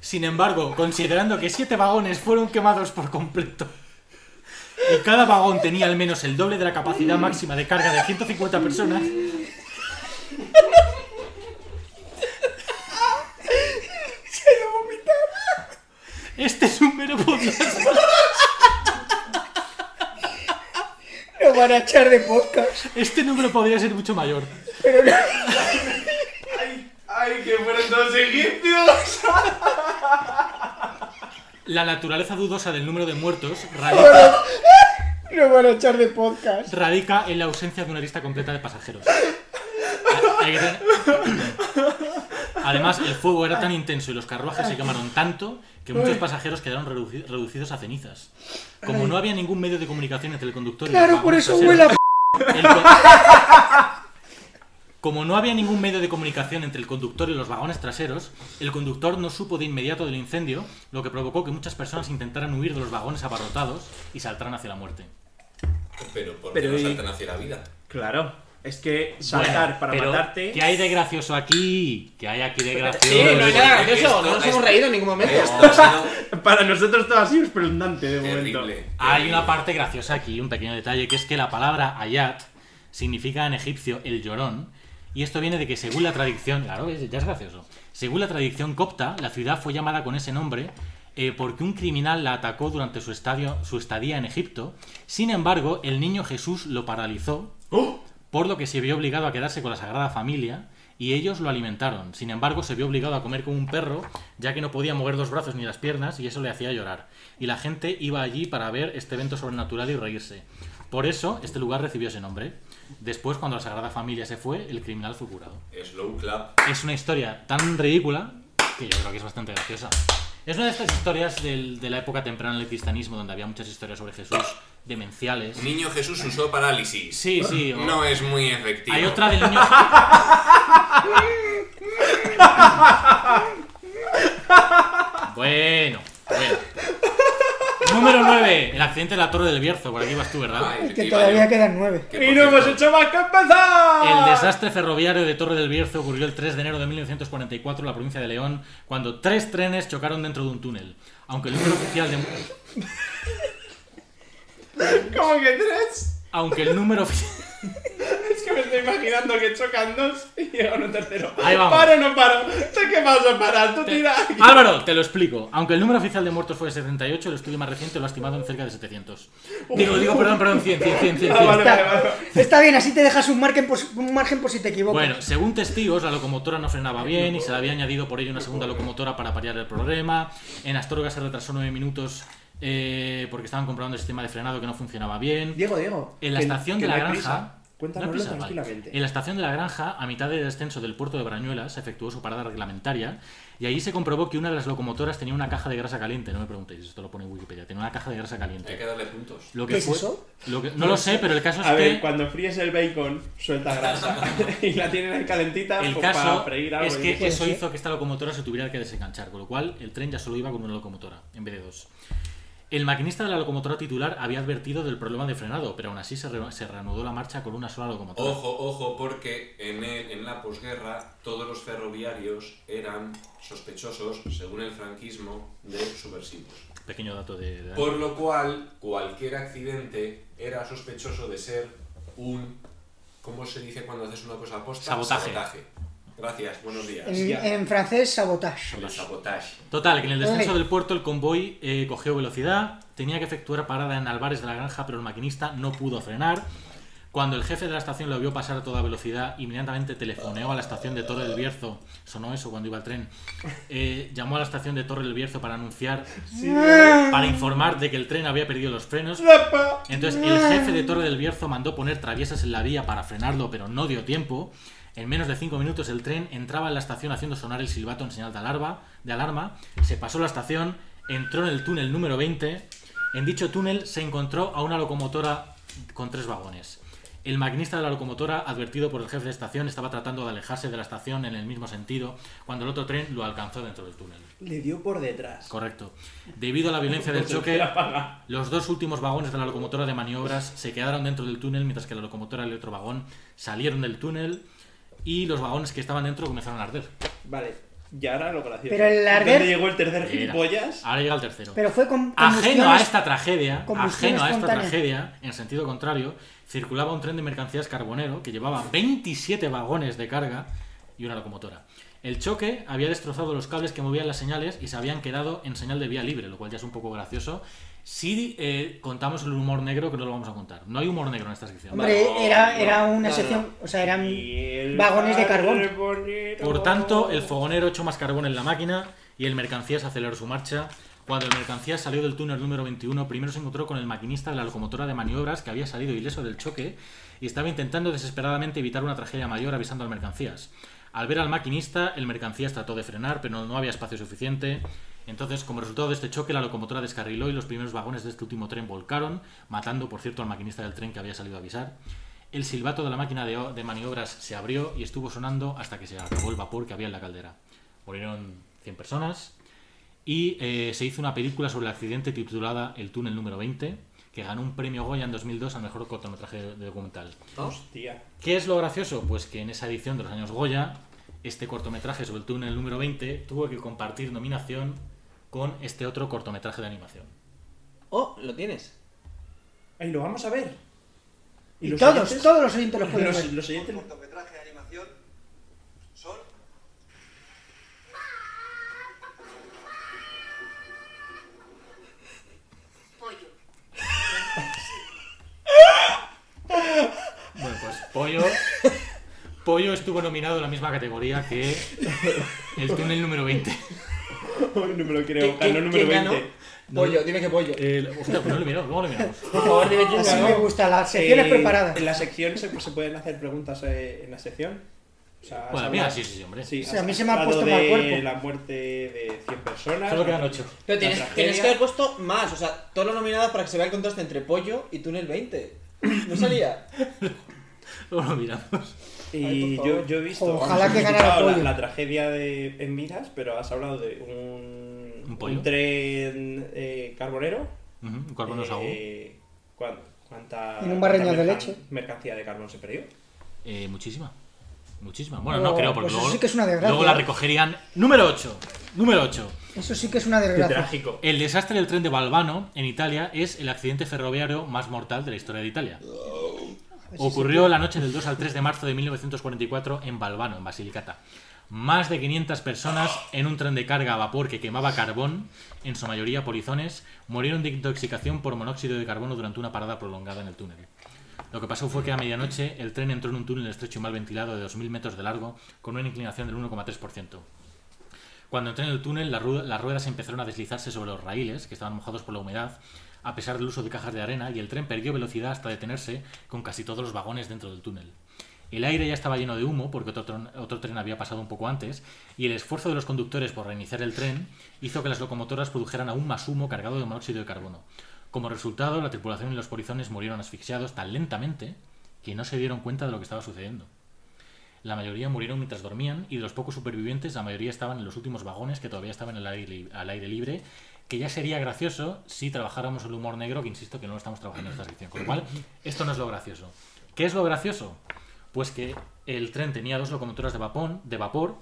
[SPEAKER 3] Sin embargo, considerando que siete vagones fueron quemados por completo y cada vagón tenía al menos el doble de la capacidad máxima de carga de 150 personas, este número podía ser-
[SPEAKER 5] Lo van a echar de podcast.
[SPEAKER 3] este número podría ser mucho mayor.
[SPEAKER 5] Pero no.
[SPEAKER 7] ¡Ay, que fueron todos egipcios!
[SPEAKER 3] La naturaleza dudosa del número de muertos
[SPEAKER 5] Lo
[SPEAKER 3] radica,
[SPEAKER 5] van a- lo van a echar de podcast.
[SPEAKER 3] radica en la ausencia de una lista completa de pasajeros. Hay que tener- Además, el fuego era tan intenso y los carruajes se quemaron tanto que muchos pasajeros quedaron reduci- reducidos a cenizas. Como no había ningún medio de comunicación entre el conductor y los
[SPEAKER 5] Claro, por
[SPEAKER 3] vagones
[SPEAKER 5] eso
[SPEAKER 3] traseros,
[SPEAKER 5] huele a p.
[SPEAKER 3] El co- Como no había ningún medio de comunicación entre el conductor y los vagones traseros, el conductor no supo de inmediato del incendio, lo que provocó que muchas personas intentaran huir de los vagones abarrotados y saltaran hacia la muerte.
[SPEAKER 6] Pero ¿por qué
[SPEAKER 2] Pero
[SPEAKER 6] no
[SPEAKER 2] y-
[SPEAKER 6] saltan hacia la vida?
[SPEAKER 2] Claro, es que saltar
[SPEAKER 3] Bueno,
[SPEAKER 2] para
[SPEAKER 3] pero,
[SPEAKER 2] matarte.
[SPEAKER 3] ¿Qué hay de gracioso aquí? ¿Qué hay aquí de gracioso?
[SPEAKER 4] Sí, no hay nada gracioso,
[SPEAKER 6] Esto-
[SPEAKER 4] no nos
[SPEAKER 6] esto-
[SPEAKER 4] hemos reído en ningún momento.
[SPEAKER 6] Esto ha sido
[SPEAKER 2] Para nosotros todo ha sido espeluznante de momento.
[SPEAKER 6] terrible.
[SPEAKER 3] Hay
[SPEAKER 6] terrible.
[SPEAKER 3] una parte graciosa aquí, un pequeño detalle, que es que la palabra ayat significa en egipcio el llorón, y esto viene de que según la tradición, claro, ¿ves? ya es gracioso, según la tradición copta, la ciudad fue llamada con ese nombre eh, porque un criminal la atacó durante su, estadio, su estadía en Egipto, sin embargo, el niño Jesús lo paralizó, por lo que se vio obligado a quedarse con la Sagrada Familia. Y ellos lo alimentaron. Sin embargo, se vio obligado a comer como un perro, ya que no podía mover los brazos ni las piernas, y eso le hacía llorar. Y la gente iba allí para ver este evento sobrenatural y reírse. Por eso, este lugar recibió ese nombre. Después, cuando la Sagrada Familia se fue, el criminal fue curado.
[SPEAKER 6] Slow clap.
[SPEAKER 3] Es una historia tan ridícula que yo creo que es bastante graciosa. Es una de estas historias del- de la época temprana del cristianismo, donde había muchas historias sobre Jesús demenciales.
[SPEAKER 6] Niño Jesús usó parálisis.
[SPEAKER 3] Sí, sí. o-
[SPEAKER 6] No es muy efectivo.
[SPEAKER 3] Hay otra del niño. bueno, bueno. Número 9. El accidente de la Torre del Bierzo. Por aquí vas tú,
[SPEAKER 6] Ah,
[SPEAKER 3] ¿verdad?
[SPEAKER 5] Es que
[SPEAKER 6] efectiva,
[SPEAKER 5] todavía
[SPEAKER 6] yo.
[SPEAKER 5] quedan nueve.
[SPEAKER 6] Que,
[SPEAKER 7] ¡Y
[SPEAKER 6] por
[SPEAKER 7] no hemos
[SPEAKER 6] cierto,
[SPEAKER 7] hecho más que empezar!
[SPEAKER 3] El desastre ferroviario de Torre del Bierzo ocurrió el 3 de enero de 1944 en la provincia de León, cuando tres trenes chocaron dentro de un túnel. Aunque el número oficial de,
[SPEAKER 7] ¿Cómo que tres?
[SPEAKER 3] aunque el número ofi-
[SPEAKER 7] Es que me estoy imaginando que chocan dos y llega uno tercero.
[SPEAKER 3] Ahí vamos.
[SPEAKER 7] Paro o no paro. ¿Te qué vas a parar? Tú tira.
[SPEAKER 3] Álvaro, te lo explico. Aunque el número oficial de muertos fue de 78, el estudio más reciente lo ha estimado en cerca de 700. Digo, digo, perdón, perdón, 100, 100, 100, 100.
[SPEAKER 7] Ah, vale, vale,
[SPEAKER 5] Está,
[SPEAKER 7] vale.
[SPEAKER 5] está bien, así te dejas un margen por, si- un margen por si te equivocas.
[SPEAKER 3] Bueno, según testigos, la locomotora no frenaba bien y se le había añadido por ello una segunda locomotora para paliar el problema. En Astorga se retrasó nueve minutos eh, porque estaban comprobando el sistema de frenado que no funcionaba bien.
[SPEAKER 1] Diego, Diego.
[SPEAKER 3] En la
[SPEAKER 1] que-
[SPEAKER 3] estación
[SPEAKER 1] que
[SPEAKER 3] de
[SPEAKER 1] no
[SPEAKER 3] la
[SPEAKER 1] hay
[SPEAKER 3] granja.
[SPEAKER 1] prisa. Cuéntanoslo
[SPEAKER 3] no hay prisa, vale.
[SPEAKER 1] tranquilamente.
[SPEAKER 3] En la estación de la granja, a mitad del descenso del puerto de Brañuela, se efectuó su parada reglamentaria y allí se comprobó que una de las locomotoras tenía una caja de grasa caliente. No me preguntéis, esto lo pone en Wikipedia. Tenía una caja de grasa
[SPEAKER 6] Hay que
[SPEAKER 3] caliente.
[SPEAKER 6] darle puntos.
[SPEAKER 3] Lo que
[SPEAKER 5] ¿Qué es
[SPEAKER 3] fue-
[SPEAKER 5] eso?
[SPEAKER 3] lo que- no lo sé, pero el caso es
[SPEAKER 7] Eh, A ver,
[SPEAKER 3] que.
[SPEAKER 7] cuando fríes el bacon, suelta grasa. y la tienen ahí calentita
[SPEAKER 3] El
[SPEAKER 7] pues, para
[SPEAKER 3] caso
[SPEAKER 7] freír algo.
[SPEAKER 3] es
[SPEAKER 7] y-
[SPEAKER 3] que
[SPEAKER 5] Puede
[SPEAKER 3] eso
[SPEAKER 5] ser.
[SPEAKER 3] hizo que esta locomotora se tuviera que desenganchar, con lo cual el tren ya solo iba con una locomotora, en vez de dos. El maquinista de la locomotora titular había advertido del problema de frenado, pero aún así se, re- se reanudó la marcha con una sola locomotora.
[SPEAKER 6] Ojo, ojo, porque en, el- en la posguerra todos los ferroviarios eran sospechosos, según el franquismo, de subversivos.
[SPEAKER 3] Pequeño dato de... de-
[SPEAKER 6] Por lo cual, cualquier accidente era sospechoso de ser un... ¿Cómo se dice cuando haces una cosa aposta?
[SPEAKER 3] Sabotaje.
[SPEAKER 6] Gracias, buenos días.
[SPEAKER 5] en, en francés, sabotage.
[SPEAKER 6] El sabotaje.
[SPEAKER 3] Total, que en el descenso
[SPEAKER 5] Ay.
[SPEAKER 3] del puerto el convoy eh, cogió velocidad, tenía que efectuar parada en Alvarez de la Granja, pero el maquinista no pudo frenar. Cuando el jefe de la estación lo vio pasar a toda velocidad, inmediatamente telefoneó a la estación de Torre del Bierzo. Sonó eso cuando iba el tren. Eh, llamó a la estación de Torre del Bierzo para anunciar, para informar de que el tren había perdido los frenos. Entonces, el jefe de Torre del Bierzo mandó poner traviesas en la vía para frenarlo, pero no dio tiempo. En menos de cinco minutos el tren entraba en la estación haciendo sonar el silbato en señal de alarma, de alarma se pasó la estación, entró en el túnel número 20. En dicho túnel se encontró a una locomotora con tres vagones. El maquinista de la locomotora, advertido por el jefe de estación, estaba tratando de alejarse de la estación en el mismo sentido cuando el otro tren lo alcanzó dentro del túnel.
[SPEAKER 1] Le dio por detrás.
[SPEAKER 3] Correcto. Debido a la violencia del choque, los dos últimos vagones de la locomotora de maniobras se quedaron dentro del túnel, mientras que la locomotora y el otro vagón salieron del túnel y los vagones que estaban dentro comenzaron a arder.
[SPEAKER 2] Vale, y ahora lo gracioso.
[SPEAKER 5] Pero el larguer-
[SPEAKER 2] ¿Dónde llegó el tercer
[SPEAKER 3] Era. Ah.
[SPEAKER 2] gilipollas?
[SPEAKER 3] Ahora llega el tercero.
[SPEAKER 5] Pero fue con combustión
[SPEAKER 3] Ajeno a
[SPEAKER 5] es-
[SPEAKER 3] esta tragedia,
[SPEAKER 5] combustión
[SPEAKER 3] ajeno a esta
[SPEAKER 5] espontánea.
[SPEAKER 3] tragedia, en sentido contrario, circulaba un tren de mercancías carbonero que llevaba 27 vagones de carga y una locomotora. El choque había destrozado los cables que movían las señales y se habían quedado en señal de vía libre, lo cual ya es un poco gracioso. Si eh, contamos el humor negro, que no lo vamos a contar. No hay humor negro en esta sección.
[SPEAKER 5] Hombre, era, era una
[SPEAKER 4] no,
[SPEAKER 5] sección, o sea, eran
[SPEAKER 2] Y el
[SPEAKER 5] Mm. vagones de carbón.
[SPEAKER 2] carbonero.
[SPEAKER 3] Por tanto, el fogonero echó más carbón en la máquina y el mercancías aceleró su marcha. Cuando el mercancías salió del túnel número 21, primero se encontró con el maquinista de la locomotora de maniobras que había salido ileso del choque y estaba intentando desesperadamente evitar una tragedia mayor avisando al mercancías. Al ver al maquinista, el mercancías trató de frenar, pero no había espacio suficiente. Entonces, como resultado de este choque, la locomotora descarriló y los primeros vagones de este último tren volcaron, matando, por cierto, al maquinista del tren que había salido a avisar. El silbato de la máquina de, o- de maniobras se abrió y estuvo sonando hasta que se acabó el vapor que había en la caldera. Murieron 100 personas y eh, se hizo una película sobre el accidente titulada El túnel número 20, que ganó un premio Goya en 2002 al mejor cortometraje de- de documental.
[SPEAKER 2] Hostia.
[SPEAKER 3] ¿Qué es lo gracioso? Pues que en esa edición de los años Goya, este cortometraje sobre el túnel número 20 tuvo que compartir nominación con este otro cortometraje de animación.
[SPEAKER 4] Oh, lo tienes.
[SPEAKER 2] Ahí lo vamos a ver.
[SPEAKER 5] Y,
[SPEAKER 2] los
[SPEAKER 5] todos,
[SPEAKER 2] oyentes?
[SPEAKER 5] todos los oyentes los pueden ver.
[SPEAKER 2] Los, los oyentes.
[SPEAKER 10] cortometraje de animación son
[SPEAKER 8] pollo.
[SPEAKER 3] Bueno, pues Pollo. Pollo estuvo nominado en la misma categoría que el túnel número 20.
[SPEAKER 2] Ay, no me lo creo.
[SPEAKER 4] ¿Qué-
[SPEAKER 2] Ganó
[SPEAKER 4] qué-
[SPEAKER 2] número
[SPEAKER 4] quién ganó?
[SPEAKER 2] 20.
[SPEAKER 4] Pollo, dime que pollo.
[SPEAKER 3] El, hostia, pues no lo miramos, luego lo miramos.
[SPEAKER 2] Por favor, dime quién
[SPEAKER 5] Así
[SPEAKER 2] ganó.
[SPEAKER 5] me gusta, la sección es preparada.
[SPEAKER 2] Eh, En la sección se, pues, se pueden hacer preguntas eh, en la sección. O sea, has
[SPEAKER 3] Bueno,
[SPEAKER 2] hablado-
[SPEAKER 3] mira, sí, sí, sí, hombre.
[SPEAKER 2] Sí,
[SPEAKER 5] O sea,
[SPEAKER 2] has
[SPEAKER 5] a mí se me ha
[SPEAKER 2] hablado
[SPEAKER 5] puesto
[SPEAKER 2] de
[SPEAKER 5] mal cuerpo.
[SPEAKER 2] la muerte de 100 personas.
[SPEAKER 3] Solo quedan 8.
[SPEAKER 4] Pero
[SPEAKER 2] La
[SPEAKER 4] tienes,
[SPEAKER 2] tragedia.
[SPEAKER 4] tienes que haber puesto más, o sea, todos los nominados para que se vea el contraste entre pollo y túnel 20. No salía.
[SPEAKER 3] Luego lo miramos.
[SPEAKER 2] Y
[SPEAKER 4] Ay, por
[SPEAKER 2] yo,
[SPEAKER 4] favor.
[SPEAKER 2] yo he visto.
[SPEAKER 5] Ojalá
[SPEAKER 2] has
[SPEAKER 5] que ganara
[SPEAKER 2] escuchado
[SPEAKER 5] Pollo.
[SPEAKER 2] La, la tragedia de, en Minas, pero has hablado de un,
[SPEAKER 3] ¿Un pollo?
[SPEAKER 2] tren eh, carbonero.
[SPEAKER 3] Ujú, un cuerpo no es agua.
[SPEAKER 2] eh, ¿cuán- ¿Cuánta.
[SPEAKER 5] En un barreño
[SPEAKER 2] cuánta
[SPEAKER 5] de
[SPEAKER 2] mercan-
[SPEAKER 5] leche.
[SPEAKER 2] Mercancía de carbón se perdió.
[SPEAKER 3] Eh, muchísima. Muchísima. Bueno, no
[SPEAKER 5] Oh,
[SPEAKER 3] creo, porque
[SPEAKER 5] pues eso
[SPEAKER 3] luego,
[SPEAKER 5] sí que es una desgracia,
[SPEAKER 3] luego la
[SPEAKER 5] ¿eh?
[SPEAKER 3] recogerían. Número 8. Número 8.
[SPEAKER 5] Eso sí que es una
[SPEAKER 2] Qué
[SPEAKER 5] desgracia.
[SPEAKER 2] trágico.
[SPEAKER 3] El desastre del tren de Balvano en Italia es el accidente ferroviario más mortal de la historia de Italia. Ocurrió la noche del 2 al 3 de marzo de 1944 en Balvano, en Basilicata. Más de 500 personas en un tren de carga a vapor que quemaba carbón, en su mayoría polizones, murieron de intoxicación por monóxido de carbono durante una parada prolongada en el túnel. Lo que pasó fue que a medianoche el tren entró en un túnel estrecho y mal ventilado de 2.000 metros de largo con una inclinación del 1,3%. Cuando entré en el túnel, las, ru- las ruedas empezaron a deslizarse sobre los raíles, que estaban mojados por la humedad, a pesar del uso de cajas de arena, y el tren perdió velocidad hasta detenerse con casi todos los vagones dentro del túnel. El aire ya estaba lleno de humo porque otro tren, otro tren había pasado un poco antes y el esfuerzo de los conductores por reiniciar el tren hizo que las locomotoras produjeran aún más humo cargado de monóxido de carbono. Como resultado, la tripulación y los polizones murieron asfixiados tan lentamente que no se dieron cuenta de lo que estaba sucediendo. La mayoría murieron mientras dormían y de los pocos supervivientes la mayoría estaban en los últimos vagones que todavía estaban al aire, li- al aire libre, que ya sería gracioso si trabajáramos el humor negro, que insisto que no lo estamos trabajando en esta sección. Con lo cual, esto no es lo gracioso. ¿Qué es lo gracioso? Pues que el tren tenía dos locomotoras de vapor, de vapor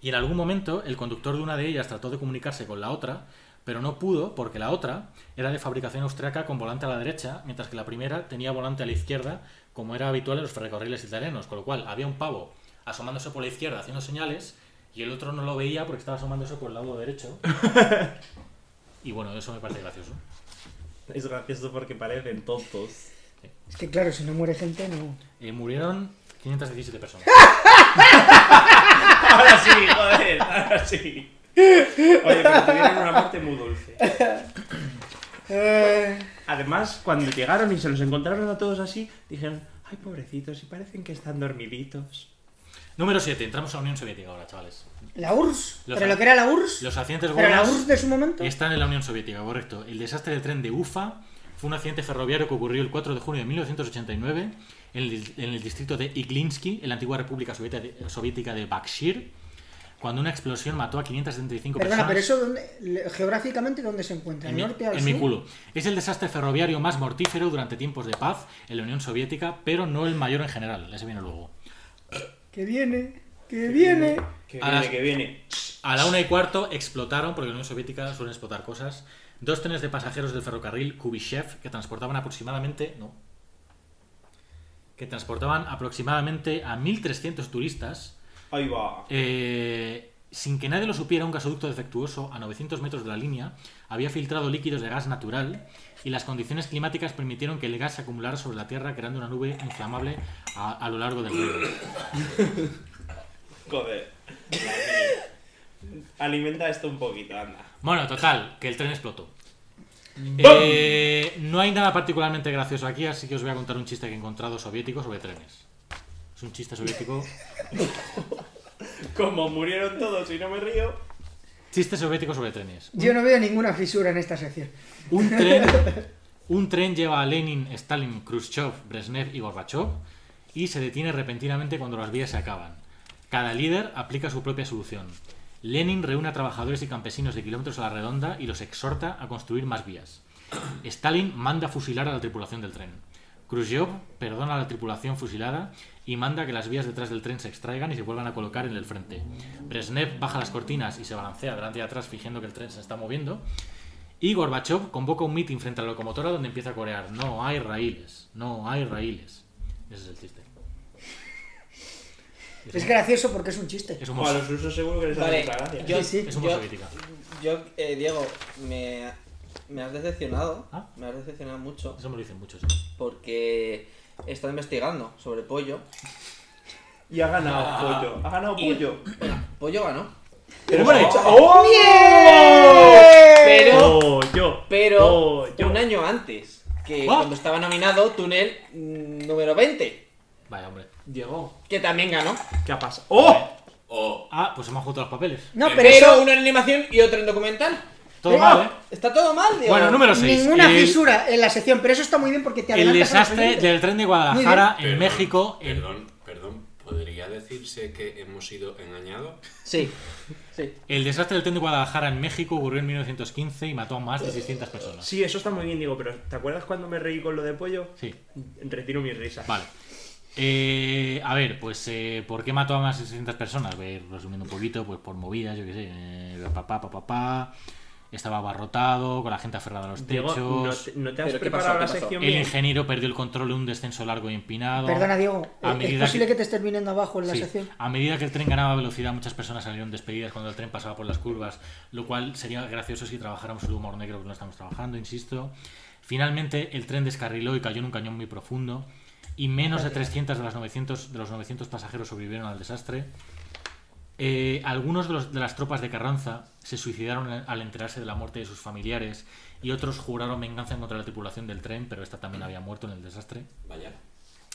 [SPEAKER 3] y en algún momento el conductor de una de ellas trató de comunicarse con la otra, pero no pudo porque la otra era de fabricación austriaca con volante a la derecha, mientras que la primera tenía volante a la izquierda, como era habitual en los ferrocarriles italianos, con lo cual había un pavo asomándose por la izquierda haciendo señales y el otro no lo veía porque estaba asomándose por el lado derecho. Y bueno, eso me parece gracioso.
[SPEAKER 2] Es gracioso porque parecen tontos.
[SPEAKER 5] Es que claro, si no muere gente, no.
[SPEAKER 3] Eh, murieron 517 personas.
[SPEAKER 2] Ahora sí, joder, ahora sí. Oye, pero tuvieron una muerte muy dulce.
[SPEAKER 5] Eh,
[SPEAKER 2] Además, cuando llegaron y se los encontraron a todos así, dijeron, ay, pobrecitos, y parecen que están dormiditos.
[SPEAKER 3] Número 7. Entramos a la Unión Soviética ahora, chavales.
[SPEAKER 5] La URSS.
[SPEAKER 3] Los
[SPEAKER 5] pero
[SPEAKER 3] a-
[SPEAKER 5] lo que era la URSS.
[SPEAKER 3] Los accidentes
[SPEAKER 5] pero la
[SPEAKER 3] gordos
[SPEAKER 5] URSS de su momento.
[SPEAKER 3] están en la Unión Soviética, correcto. El desastre del tren de Ufa fue un accidente ferroviario que ocurrió el 4 de junio de 1989 en el, en el distrito de Iglinski, en la antigua República Sovieta- Soviética de Bakshir, cuando una explosión mató a 575
[SPEAKER 5] Perdona,
[SPEAKER 3] personas.
[SPEAKER 5] pero eso dónde- le- geográficamente dónde se encuentra,
[SPEAKER 3] En,
[SPEAKER 5] ¿Al
[SPEAKER 3] mi,
[SPEAKER 5] norte al
[SPEAKER 3] en
[SPEAKER 5] sur.
[SPEAKER 3] mi culo. Es el desastre ferroviario más mortífero durante tiempos de paz en la Unión Soviética, pero no el mayor en general. Ese viene luego.
[SPEAKER 5] Que viene, que viene.
[SPEAKER 1] Que
[SPEAKER 3] A las-
[SPEAKER 1] viene, que viene.
[SPEAKER 3] A la una y cuarto explotaron, porque la Unión Soviética suelen explotar cosas, dos trenes de pasajeros del ferrocarril Kubyshev que transportaban aproximadamente. No. Que transportaban aproximadamente a 1.300 turistas
[SPEAKER 7] Ahí va.
[SPEAKER 3] eh, sin que nadie lo supiera, un gasoducto defectuoso a 900 metros de la línea había filtrado líquidos de gas natural y las condiciones climáticas permitieron que el gas se acumulara sobre la Tierra creando una nube inflamable a, a lo largo del río.
[SPEAKER 2] Joder. Alimenta esto un poquito, anda.
[SPEAKER 3] Bueno, total, que el tren explotó. Eh, no hay nada particularmente gracioso aquí, así que os voy a contar un chiste que he encontrado soviético sobre trenes. Es un chiste soviético.
[SPEAKER 2] Como murieron todos y no me río.
[SPEAKER 3] Chiste soviético sobre trenes.
[SPEAKER 5] Yo no veo ninguna fisura en esta sección.
[SPEAKER 3] Un tren, un tren lleva a Lenin, Stalin, Khrushchev, Brezhnev y Gorbachev y se detiene repentinamente cuando las vías se acaban. Cada líder aplica su propia solución. Lenin reúne a trabajadores y campesinos de kilómetros a la redonda y los exhorta a construir más vías. Stalin manda fusilar a la tripulación del tren. Khrushchev perdona a la tripulación fusilada y manda que las vías detrás del tren se extraigan y se vuelvan a colocar en el frente. Brezhnev baja las cortinas y se balancea delante y atrás fingiendo que el tren se está moviendo. Y Gorbachev convoca un mitin frente a la locomotora donde empieza a corear: No hay raíles, no hay raíles. Ese es el chiste.
[SPEAKER 5] Es gracioso porque es un chiste.
[SPEAKER 3] Es
[SPEAKER 2] Joder,
[SPEAKER 3] humor.
[SPEAKER 2] a los rusos seguro que les hace
[SPEAKER 4] Vale,
[SPEAKER 2] mucha gracia.
[SPEAKER 4] yo,
[SPEAKER 5] Sí, sí.
[SPEAKER 3] Es humor
[SPEAKER 4] yo-
[SPEAKER 3] soviética.
[SPEAKER 4] yo, eh, Diego, me, me has decepcionado.
[SPEAKER 3] ¿Ah?
[SPEAKER 4] Me has decepcionado mucho
[SPEAKER 3] Eso me lo dicen muchos. ¿eh?
[SPEAKER 4] porque he estado investigando sobre pollo.
[SPEAKER 2] Y ha ganado
[SPEAKER 4] Ah.
[SPEAKER 2] pollo. Ha ganado pollo.
[SPEAKER 4] Pollo ganó.
[SPEAKER 2] Pero
[SPEAKER 3] ¡Hombre!
[SPEAKER 2] eso- ¡Oh!
[SPEAKER 4] Pero,
[SPEAKER 2] Pollo.
[SPEAKER 4] pero
[SPEAKER 2] Pollo.
[SPEAKER 4] un año antes, que
[SPEAKER 3] Ah.
[SPEAKER 4] cuando estaba nominado, túnel mm, número 20,
[SPEAKER 3] Vaya, hombre.
[SPEAKER 1] Llegó.
[SPEAKER 4] que también ganó.
[SPEAKER 2] ¿Qué ha pasado? ¡Oh!
[SPEAKER 6] O
[SPEAKER 3] Ah, pues hemos juntado los papeles.
[SPEAKER 5] No, pero
[SPEAKER 4] Pero
[SPEAKER 5] eso.
[SPEAKER 4] una en animación y otra en documental.
[SPEAKER 3] Todo
[SPEAKER 5] Pero-
[SPEAKER 3] mal, ¿eh?
[SPEAKER 4] Está todo mal, Diego.
[SPEAKER 3] Bueno, número 6.
[SPEAKER 5] Ninguna fisura en la sección, pero eso está muy bien porque te
[SPEAKER 3] El
[SPEAKER 5] adelantas a los
[SPEAKER 3] desastre
[SPEAKER 5] oyentes.
[SPEAKER 3] del tren de Guadalajara en
[SPEAKER 6] Perdón,
[SPEAKER 3] México. en-
[SPEAKER 6] Perdón, perdón. ¿Podría decirse que hemos sido engañados?
[SPEAKER 4] Sí, sí.
[SPEAKER 3] El desastre del tren de Guadalajara en México ocurrió en 1915 y mató a más de 600 personas.
[SPEAKER 2] Sí, eso está muy bien, digo, pero ¿te acuerdas cuando me reí con lo de pollo?
[SPEAKER 3] Sí.
[SPEAKER 2] Retiro mi risa.
[SPEAKER 3] Vale. Eh, a ver, pues, eh, ¿por qué mató a más de 600 personas? Voy a ir resumiendo un poquito, pues por movidas, yo qué sé. eh, pa, pa, pa, pa, pa. Estaba abarrotado, con la gente aferrada a los
[SPEAKER 2] Diego,
[SPEAKER 3] techos.
[SPEAKER 2] ¿no te, no te has
[SPEAKER 4] Pero ¿qué
[SPEAKER 2] preparado
[SPEAKER 4] pasó?
[SPEAKER 2] la
[SPEAKER 4] ¿Qué pasó?
[SPEAKER 2] sección
[SPEAKER 3] El
[SPEAKER 2] bien?
[SPEAKER 3] ingeniero perdió el control en un descenso largo y empinado.
[SPEAKER 5] Perdona, Diego.
[SPEAKER 3] A
[SPEAKER 5] ¿Es
[SPEAKER 3] medida
[SPEAKER 5] posible
[SPEAKER 3] que-
[SPEAKER 5] que te estés viniendo abajo en la
[SPEAKER 3] Sí.
[SPEAKER 5] sección?
[SPEAKER 3] A medida que el tren ganaba velocidad, muchas personas salieron despedidas cuando el tren pasaba por las curvas, lo cual sería gracioso si trabajáramos el humor negro que no estamos trabajando, insisto. Finalmente, el tren descarriló y cayó en un cañón muy profundo y menos de 300 de, las 900, de los 900 pasajeros sobrevivieron al desastre. Eh, algunos de, los- de las tropas de Carranza se suicidaron al- al enterarse de la muerte de sus familiares y otros juraron venganza contra la tripulación del tren, pero esta también había muerto en el desastre.
[SPEAKER 6] Vaya.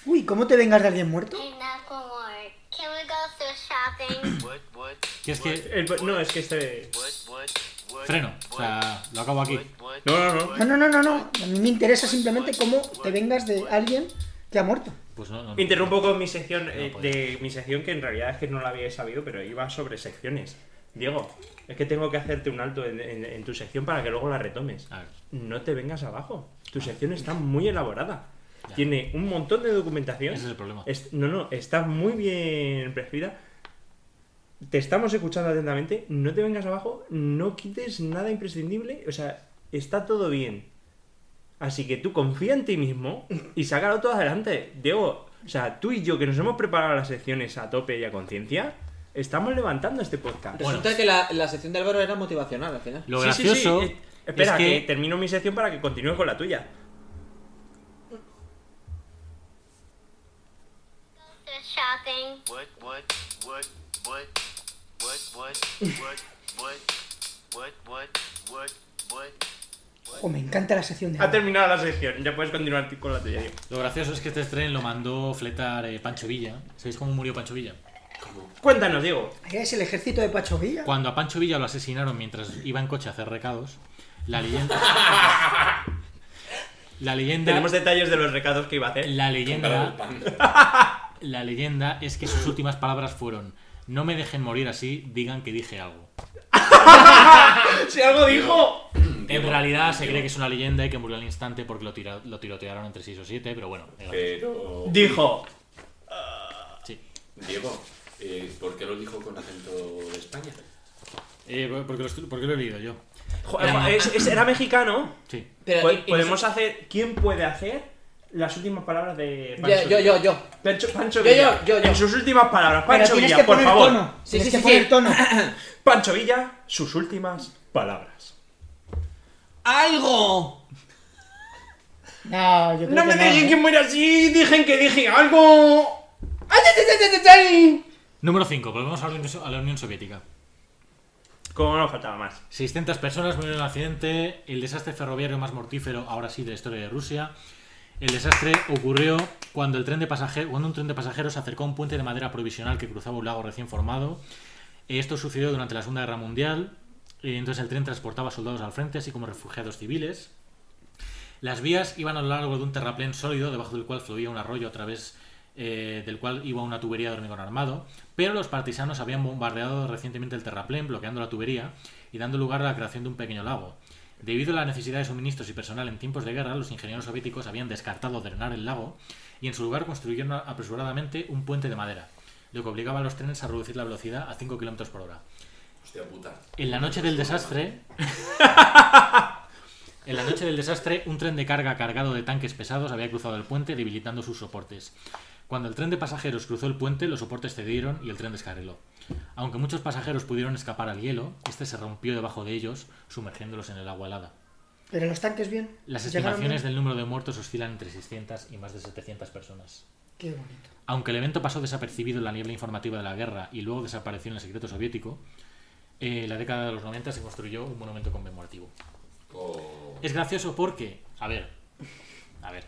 [SPEAKER 5] Uy, ¿cómo te vengas de alguien muerto?
[SPEAKER 8] And that's one more. Can we go through shopping?
[SPEAKER 9] What, what,
[SPEAKER 3] Que es que
[SPEAKER 2] El- no, es que este...
[SPEAKER 9] what, what, what,
[SPEAKER 3] freno, o sea, lo acabo aquí.
[SPEAKER 9] what,
[SPEAKER 2] No, no, no.
[SPEAKER 5] No, no, no, no, no. A mí me interesa simplemente cómo te vengas de alguien que ha muerto.
[SPEAKER 3] Pues no, no, no.
[SPEAKER 2] Interrumpo con mi sección, eh,
[SPEAKER 3] No,
[SPEAKER 2] de mi sección que en realidad es que no la había sabido, pero iba sobre secciones. Diego, es que tengo que hacerte un alto en, en- en tu sección para que luego la retomes.
[SPEAKER 3] A ver.
[SPEAKER 2] No te vengas abajo. Tu sección está muy elaborada.
[SPEAKER 3] Ah. Ya.
[SPEAKER 2] Tiene un montón de documentación.
[SPEAKER 3] Ese es el problema.
[SPEAKER 2] Es- no, no, está muy bien prescrita. Te estamos escuchando atentamente. No te vengas abajo. No quites nada imprescindible. O sea, está todo bien. Así que tú confía en ti mismo y sácalo todo adelante. Diego, o sea, tú y yo que nos hemos preparado las secciones a tope y a conciencia, estamos levantando este podcast.
[SPEAKER 4] Resulta
[SPEAKER 3] Bueno.
[SPEAKER 4] que la, la sección de Álvaro era motivacional al final.
[SPEAKER 3] Lo
[SPEAKER 2] Sí, sí,
[SPEAKER 3] gracioso
[SPEAKER 2] sí, eh, Espera,
[SPEAKER 3] es
[SPEAKER 2] que...
[SPEAKER 3] que,
[SPEAKER 2] termino mi sección para que continúe con la tuya.
[SPEAKER 8] Through shopping.
[SPEAKER 9] What, what, what, what, what, what, what, what, what, what, what, what.
[SPEAKER 5] O Oh, me encanta la sección de.
[SPEAKER 2] Ha
[SPEAKER 5] Álvaro.
[SPEAKER 2] terminado la sección, ya puedes continuar con la tuya. Diego.
[SPEAKER 3] lo gracioso es que este tren lo mandó fletar eh, Pancho Villa. ¿Sabéis cómo murió Pancho Villa?
[SPEAKER 6] ¿Cómo?
[SPEAKER 2] Cuéntanos, Diego.
[SPEAKER 5] ¿Es el ejército de Pacho Villa?
[SPEAKER 3] Cuando a Pancho Villa lo asesinaron mientras iba en coche a hacer recados, la leyenda. la leyenda.
[SPEAKER 2] Tenemos detalles de los recados que iba a hacer.
[SPEAKER 3] La leyenda. La leyenda es que sus últimas palabras fueron: No me dejen morir así, digan que dije algo.
[SPEAKER 2] Si algo dijo.
[SPEAKER 3] En realidad se cree que es una leyenda y que murió al instante porque lo, tira- lo tirotearon entre 6 o 7, pero bueno. era-
[SPEAKER 6] Pero.
[SPEAKER 2] Dijo.
[SPEAKER 3] Sí.
[SPEAKER 6] Diego, eh, ¿por qué lo dijo con acento de España?
[SPEAKER 3] Eh, porque, lo, estu- porque lo he leído yo.
[SPEAKER 2] Jo- es- es- era mexicano.
[SPEAKER 3] Sí.
[SPEAKER 4] Pero,
[SPEAKER 2] Po-
[SPEAKER 4] y- y
[SPEAKER 2] Podemos hacer. ¿Quién puede hacer las últimas palabras de
[SPEAKER 4] Yo,
[SPEAKER 2] Pancho
[SPEAKER 4] yo,
[SPEAKER 2] Villa?
[SPEAKER 4] yo, yo.
[SPEAKER 2] Pancho, Pancho
[SPEAKER 4] Yo,
[SPEAKER 2] Villa.
[SPEAKER 4] yo, yo, yo.
[SPEAKER 2] En sus últimas palabras, Pancho
[SPEAKER 5] tienes
[SPEAKER 2] Villa,
[SPEAKER 5] que
[SPEAKER 2] por
[SPEAKER 5] poner
[SPEAKER 2] favor.
[SPEAKER 5] tono.
[SPEAKER 4] Sí,
[SPEAKER 5] Tienes
[SPEAKER 4] sí,
[SPEAKER 5] que
[SPEAKER 4] sí,
[SPEAKER 5] poner
[SPEAKER 4] sí.
[SPEAKER 5] tono.
[SPEAKER 2] Pancho Villa, sus últimas palabras.
[SPEAKER 4] ¡Algo!
[SPEAKER 5] No, yo creo que ¿eh?
[SPEAKER 2] muera así, dijen que dije algo. ¡Ay, ay, ay, ay, ay, ay!
[SPEAKER 3] Número 5. Volvemos a la Unión So- a la Unión Soviética.
[SPEAKER 2] Como no faltaba más.
[SPEAKER 3] 600 personas murieron en el accidente, el desastre ferroviario más mortífero ahora sí de la historia de Rusia. El desastre ocurrió cuando, el tren de pasajeros, cuando un tren de pasajeros se acercó a un puente de madera provisional que cruzaba un lago recién formado. Esto sucedió durante la Segunda Guerra Mundial. Eh, Entonces el tren transportaba soldados al frente, así como refugiados civiles. Las vías iban a lo largo de un terraplén sólido, debajo del cual fluía un arroyo a través eh, del cual iba una tubería de hormigón armado, pero los partisanos habían bombardeado recientemente el terraplén, bloqueando la tubería y dando lugar a la creación de un pequeño lago. Debido a la necesidad de suministros y personal en tiempos de guerra, los ingenieros soviéticos habían descartado drenar el lago y en su lugar construyeron apresuradamente un puente de madera, lo que obligaba a los trenes a reducir la velocidad a 5 km por hora.
[SPEAKER 6] Hostia puta.
[SPEAKER 3] En la noche del desastre. en la noche del desastre, un tren de carga cargado de tanques pesados había cruzado el puente, debilitando sus soportes. Cuando el tren de pasajeros cruzó el puente, los soportes cedieron y el tren descarriló. Aunque muchos pasajeros pudieron escapar al hielo, este se rompió debajo de ellos, sumergiéndolos en el agua helada.
[SPEAKER 5] Pero los tanques bien.
[SPEAKER 3] Las
[SPEAKER 5] Llegaron
[SPEAKER 3] estimaciones
[SPEAKER 5] bien.
[SPEAKER 3] del número de muertos oscilan entre 600 y más de 700 personas.
[SPEAKER 5] Qué bonito.
[SPEAKER 3] Aunque el evento pasó desapercibido en la niebla informativa de la guerra y luego desapareció en el secreto soviético, eh, en la década de los 90 se construyó un monumento conmemorativo.
[SPEAKER 6] O-
[SPEAKER 3] Es gracioso porque, a ver, a ver,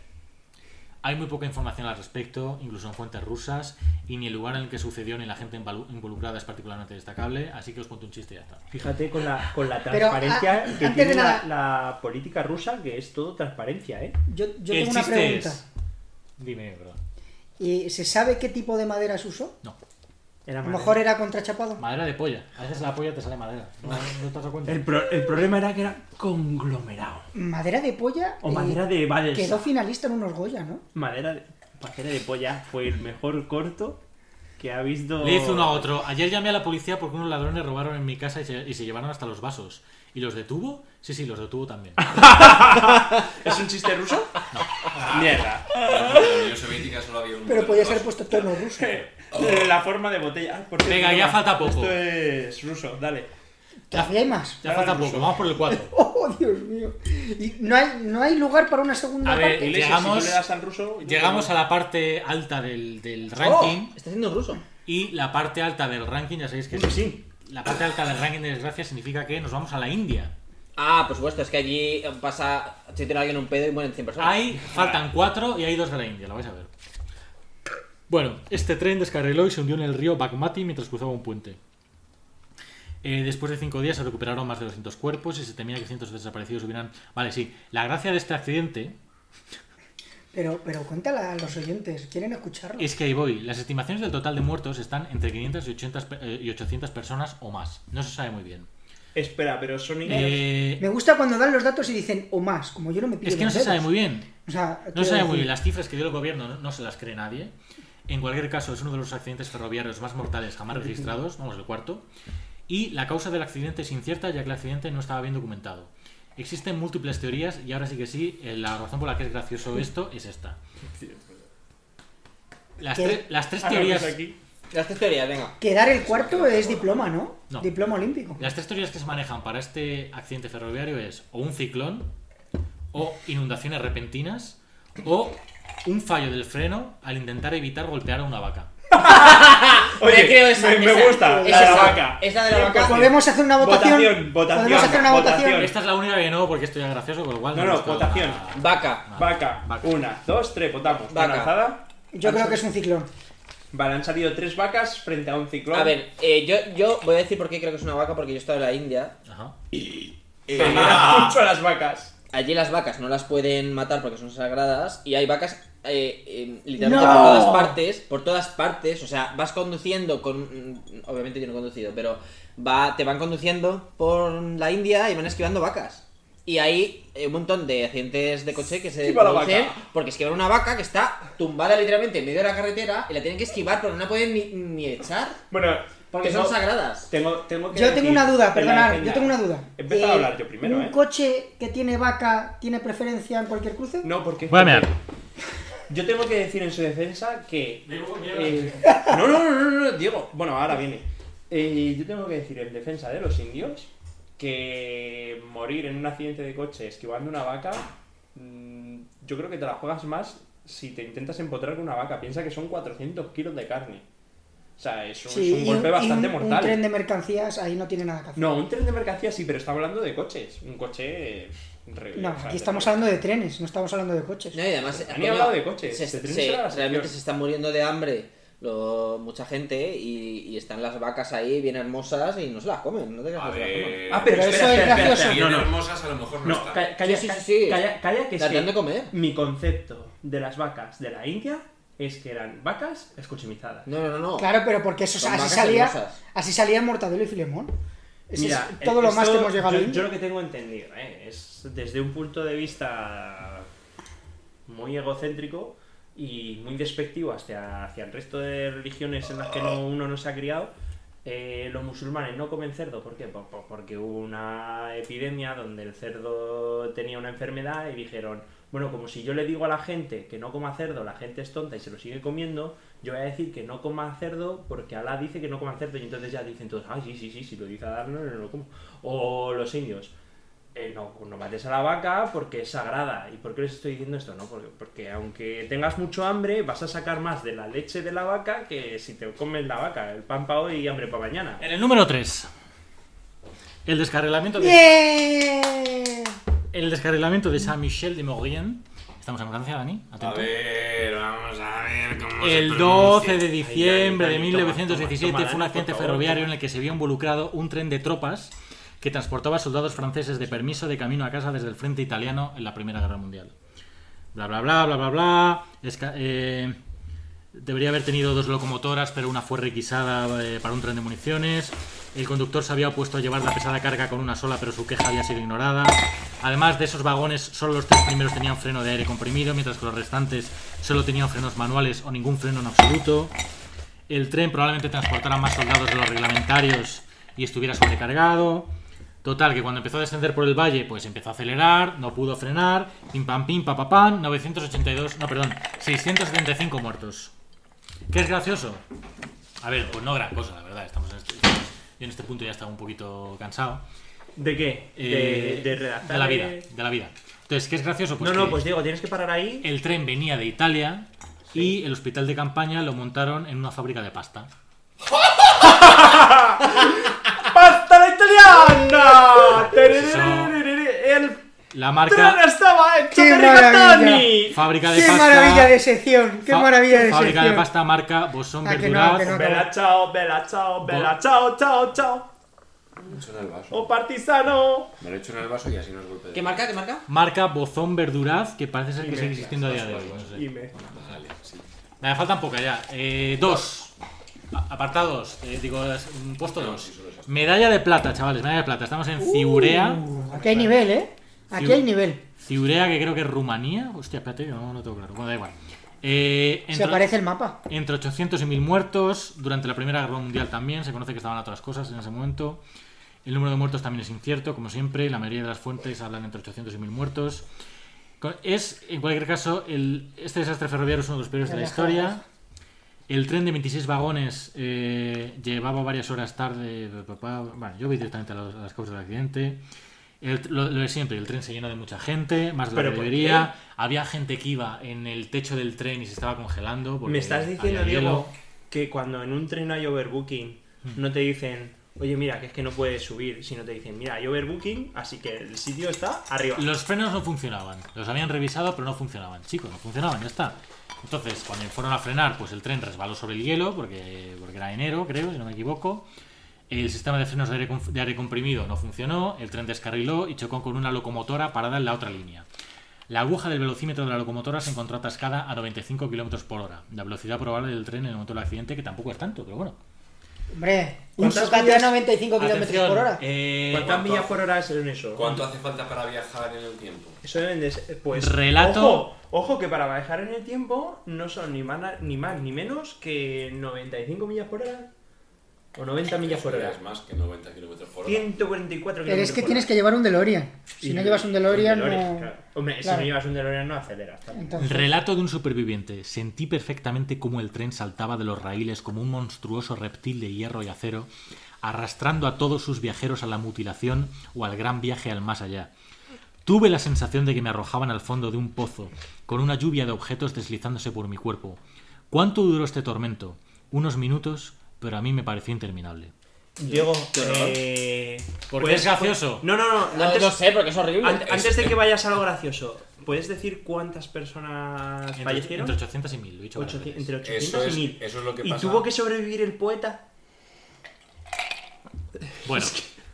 [SPEAKER 3] hay muy poca información al respecto, incluso en fuentes rusas, y ni el lugar en el que sucedió ni la gente invalu- involucrada es particularmente destacable, así que os cuento un chiste y ya está.
[SPEAKER 2] Fíjate con la, con la
[SPEAKER 5] Pero,
[SPEAKER 2] transparencia
[SPEAKER 5] a-
[SPEAKER 2] que
[SPEAKER 5] antes
[SPEAKER 2] tiene
[SPEAKER 5] de
[SPEAKER 2] la,
[SPEAKER 5] nada-
[SPEAKER 2] la política rusa, que es todo transparencia, ¿eh?
[SPEAKER 5] Yo, yo
[SPEAKER 3] el
[SPEAKER 5] tengo una
[SPEAKER 3] chiste
[SPEAKER 5] pregunta.
[SPEAKER 3] es... Dime, perdón.
[SPEAKER 5] ¿Y se sabe qué tipo de maderas usó?
[SPEAKER 3] No,
[SPEAKER 2] Era
[SPEAKER 5] A lo
[SPEAKER 2] madera.
[SPEAKER 5] mejor era contrachapado.
[SPEAKER 3] madera de polla. A veces la polla te sale madera. ¿No, no te has dado cuenta?
[SPEAKER 2] El, pro- el problema era que era conglomerado.
[SPEAKER 5] Madera de polla.
[SPEAKER 2] O
[SPEAKER 5] eh,
[SPEAKER 2] madera de balsa.
[SPEAKER 5] Quedó finalista en unos Goya, ¿no?
[SPEAKER 2] Madera de, madera de polla fue el mejor corto que ha visto.
[SPEAKER 3] Le hizo uno a otro. Ayer llamé a la policía porque unos ladrones robaron en mi casa y se, y se llevaron hasta los vasos. ¿Y los detuvo? Sí, sí, los detuvo también.
[SPEAKER 2] ¿Es un chiste ruso? Mierda.
[SPEAKER 6] En la Unión Soviética solo había un.
[SPEAKER 5] Pero
[SPEAKER 6] modelo
[SPEAKER 5] podía
[SPEAKER 6] de
[SPEAKER 5] ser
[SPEAKER 6] vaso.
[SPEAKER 5] puesto tono ruso.
[SPEAKER 2] La forma de botella. Ah, por cierto,
[SPEAKER 3] Venga, ya
[SPEAKER 2] toma.
[SPEAKER 3] falta poco.
[SPEAKER 2] Esto es ruso, dale.
[SPEAKER 5] Todavía hay más.
[SPEAKER 3] Ya falta poco, vamos por el 4.
[SPEAKER 5] Oh, Dios mío. Y no hay, no hay lugar para una segunda
[SPEAKER 3] A ver,
[SPEAKER 5] parte.
[SPEAKER 2] Iglesias,
[SPEAKER 3] Llegamos-
[SPEAKER 2] si tú le das al ruso. yo
[SPEAKER 3] Llegamos
[SPEAKER 2] te-
[SPEAKER 3] a la parte alta del, del ranking.
[SPEAKER 4] Oh, está siendo ruso.
[SPEAKER 3] Y la parte alta del ranking, ya sabéis que
[SPEAKER 2] Uy, sí.
[SPEAKER 3] La parte alta del ranking de desgracia significa que nos vamos a la India.
[SPEAKER 4] Ah, por supuesto, es que allí pasa. Si tiene alguien un pedo y mueren 100 personas.
[SPEAKER 3] Hay, faltan cuatro y hay dos de la India, lo vais a ver. Bueno, este tren descarriló y se hundió en el río Bagmati mientras cruzaba un puente. Eh, después de cinco días se recuperaron más de 200 cuerpos y se temía que cientos de desaparecidos hubieran... Vale, sí. La gracia de este accidente
[SPEAKER 5] Pero, pero cuéntala a los oyentes. Quieren escucharlo.
[SPEAKER 3] Es que ahí voy. Las estimaciones del total de muertos están entre 500 y 800, pe- eh, y 800 personas o más. No se sabe muy bien.
[SPEAKER 2] Espera, pero son indios.
[SPEAKER 3] Eh,
[SPEAKER 5] Me gusta cuando dan los datos y dicen o más. Como yo no me pillo
[SPEAKER 3] es que no
[SPEAKER 5] los
[SPEAKER 3] se sabe
[SPEAKER 5] dedos.
[SPEAKER 3] muy bien.
[SPEAKER 5] O sea,
[SPEAKER 3] No se
[SPEAKER 5] quiero
[SPEAKER 3] sabe
[SPEAKER 5] decir,
[SPEAKER 3] muy bien. Las cifras que dio el gobierno no, no se las cree nadie. En cualquier caso, es uno de los accidentes ferroviarios más mortales jamás registrados. Vamos, el cuarto. Y la causa del accidente es incierta, ya que el accidente no estaba bien documentado. Existen múltiples teorías y ahora sí que sí, eh, la razón por la que es gracioso esto es esta. Las,
[SPEAKER 5] ¿Qué?
[SPEAKER 3] tre- las tres
[SPEAKER 2] Ah, no,
[SPEAKER 3] teorías...
[SPEAKER 2] pues aquí.
[SPEAKER 4] Las tres teorías, venga.
[SPEAKER 5] Quedar el cuarto es diploma, ¿no?
[SPEAKER 3] No.
[SPEAKER 5] Diploma olímpico.
[SPEAKER 3] Las tres teorías que se manejan para este accidente ferroviario es o un ciclón, o inundaciones repentinas, o un fallo del freno al intentar evitar golpear a una vaca.
[SPEAKER 2] Oye,
[SPEAKER 4] Me creo esa,
[SPEAKER 2] me, me
[SPEAKER 4] esa,
[SPEAKER 2] gusta.
[SPEAKER 4] esa,
[SPEAKER 2] la de la
[SPEAKER 4] esa,
[SPEAKER 2] vaca. pues
[SPEAKER 4] esa de la vaca.
[SPEAKER 5] Podemos hacer una votación.
[SPEAKER 2] Votación, votación,
[SPEAKER 5] Podemos hacer una votación.
[SPEAKER 2] votación.
[SPEAKER 3] Esta es la única que no, porque esto ya es gracioso, con lo cual...
[SPEAKER 2] No,
[SPEAKER 3] he
[SPEAKER 2] no,
[SPEAKER 3] buscado
[SPEAKER 2] votación.
[SPEAKER 3] la-
[SPEAKER 4] Vaca.
[SPEAKER 3] Vale.
[SPEAKER 2] Vaca.
[SPEAKER 3] Vaca.
[SPEAKER 2] Una, dos, tres, votamos. ¿Está
[SPEAKER 4] Vaca.
[SPEAKER 2] lanzada?
[SPEAKER 5] Yo creo que es un ciclón.
[SPEAKER 2] Vale, han salido tres vacas frente a un ciclón.
[SPEAKER 4] A ver, eh, yo, yo voy a decir por qué creo que es una vaca, porque yo he estado en la India.
[SPEAKER 3] Ajá.
[SPEAKER 2] Me molan mucho las vacas.
[SPEAKER 4] Allí las vacas no las pueden matar porque son sagradas y hay vacas eh, eh, literalmente
[SPEAKER 2] ¡No!
[SPEAKER 4] por todas partes, por todas partes, o sea, vas conduciendo con... mm, Obviamente yo no he conducido, pero va, te van conduciendo por la India y van esquivando vacas. Y hay eh, un montón de accidentes de coche que se
[SPEAKER 2] Esquiva la
[SPEAKER 4] producen
[SPEAKER 2] vaca.
[SPEAKER 4] porque esquivan una vaca que está tumbada literalmente en medio de la carretera y la tienen que esquivar porque no la pueden ni, ni echar
[SPEAKER 2] Bueno,
[SPEAKER 4] porque
[SPEAKER 2] tengo-
[SPEAKER 4] son sagradas.
[SPEAKER 2] Tengo, tengo que
[SPEAKER 5] Yo tengo
[SPEAKER 2] decir-
[SPEAKER 5] una duda,
[SPEAKER 2] Venga,
[SPEAKER 5] perdonad,
[SPEAKER 2] venga.
[SPEAKER 5] yo tengo una duda.
[SPEAKER 2] He empezado a hablar yo primero,
[SPEAKER 5] ¿Un
[SPEAKER 2] ¿eh?
[SPEAKER 5] coche que tiene vaca tiene preferencia en cualquier cruce?
[SPEAKER 2] No, porque.
[SPEAKER 3] Voy a mear.
[SPEAKER 2] Yo tengo que decir en su defensa que. eh, no, no, no, no, no, Diego. Bueno, ahora viene. Eh, yo tengo que decir en defensa de los indios que morir en un accidente de coche esquivando una vaca, mm, yo creo que te la juegas más si te intentas empotrar con una vaca. Piensa que son 400 kilos de carne. O sea, es un, es un
[SPEAKER 5] y
[SPEAKER 2] golpe
[SPEAKER 5] y
[SPEAKER 2] bastante
[SPEAKER 5] un-
[SPEAKER 2] mortal.
[SPEAKER 5] Un tren de mercancías ahí no tiene nada que hacer.
[SPEAKER 2] No, un tren de mercancías sí, pero está hablando de coches. Un coche. eh, re-
[SPEAKER 5] No,
[SPEAKER 2] o sea,
[SPEAKER 5] aquí
[SPEAKER 2] de-
[SPEAKER 5] estamos hablando de trenes, no estamos hablando de coches.
[SPEAKER 4] No, y además,
[SPEAKER 2] Han
[SPEAKER 4] coño,
[SPEAKER 2] hablado de coches,
[SPEAKER 4] se-
[SPEAKER 2] de trenes
[SPEAKER 4] se-
[SPEAKER 2] a la sección.
[SPEAKER 4] realmente se están muriendo de hambre lo- mucha gente y, y están las vacas ahí bien hermosas y no se las comen. No te creas
[SPEAKER 6] A
[SPEAKER 4] que se las comen.
[SPEAKER 6] ver.
[SPEAKER 2] Ah, pero espera,
[SPEAKER 5] Pero eso es
[SPEAKER 2] espera, espera,
[SPEAKER 5] gracioso.
[SPEAKER 2] espera.
[SPEAKER 6] Bien
[SPEAKER 2] No, no.
[SPEAKER 6] hermosas a lo mejor no,
[SPEAKER 2] No,
[SPEAKER 6] están.
[SPEAKER 2] ca- calla,
[SPEAKER 4] Sí, sí,
[SPEAKER 2] ca-
[SPEAKER 4] sí.
[SPEAKER 2] calla, calla, que es
[SPEAKER 4] Las dan de
[SPEAKER 2] que
[SPEAKER 4] comer.
[SPEAKER 2] mi concepto de las vacas de la India es que eran vacas escuchimizadas.
[SPEAKER 4] No, no, no. no.
[SPEAKER 5] Claro, pero porque eso,
[SPEAKER 4] Son
[SPEAKER 5] así,
[SPEAKER 4] vacas
[SPEAKER 5] salía,
[SPEAKER 4] hermosas.
[SPEAKER 5] así salía Mortadelo y Filemón. Ese
[SPEAKER 2] Mira,
[SPEAKER 5] es todo lo más
[SPEAKER 2] esto
[SPEAKER 5] que hemos llegado
[SPEAKER 2] yo,
[SPEAKER 5] ahí.
[SPEAKER 2] yo lo que tengo entendido, ¿eh? es desde un punto de vista muy egocéntrico y muy despectivo hacia, hacia el resto de religiones en las que no- uno no se ha criado. eh, los musulmanes no comen cerdo, ¿por qué? Por- por- porque hubo una epidemia donde el cerdo tenía una enfermedad y dijeron, bueno, como si yo le digo a la gente que no coma cerdo, la gente es tonta y se lo sigue comiendo, yo voy a decir que no coma cerdo porque Alá dice que no coma cerdo y entonces ya dicen todos, ay, sí, sí, sí, si lo dice Alá, no, no lo como. O los indios, eh, no, no mates a la vaca porque es sagrada. ¿Y por qué les estoy diciendo esto? No, porque, porque aunque tengas mucho hambre, vas a sacar más de la leche de la vaca que si te comes la vaca, el pan para hoy y hambre para mañana.
[SPEAKER 3] En el número 3. El descarrilamiento de.
[SPEAKER 5] ¡Bien!
[SPEAKER 3] El descarrilamiento de Saint-Michel de Maurien. Estamos en Francia, Dani.
[SPEAKER 6] A
[SPEAKER 3] Atento.
[SPEAKER 6] ver, vamos a ver cómo se
[SPEAKER 3] El
[SPEAKER 6] pronuncia.
[SPEAKER 3] 12 de diciembre
[SPEAKER 2] Ay,
[SPEAKER 3] de
[SPEAKER 2] Dani, Dani, toma, toma,
[SPEAKER 3] 1917
[SPEAKER 2] toma,
[SPEAKER 3] fue un
[SPEAKER 2] Dani,
[SPEAKER 3] accidente
[SPEAKER 2] por favor,
[SPEAKER 3] ferroviario
[SPEAKER 2] toma.
[SPEAKER 3] en el que se vio involucrado un tren de tropas que transportaba soldados franceses de permiso de camino a casa desde el frente italiano en la Primera Guerra Mundial. Bla, bla, bla, bla, bla, bla. Esca- eh, debería haber tenido dos locomotoras, pero una fue requisada eh, para un tren de municiones. El conductor se había opuesto a llevar la pesada carga con una sola, pero su queja había sido ignorada. Además de esos vagones, solo los tres primeros tenían freno de aire comprimido, mientras que los restantes solo tenían frenos manuales o ningún freno en absoluto. El tren probablemente transportara más soldados de los reglamentarios y estuviera sobrecargado. Total, que cuando empezó a descender por el valle, pues empezó a acelerar, no pudo frenar, pim pam pim, papapam, 982, no, perdón, 675 muertos. ¿Qué es gracioso? A ver, pues no gran cosa, la verdad, estamos en este, yo en este punto ya estaba un poquito cansado.
[SPEAKER 2] ¿De qué?
[SPEAKER 3] Eh,
[SPEAKER 2] de, de redactar.
[SPEAKER 3] la vida,
[SPEAKER 2] eh.
[SPEAKER 3] de la vida. Entonces, ¿qué es gracioso?
[SPEAKER 2] no, no,
[SPEAKER 3] que- Eh,
[SPEAKER 2] pues Diego, tienes que parar ahí.
[SPEAKER 3] el tren venía de Italia y el hospital de campaña lo montaron en una fábrica de pasta.
[SPEAKER 2] ¡Pasta la italiana!
[SPEAKER 3] Eso.
[SPEAKER 2] El
[SPEAKER 3] La
[SPEAKER 2] tren
[SPEAKER 3] marca
[SPEAKER 2] estaba hecho
[SPEAKER 5] ¡Qué
[SPEAKER 2] de
[SPEAKER 5] maravilla!
[SPEAKER 2] rigatoni.
[SPEAKER 3] fábrica de
[SPEAKER 5] ¡Qué
[SPEAKER 3] pasta.
[SPEAKER 5] maravilla de sección! ¡Qué
[SPEAKER 3] fa-
[SPEAKER 5] maravilla de
[SPEAKER 3] Fábrica de
[SPEAKER 5] sección!
[SPEAKER 3] pasta marca Bosón
[SPEAKER 5] Ah, que no,
[SPEAKER 3] Verduraz.
[SPEAKER 5] que no.
[SPEAKER 2] Bella chao, bella chao, bella
[SPEAKER 3] Bo-
[SPEAKER 2] chao, chao, chao.
[SPEAKER 6] Mucho en el vaso.
[SPEAKER 2] O partisano.
[SPEAKER 6] Me lo he hecho en el vaso y así no es golpe de.
[SPEAKER 4] ¿Qué marca? ¿Qué marca?
[SPEAKER 3] Marca Bozón Verduraz, que parece ser que sigue existiendo a día de hoy. no sé.
[SPEAKER 2] Y me-
[SPEAKER 6] Vale, sí.
[SPEAKER 3] Me faltan pocas ya. Eh, dos. A- Apartados. eh, digo, es- mm, puesto
[SPEAKER 6] No,
[SPEAKER 3] dos.
[SPEAKER 6] sí, solo es así.
[SPEAKER 3] Medalla de plata, chavales, medalla de plata. Estamos en Ciurea.
[SPEAKER 5] Uh, aquí hay nivel, ¿eh? Aquí hay nivel.
[SPEAKER 3] Ciurea, que creo que es Rumanía. Hostia, espérate, yo no lo tengo claro. Bueno, da igual. Eh,
[SPEAKER 5] Se
[SPEAKER 3] entre-
[SPEAKER 5] aparece el mapa.
[SPEAKER 3] Entre 800 y 1000 muertos. Durante la Primera Guerra Mundial también. Se conoce que estaban otras cosas en ese momento. El número de muertos también es incierto, como siempre. La mayoría de las fuentes hablan entre 800 y 1000 muertos. Co- Es, en cualquier caso, el, este desastre ferroviario es uno de los peores de la historia. El tren de 26 vagones eh, llevaba varias horas tarde. Bueno, yo voy directamente a, los- a las causas del accidente. El- lo, lo de siempre, el tren se llenó de mucha gente, más de lo
[SPEAKER 2] ¿Pero
[SPEAKER 3] que
[SPEAKER 2] por
[SPEAKER 3] debería. Había gente que iba en el techo del tren y se estaba congelando. porque
[SPEAKER 2] Me estás diciendo,
[SPEAKER 3] había hielo. Hmm.
[SPEAKER 2] Diego, que cuando en un tren hay overbooking no te dicen oye, mira, que es que no puedes subir si no te dicen, mira, hay overbooking, así que el sitio está arriba.
[SPEAKER 3] Los frenos no funcionaban. Los habían revisado, pero no funcionaban. Chicos, no funcionaban, ya está. Entonces, cuando fueron a frenar, pues el tren resbaló sobre el hielo, porque, porque era enero, creo, si no me equivoco. El sistema de frenos de aire, conf- de aire comprimido no funcionó, el tren descarriló y chocó con una locomotora parada en la otra línea. La aguja del velocímetro de la locomotora se encontró atascada a 95 km por hora, la velocidad probable del tren en el momento del accidente, que tampoco es tanto, pero bueno.
[SPEAKER 5] Hombre, un
[SPEAKER 2] ¿Cuántas
[SPEAKER 5] socate a
[SPEAKER 2] millas?
[SPEAKER 5] 95 kilómetros
[SPEAKER 3] Atención,
[SPEAKER 5] por hora.
[SPEAKER 3] eh,
[SPEAKER 2] ¿Cuántas
[SPEAKER 6] ¿cuánto
[SPEAKER 2] millas
[SPEAKER 6] hace?
[SPEAKER 2] por hora es en eso?
[SPEAKER 6] ¿Cuánto hace falta para viajar en el tiempo?
[SPEAKER 2] Eso deben de ser- Pues.
[SPEAKER 3] Relato.
[SPEAKER 2] Ojo, ojo, que para viajar en el tiempo no son ni más ni, más, ni menos que 95 millas por hora. O 90 millas por hora.
[SPEAKER 6] Es más que 90 kilómetros por hora.
[SPEAKER 2] 144
[SPEAKER 5] Pero es
[SPEAKER 2] kilómetros
[SPEAKER 5] que
[SPEAKER 2] por
[SPEAKER 5] tienes
[SPEAKER 2] hora.
[SPEAKER 5] que llevar un DeLorean. Si
[SPEAKER 2] Y-
[SPEAKER 5] no llevas un DeLorean,
[SPEAKER 2] un DeLorean,
[SPEAKER 5] no.
[SPEAKER 2] claro. Hombre,
[SPEAKER 5] Claro.
[SPEAKER 2] si no llevas un DeLorean no aceleras. tampoco.
[SPEAKER 5] Entonces,
[SPEAKER 3] Relato de un superviviente. Sentí perfectamente cómo el tren saltaba de los raíles como un monstruoso reptil de hierro y acero, arrastrando a todos sus viajeros a la mutilación o al gran viaje al más allá. Tuve la sensación de que me arrojaban al fondo de un pozo, con una lluvia de objetos deslizándose por mi cuerpo. ¿Cuánto duró este tormento? Unos minutos, pero a mí me pareció interminable.
[SPEAKER 2] Diego,
[SPEAKER 4] Qué horror.
[SPEAKER 2] eh,
[SPEAKER 3] ¿Por qué es gracioso?
[SPEAKER 2] No, no, no.
[SPEAKER 4] No,
[SPEAKER 2] Antes,
[SPEAKER 4] no sé, porque es horrible.
[SPEAKER 2] an- antes de que vayas a algo gracioso, ¿puedes decir cuántas personas
[SPEAKER 3] Entre,
[SPEAKER 2] fallecieron?
[SPEAKER 3] entre 800 y 1000, lo he dicho varias
[SPEAKER 2] Ocho-
[SPEAKER 3] veces.
[SPEAKER 2] entre 800
[SPEAKER 6] Eso es-
[SPEAKER 2] y 1000.
[SPEAKER 6] eso es lo que
[SPEAKER 2] ¿Y
[SPEAKER 6] pasa.
[SPEAKER 2] tuvo que sobrevivir el poeta?
[SPEAKER 3] Bueno,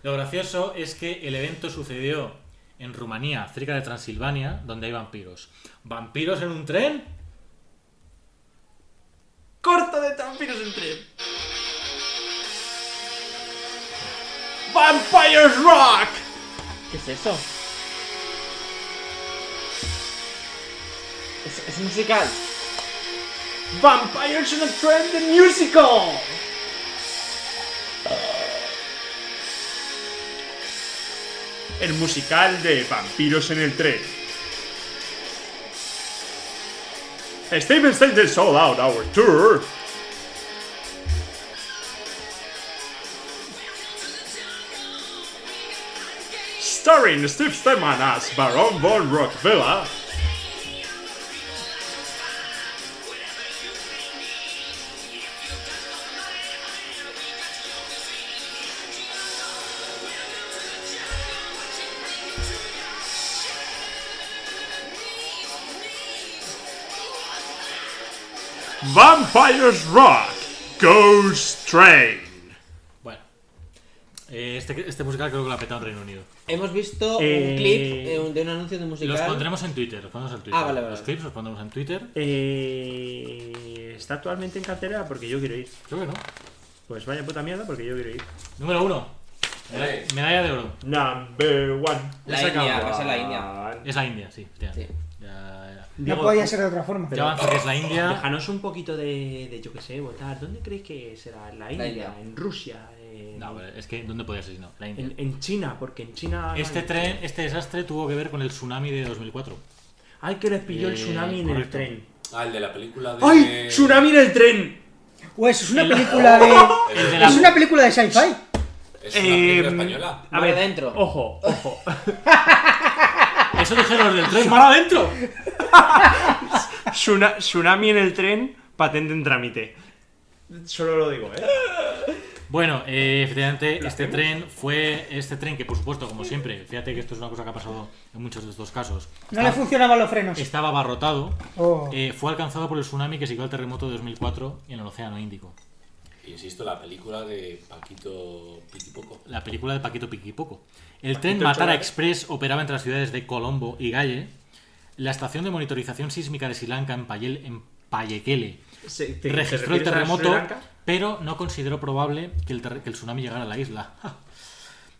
[SPEAKER 3] lo gracioso es que el evento sucedió en Rumanía, cerca de Transilvania, donde hay vampiros. ¿Vampiros en un tren?
[SPEAKER 2] ¡Corto de vampiros en tren! ¡Vampires Rock!
[SPEAKER 4] ¿Qué es eso? Es, es un musical.
[SPEAKER 2] ¡Vampires in a Train the Musical! El musical de Vampiros en el tren. Steven Stein Sold Out Our Tour. Starring Steve Steinman as Baron von Rockvilla. Vampires Rock Ghost Train.
[SPEAKER 3] Bueno, eh, este, este musical creo que lo ha petado en Reino Unido.
[SPEAKER 4] Hemos visto
[SPEAKER 2] Eh,
[SPEAKER 4] un clip eh, de un anuncio de un
[SPEAKER 3] Los
[SPEAKER 4] musical.
[SPEAKER 3] pondremos en Twitter, los pondremos en Twitter.
[SPEAKER 4] Ah, vale, vale,
[SPEAKER 3] Los
[SPEAKER 4] vale.
[SPEAKER 3] clips los pondremos en Twitter.
[SPEAKER 2] Eh, ¿Está actualmente en cartera? Porque yo quiero ir.
[SPEAKER 3] Creo que no.
[SPEAKER 2] Pues vaya puta mierda porque yo quiero ir.
[SPEAKER 3] Número uno.
[SPEAKER 6] Ey.
[SPEAKER 3] Meda- Medalla de oro.
[SPEAKER 2] Number one.
[SPEAKER 4] La
[SPEAKER 3] Saca
[SPEAKER 4] India,
[SPEAKER 3] agua.
[SPEAKER 4] que es la India.
[SPEAKER 3] Es la India, sí. Ya,
[SPEAKER 4] Sí.
[SPEAKER 3] ya,
[SPEAKER 5] no podía ser de otra forma.
[SPEAKER 3] ya avanza que es la India.
[SPEAKER 2] Déjanos un poquito de, de, yo que sé, votar. ¿Dónde creéis que será? ¿En la India?
[SPEAKER 4] India.
[SPEAKER 2] ¿En Rusia? ¿En,
[SPEAKER 3] No, pero es que ¿dónde podía ser si no? La India.
[SPEAKER 2] en, en China? Porque en China...
[SPEAKER 4] Ah,
[SPEAKER 3] Este tren, este desastre tuvo que ver con el tsunami de 2004.
[SPEAKER 2] ¡Ay, que les pilló el
[SPEAKER 3] Eh,
[SPEAKER 2] tsunami en el
[SPEAKER 3] correcto.
[SPEAKER 2] tren! Eh,
[SPEAKER 6] Ah, el de la película de.
[SPEAKER 2] ¡Ay, tsunami en el tren!
[SPEAKER 5] O eso Pues es una película de.
[SPEAKER 6] El de la-
[SPEAKER 5] Es una película de sci-fi.
[SPEAKER 6] Es
[SPEAKER 2] Eh,
[SPEAKER 6] una película española.
[SPEAKER 2] A
[SPEAKER 4] Mar
[SPEAKER 2] ver,
[SPEAKER 4] adentro.
[SPEAKER 2] Ojo, ojo.
[SPEAKER 3] Eso dijeron los del tren para adentro.
[SPEAKER 2] Tsuna- tsunami en el tren, patente en trámite. Solo lo digo, ¿eh?
[SPEAKER 3] Bueno, eh, efectivamente, este tren fue este tren que, por supuesto, como siempre, fíjate que esto es una cosa que ha pasado en muchos de estos casos,
[SPEAKER 5] No le funcionaban los frenos.
[SPEAKER 3] estaba abarrotado,
[SPEAKER 5] Oh.
[SPEAKER 3] eh, fue alcanzado por el tsunami que siguió al terremoto de 2004 en el Océano Índico.
[SPEAKER 6] Insisto, la película de Paquito Pitipoco.
[SPEAKER 3] La película de Paquito Piquipoco. El tren Matara Express operaba entre las ciudades de Colombo y Galle. La estación de monitorización sísmica de Sri Lanka en, Payel, en Payekele
[SPEAKER 2] Se- te- ¿te
[SPEAKER 3] registró el
[SPEAKER 2] refieres a Sri
[SPEAKER 3] terremoto,
[SPEAKER 2] Lanka?
[SPEAKER 3] pero no consideró probable que el, terre- que el tsunami llegara a la isla.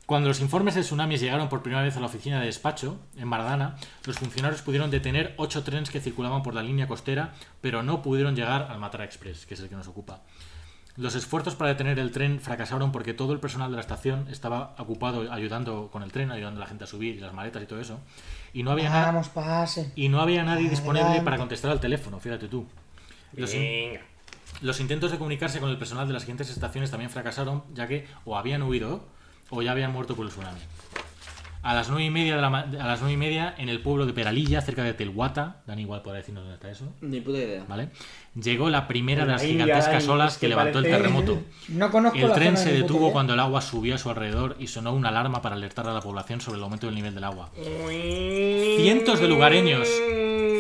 [SPEAKER 3] Cuando los informes de tsunamis llegaron por primera vez a la oficina de despacho, en Maradana, los funcionarios pudieron detener ocho trenes que circulaban por la línea costera, pero no pudieron llegar al Matara Express, que es el que nos ocupa. Los esfuerzos para detener el tren fracasaron porque todo el personal de la estación estaba ocupado ayudando con el tren, ayudando a la gente a subir y las maletas y todo eso, y no había, nada
[SPEAKER 5] Ah, Vamos, pase.
[SPEAKER 3] y no había nadie disponible
[SPEAKER 5] Adelante.
[SPEAKER 3] para contestar al teléfono, fíjate tú. Los, in-
[SPEAKER 2] Venga.
[SPEAKER 3] los intentos de comunicarse con el personal de las siguientes estaciones también fracasaron, ya que o habían huido o ya habían muerto por el tsunami. A las nueve y media, de la ma- a las nueve y media en el pueblo de Peralilla, cerca de Telhuata. Dan igual podrá decirnos dónde está eso.
[SPEAKER 4] Ni puta idea.
[SPEAKER 3] ¿Vale? Llegó la primera de las
[SPEAKER 4] Ahí,
[SPEAKER 3] gigantescas
[SPEAKER 4] ahí,
[SPEAKER 3] olas
[SPEAKER 4] es
[SPEAKER 3] que
[SPEAKER 4] que
[SPEAKER 3] levantó el
[SPEAKER 4] parece-
[SPEAKER 3] terremoto.
[SPEAKER 5] No conozco
[SPEAKER 3] El
[SPEAKER 5] la
[SPEAKER 3] tren
[SPEAKER 5] zona
[SPEAKER 3] se
[SPEAKER 5] ni puta
[SPEAKER 3] detuvo
[SPEAKER 5] idea.
[SPEAKER 3] cuando el agua subió a su alrededor y sonó una alarma para alertar a la población sobre el aumento del nivel del agua. Cientos de lugareños,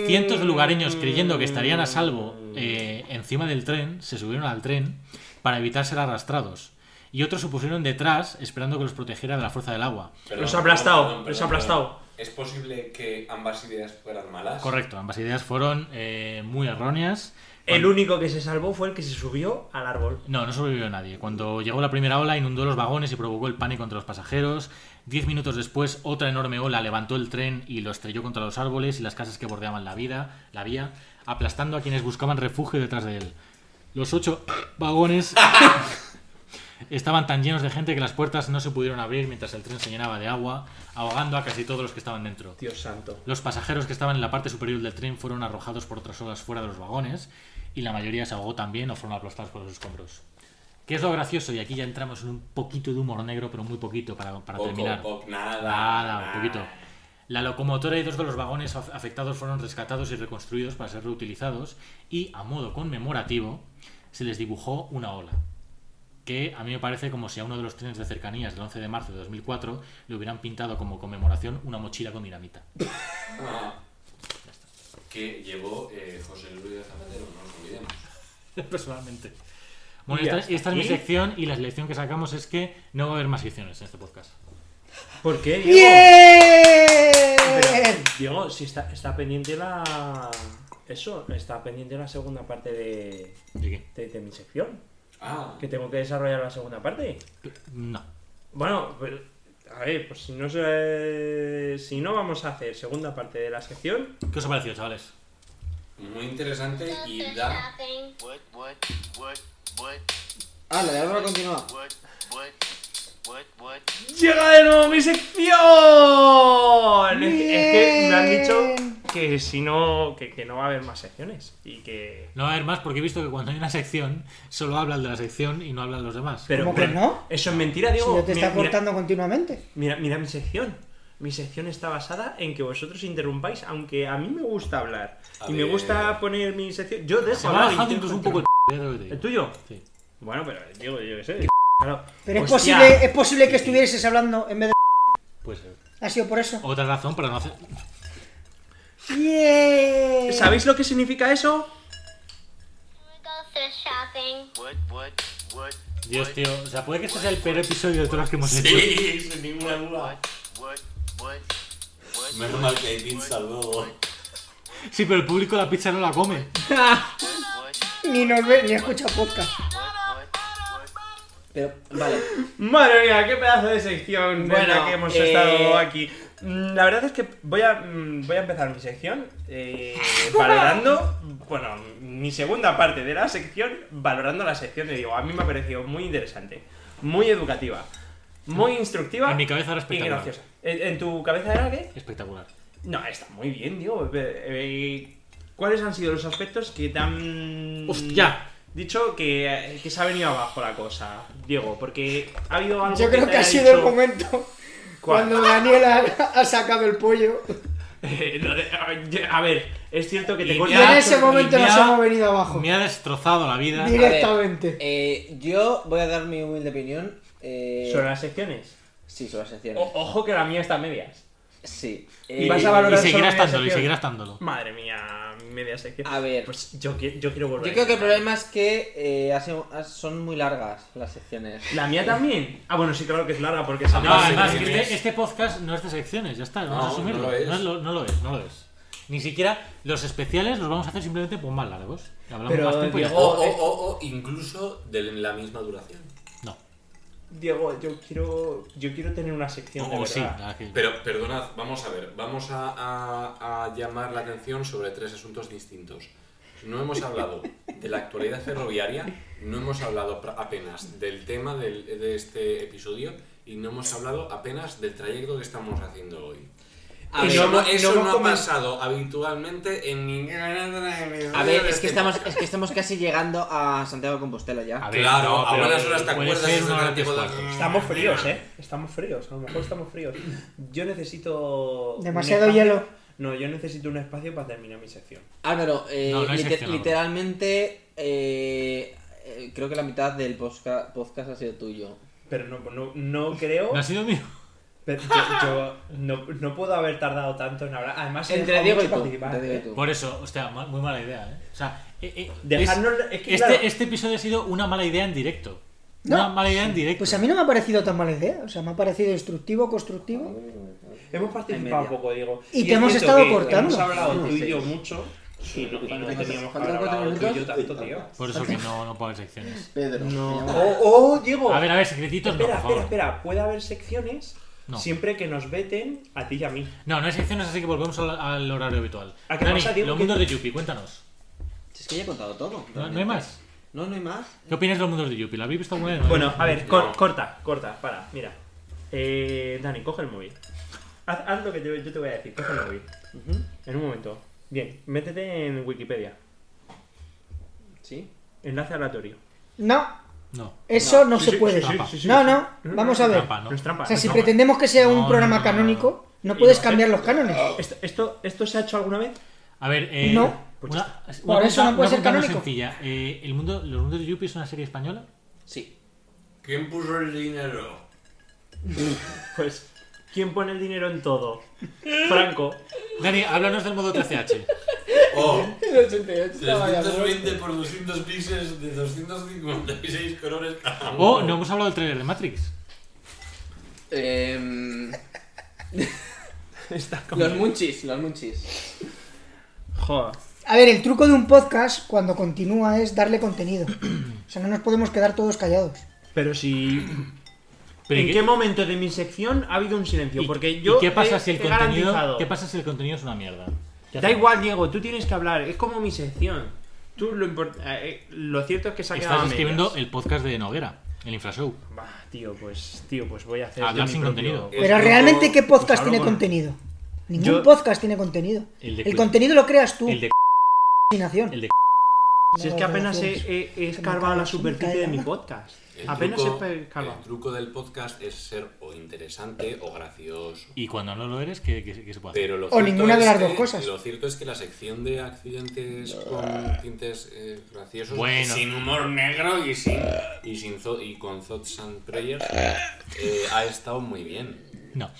[SPEAKER 3] cientos de lugareños creyendo que estarían a salvo eh, encima del tren, se subieron al tren para evitar ser arrastrados. Y otros se pusieron detrás esperando que los protegiera de la fuerza del agua.
[SPEAKER 6] Perdón,
[SPEAKER 2] Los ha aplastado,
[SPEAKER 6] perdón, perdón,
[SPEAKER 2] los ha
[SPEAKER 6] perdón.
[SPEAKER 2] aplastado.
[SPEAKER 6] ¿Es posible que ambas ideas fueran malas?
[SPEAKER 3] Correcto, ambas ideas fueron eh, muy erróneas.
[SPEAKER 2] El único que se salvó fue el que se subió al árbol.
[SPEAKER 3] No, no sobrevivió nadie. Cuando llegó la primera ola, inundó los vagones y provocó el pánico entre los pasajeros. Diez minutos después, otra enorme ola levantó el tren y lo estrelló contra los árboles y las casas que bordeaban la, vida, la vía, aplastando a quienes buscaban refugio detrás de él. Los ocho vagones estaban tan llenos de gente que las puertas no se pudieron abrir mientras el tren se llenaba de agua, ahogando a casi todos los que estaban dentro.
[SPEAKER 2] Dios santo.
[SPEAKER 3] Los pasajeros que estaban en la parte superior del tren fueron arrojados por otras olas fuera de los vagones y la mayoría se ahogó también o fueron aplastados por los escombros. ¿Qué es lo gracioso? Y aquí ya entramos en un poquito de humor negro, pero muy poquito para, para
[SPEAKER 6] Poco,
[SPEAKER 3] terminar.
[SPEAKER 6] poco, nada,
[SPEAKER 3] Nada,
[SPEAKER 6] nada.
[SPEAKER 3] un poquito. La locomotora y dos de los vagones af- afectados fueron rescatados y reconstruidos para ser reutilizados y, a modo conmemorativo, se les dibujó una ola. Que a mí me parece como si a uno de los trenes de cercanías del 11 de marzo de 2004 le hubieran pintado como conmemoración una mochila con dinamita.
[SPEAKER 6] Ah. que llevó eh, José Luis de Zapatero, no nos olvidemos.
[SPEAKER 3] personalmente. Bueno,
[SPEAKER 6] Y ya
[SPEAKER 3] esta,
[SPEAKER 6] está.
[SPEAKER 3] esta es mi
[SPEAKER 6] ¿Y?
[SPEAKER 3] sección y la lección que sacamos es que no va a haber más secciones en este podcast.
[SPEAKER 2] ¿Por qué? Diego?
[SPEAKER 5] ¡Bien!
[SPEAKER 2] Diego, si está, está pendiente la. Eso, está pendiente la segunda parte de.
[SPEAKER 3] ¿De qué?
[SPEAKER 2] De, mi sección.
[SPEAKER 6] Ah.
[SPEAKER 2] Que tengo que desarrollar la segunda parte.
[SPEAKER 3] No.
[SPEAKER 2] Bueno, pero, a ver, pues si no se- si no vamos a hacer segunda parte de la sección.
[SPEAKER 3] ¿Qué os ha parecido, chavales?
[SPEAKER 6] Muy interesante y da.
[SPEAKER 4] Ah, la de Álvaro continúa.
[SPEAKER 2] ¡Llega de nuevo mi sección! Es, es que me han
[SPEAKER 5] Bien.
[SPEAKER 2] dicho que si no. Que, que no va a haber más secciones. Y que.
[SPEAKER 3] No va a haber más porque he visto que cuando hay una sección solo hablan de la sección y no hablan los demás.
[SPEAKER 2] Pero,
[SPEAKER 5] ¿Cómo que
[SPEAKER 2] pero-
[SPEAKER 5] no?
[SPEAKER 2] Eso es mentira,
[SPEAKER 5] Si
[SPEAKER 2] Diego.
[SPEAKER 5] no te está
[SPEAKER 2] Mira, mira,
[SPEAKER 5] cortando continuamente.
[SPEAKER 2] Mira, mira mi sección. Mi sección está basada en que vosotros interrumpáis, aunque a mí me gusta hablar.
[SPEAKER 6] A
[SPEAKER 2] y me
[SPEAKER 6] ver.
[SPEAKER 2] gusta poner mi sección. Yo dejo
[SPEAKER 3] Se me
[SPEAKER 2] hablar
[SPEAKER 3] ha
[SPEAKER 2] y
[SPEAKER 3] bajado
[SPEAKER 2] dejo
[SPEAKER 3] incluso un poco el
[SPEAKER 2] interrumpir.
[SPEAKER 3] p- de lo que te digo.
[SPEAKER 2] ¿El tuyo?
[SPEAKER 3] Sí.
[SPEAKER 2] Bueno, pero Diego, yo qué sé. Claro.
[SPEAKER 5] Pero es
[SPEAKER 2] Hostia.
[SPEAKER 5] posible, es posible que estuvieses hablando en vez
[SPEAKER 3] Puede ser.
[SPEAKER 5] de. ¿Ha sido por eso?
[SPEAKER 3] Otra razón para no hacer.
[SPEAKER 5] ¡Bien!
[SPEAKER 2] ¿Sabéis lo que significa eso?
[SPEAKER 3] Dios, tío. O sea, puede que este sea el peor episodio de todos los que hemos hecho.
[SPEAKER 6] Sí, sin ninguna duda. Menos mal que hay pizza luego.
[SPEAKER 3] Sí, pero el público la pizza no la come.
[SPEAKER 5] Ni nos ve, ni escucha podcast.
[SPEAKER 4] Pero, vale.
[SPEAKER 2] Madre mía, qué pedazo de sección
[SPEAKER 4] Bueno,
[SPEAKER 2] en la que hemos
[SPEAKER 4] eh,
[SPEAKER 2] estado aquí. Mm, La verdad es que voy a, mm, voy a empezar mi sección eh, valorando, bueno, mi segunda parte de la sección, valorando la sección de Diego. A mí me ha parecido muy interesante, muy educativa, muy instructiva.
[SPEAKER 3] En mi cabeza era
[SPEAKER 2] y
[SPEAKER 3] espectacular.
[SPEAKER 2] graciosa. ¿En en tu cabeza era qué?
[SPEAKER 3] Espectacular.
[SPEAKER 2] No, está muy bien, Diego. Eh, eh, ¿Cuáles han sido los aspectos que te han.
[SPEAKER 3] Hostia.
[SPEAKER 2] Dicho que, que se ha venido abajo la cosa, Diego, porque ha habido algo.
[SPEAKER 5] Yo creo
[SPEAKER 2] te
[SPEAKER 5] que ha
[SPEAKER 2] haya
[SPEAKER 5] sido
[SPEAKER 2] dicho-
[SPEAKER 5] el momento
[SPEAKER 2] ¿Cuál?
[SPEAKER 5] cuando Daniel ha, ha sacado el pollo.
[SPEAKER 2] Eh, lo de- a ver, es cierto que te
[SPEAKER 3] Y
[SPEAKER 5] Y
[SPEAKER 2] corta-
[SPEAKER 5] en
[SPEAKER 3] Ya,
[SPEAKER 5] ese momento
[SPEAKER 3] y
[SPEAKER 5] nos
[SPEAKER 3] ya-
[SPEAKER 5] hemos venido abajo.
[SPEAKER 3] Me ha destrozado la vida.
[SPEAKER 5] Mira. Directamente.
[SPEAKER 4] A ver, eh, yo voy a dar mi humilde opinión. eh,
[SPEAKER 2] Sobre las secciones.
[SPEAKER 4] Sí, sobre las secciones.
[SPEAKER 2] O- ojo que la mía está a medias.
[SPEAKER 4] Sí.
[SPEAKER 2] Y
[SPEAKER 4] eh,
[SPEAKER 2] vas a valorar
[SPEAKER 3] y
[SPEAKER 2] solo media
[SPEAKER 3] seguirá estándolo, y
[SPEAKER 2] sección.
[SPEAKER 3] seguirá estándolo.
[SPEAKER 2] Madre mía, media sección.
[SPEAKER 4] A ver.
[SPEAKER 2] Pues yo, qui- yo quiero volver.
[SPEAKER 4] Yo creo que el
[SPEAKER 2] a-
[SPEAKER 4] problema es que eh, ha sido- ha- son muy largas las secciones.
[SPEAKER 2] ¿La mía también? Ah, bueno, sí, claro que es larga porque es
[SPEAKER 3] No,
[SPEAKER 2] aparte
[SPEAKER 3] además,
[SPEAKER 2] de-
[SPEAKER 3] que este, este podcast no es de secciones, ya está, vamos
[SPEAKER 6] No,
[SPEAKER 3] a asumirlo.
[SPEAKER 6] no
[SPEAKER 3] No,
[SPEAKER 6] lo es.
[SPEAKER 3] es lo, no lo es, no lo es. Ni siquiera los especiales los vamos a hacer simplemente por más largos. Y Hablamos
[SPEAKER 2] Pero,
[SPEAKER 3] más tiempo y ya
[SPEAKER 6] O,
[SPEAKER 2] Diego-
[SPEAKER 3] está.
[SPEAKER 6] o, o, o incluso de la misma duración.
[SPEAKER 3] No,
[SPEAKER 2] Diego, yo quiero, yo quiero tener una sección de
[SPEAKER 3] o, o sí. la
[SPEAKER 2] verdad.
[SPEAKER 3] verdad que-
[SPEAKER 6] Pero perdonad, vamos a ver, vamos a, a- a llamar la atención sobre tres asuntos distintos. No hemos hablado de la actualidad ferroviaria, no hemos hablado pra- apenas del tema del- de este episodio y no hemos hablado apenas del trayecto que estamos haciendo hoy.
[SPEAKER 4] A
[SPEAKER 6] eso
[SPEAKER 4] ver,
[SPEAKER 6] no,
[SPEAKER 2] no-
[SPEAKER 6] eso
[SPEAKER 2] no
[SPEAKER 6] no ha
[SPEAKER 2] comen-
[SPEAKER 6] pasado habitualmente en ninguna.
[SPEAKER 4] A ver, es que estamos, es que estamos casi llegando a Santiago de Compostela ya.
[SPEAKER 3] A ver,
[SPEAKER 6] Claro,
[SPEAKER 3] no,
[SPEAKER 6] a
[SPEAKER 3] pero
[SPEAKER 6] buenas horas te
[SPEAKER 3] puede
[SPEAKER 6] acuerdas
[SPEAKER 3] ser
[SPEAKER 6] de
[SPEAKER 3] una hora
[SPEAKER 6] ese
[SPEAKER 3] antes
[SPEAKER 6] tipo
[SPEAKER 3] cuartos.
[SPEAKER 6] de.
[SPEAKER 2] Estamos fríos, ¿eh? Estamos fríos, a lo mejor estamos fríos. Yo necesito... un
[SPEAKER 5] Demasiado
[SPEAKER 2] espacio-
[SPEAKER 5] hielo.
[SPEAKER 2] No, yo necesito un espacio para terminar mi sección.
[SPEAKER 4] Álvaro, eh,
[SPEAKER 3] No, no hay
[SPEAKER 4] liter-
[SPEAKER 3] sección, Álvaro.
[SPEAKER 4] literalmente eh, eh, creo que la mitad del posca- podcast ha sido tuyo.
[SPEAKER 2] Pero no, no, no creo...
[SPEAKER 3] No ha sido mío.
[SPEAKER 2] Pero yo, yo no, no puedo haber tardado tanto en hablar. Además, he
[SPEAKER 4] Entre
[SPEAKER 2] dejado
[SPEAKER 4] Diego y
[SPEAKER 2] mucho
[SPEAKER 4] tú.
[SPEAKER 2] participar,
[SPEAKER 4] entre Diego y
[SPEAKER 2] ¿eh?
[SPEAKER 4] tú.
[SPEAKER 3] Por eso, hostia, ma- muy mala idea, ¿eh? O sea, eh, eh,
[SPEAKER 2] Dejarnos-
[SPEAKER 3] es-
[SPEAKER 2] es que,
[SPEAKER 3] este,
[SPEAKER 2] claro.
[SPEAKER 3] este episodio ha sido una mala idea en directo.
[SPEAKER 5] No.
[SPEAKER 3] Una mala idea en directo.
[SPEAKER 5] Pues a mí no me ha parecido tan mala idea. O sea, me ha parecido instructivo, constructivo.
[SPEAKER 2] Hemos participado
[SPEAKER 4] media.
[SPEAKER 2] un poco, Diego.
[SPEAKER 5] Y te
[SPEAKER 2] es
[SPEAKER 5] hemos
[SPEAKER 2] cierto
[SPEAKER 5] estado
[SPEAKER 2] que
[SPEAKER 5] cortando.
[SPEAKER 2] Hemos hablado
[SPEAKER 4] Sí,
[SPEAKER 2] tú y
[SPEAKER 4] sí.
[SPEAKER 2] yo mucho. Y no, y no teníamos que haber
[SPEAKER 4] ¿Cuánto- cuánto
[SPEAKER 2] hablado tú y yo
[SPEAKER 4] minutos?
[SPEAKER 2] tanto, tío.
[SPEAKER 3] Por eso que no, no puedo haber secciones.
[SPEAKER 4] Pedro.
[SPEAKER 2] ¡Oh, oh, Diego!
[SPEAKER 3] A ver, a ver, secretitos no,
[SPEAKER 2] espera,
[SPEAKER 3] por favor.
[SPEAKER 2] espera, espera. Puede haber secciones
[SPEAKER 3] No.
[SPEAKER 2] siempre que nos veten a ti y a mí.
[SPEAKER 3] No, no hay secciones, así que volvemos al, al horario habitual.
[SPEAKER 2] ¿A qué
[SPEAKER 3] Dani,
[SPEAKER 2] pasa, Diego,
[SPEAKER 3] los
[SPEAKER 2] que-
[SPEAKER 3] mundos de Yuppie, cuéntanos.
[SPEAKER 4] Es que ya he contado todo.
[SPEAKER 3] ¿No, no
[SPEAKER 4] realmente.
[SPEAKER 3] hay más?
[SPEAKER 4] No, no hay más.
[SPEAKER 3] ¿Qué opinas de los mundos de Yuppie? ¿La habéis visto alguna vez? No,
[SPEAKER 2] Bueno,
[SPEAKER 3] ¿no?
[SPEAKER 2] a ver, cor- corta, corta, para, mira. Eh, Dani, coge el móvil. Haz, haz lo que yo, yo te voy a decir, coge el móvil.
[SPEAKER 4] Ujú.
[SPEAKER 2] En un momento. Bien, métete en Wikipedia.
[SPEAKER 4] Sí.
[SPEAKER 2] Enlace aleatorio.
[SPEAKER 5] No,
[SPEAKER 3] No.
[SPEAKER 5] eso no
[SPEAKER 2] Sí,
[SPEAKER 5] se
[SPEAKER 2] sí,
[SPEAKER 5] puede.
[SPEAKER 2] sí, sí, sí,
[SPEAKER 5] No,
[SPEAKER 2] sí.
[SPEAKER 5] no, vamos a ver.
[SPEAKER 3] Trampa, Ah, ¿no?
[SPEAKER 2] No es trampa.
[SPEAKER 5] O sea,
[SPEAKER 2] no es
[SPEAKER 5] si
[SPEAKER 2] trampa.
[SPEAKER 5] pretendemos que sea
[SPEAKER 3] No,
[SPEAKER 5] un
[SPEAKER 3] no,
[SPEAKER 5] programa
[SPEAKER 3] no, no, no.
[SPEAKER 5] canónico,
[SPEAKER 2] Y
[SPEAKER 5] no puedes
[SPEAKER 2] no,
[SPEAKER 5] cambiar
[SPEAKER 2] eh.
[SPEAKER 5] los cánones.
[SPEAKER 2] ¿Esto, esto, esto se ha hecho alguna vez?
[SPEAKER 3] A ver, eh,
[SPEAKER 5] No.
[SPEAKER 3] una, una
[SPEAKER 5] Por eso
[SPEAKER 3] pregunta-
[SPEAKER 5] no puede ser
[SPEAKER 3] una pregunta muy
[SPEAKER 5] canónico.
[SPEAKER 3] sencilla. Eh, el mundo, ¿Los mundos de Yuppie es una serie española?
[SPEAKER 4] Sí.
[SPEAKER 6] ¿Quién puso el dinero?
[SPEAKER 2] Pues, ¿quién pone el dinero en todo? Franco.
[SPEAKER 3] Dani, háblanos del modo 13H.
[SPEAKER 6] Oh,
[SPEAKER 4] El 88
[SPEAKER 6] 320 por 200 píxeles de 256 colores cada uno.
[SPEAKER 3] Oh, no hemos hablado del trailer de Matrix.
[SPEAKER 4] Em, los munchis, los munchis.
[SPEAKER 2] Joder.
[SPEAKER 5] A ver, el truco de un podcast cuando continúa es darle contenido. O sea, no nos podemos quedar todos callados.
[SPEAKER 2] Pero si.
[SPEAKER 3] Pero
[SPEAKER 2] ¿En
[SPEAKER 3] ¿y
[SPEAKER 2] qué momento de mi sección ha habido un silencio?
[SPEAKER 3] y-
[SPEAKER 2] Porque
[SPEAKER 3] y
[SPEAKER 2] yo.
[SPEAKER 3] qué pasa
[SPEAKER 2] he-
[SPEAKER 3] si el
[SPEAKER 2] he
[SPEAKER 3] contenido
[SPEAKER 2] garantizado.
[SPEAKER 3] qué pasa si el contenido es una mierda? ¿Qué
[SPEAKER 2] Da
[SPEAKER 3] hacemos?
[SPEAKER 2] igual, Diego, tú tienes que hablar. Es como mi sección. Tú lo import- eh, eh, Lo cierto es que se ha quedado.
[SPEAKER 3] Estás
[SPEAKER 2] a
[SPEAKER 3] escribiendo
[SPEAKER 2] medias.
[SPEAKER 3] el podcast de Noguera, el Infrashow.
[SPEAKER 2] Bah, tío, pues. Tío, pues voy a hacer. yo
[SPEAKER 3] Hablar
[SPEAKER 2] mi
[SPEAKER 3] sin
[SPEAKER 2] propio-
[SPEAKER 3] contenido.
[SPEAKER 5] Pero
[SPEAKER 6] Es
[SPEAKER 5] realmente,
[SPEAKER 6] como-
[SPEAKER 5] ¿qué podcast
[SPEAKER 2] pues
[SPEAKER 5] tiene
[SPEAKER 2] algo-
[SPEAKER 5] contenido? Ningún
[SPEAKER 2] Yo-
[SPEAKER 5] podcast tiene contenido.
[SPEAKER 3] El de
[SPEAKER 5] El
[SPEAKER 3] Club.
[SPEAKER 5] contenido lo creas tú.
[SPEAKER 3] El de
[SPEAKER 5] Imaginación.
[SPEAKER 3] el de-
[SPEAKER 2] Si es que apenas he, he- he escarbado la superficie de mi podcast.
[SPEAKER 6] El
[SPEAKER 2] Apenas
[SPEAKER 6] truco-
[SPEAKER 2] he escarbado.
[SPEAKER 6] El truco del podcast es ser o interesante o gracioso.
[SPEAKER 3] y cuando no lo eres, ¿qué, qué- qué se puede hacer?
[SPEAKER 6] Pero lo
[SPEAKER 5] O
[SPEAKER 6] cierto
[SPEAKER 5] ninguna de
[SPEAKER 6] es
[SPEAKER 5] las dos
[SPEAKER 6] que-
[SPEAKER 5] cosas.
[SPEAKER 6] Lo cierto es que la sección de accidentes con tintes eh, graciosos,
[SPEAKER 3] Bueno.
[SPEAKER 6] sin humor negro y sin y, sin zo- y con thoughts and prayers, eh, ha estado muy bien.
[SPEAKER 3] No.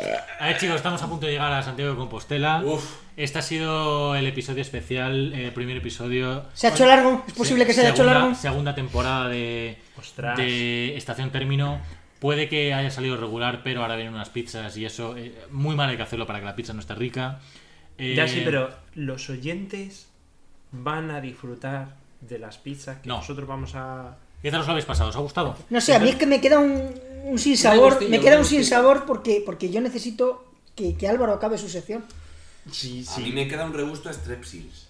[SPEAKER 3] A ver, chicos, estamos a punto de llegar a Santiago de Compostela.
[SPEAKER 6] Uf.
[SPEAKER 3] Este ha sido el episodio especial, el primer episodio.
[SPEAKER 5] ¿Se ha hecho largo? ¿Es posible que se haya hecho
[SPEAKER 3] segunda-
[SPEAKER 5] largo?
[SPEAKER 3] Segunda temporada de,
[SPEAKER 2] Ostras.
[SPEAKER 3] de Estación Término. Puede que haya salido regular, pero ahora vienen unas pizzas y eso. eh, muy mal hay que hacerlo para que la pizza no esté rica. Eh,
[SPEAKER 2] Ya sí, pero los oyentes van a disfrutar de las pizzas que
[SPEAKER 3] No.
[SPEAKER 2] nosotros vamos a.
[SPEAKER 3] ¿Qué tal os lo habéis pasado? ¿Os ha gustado?
[SPEAKER 5] No sé, a mí es que me queda un, un
[SPEAKER 4] Da
[SPEAKER 5] sinsabor.
[SPEAKER 4] gustillo,
[SPEAKER 5] Me queda
[SPEAKER 4] da
[SPEAKER 5] un
[SPEAKER 4] gustillo.
[SPEAKER 5] sinsabor porque, porque yo necesito que, que Álvaro acabe su sección.
[SPEAKER 2] Sí,
[SPEAKER 6] A mí me queda un regusto a Strepsils.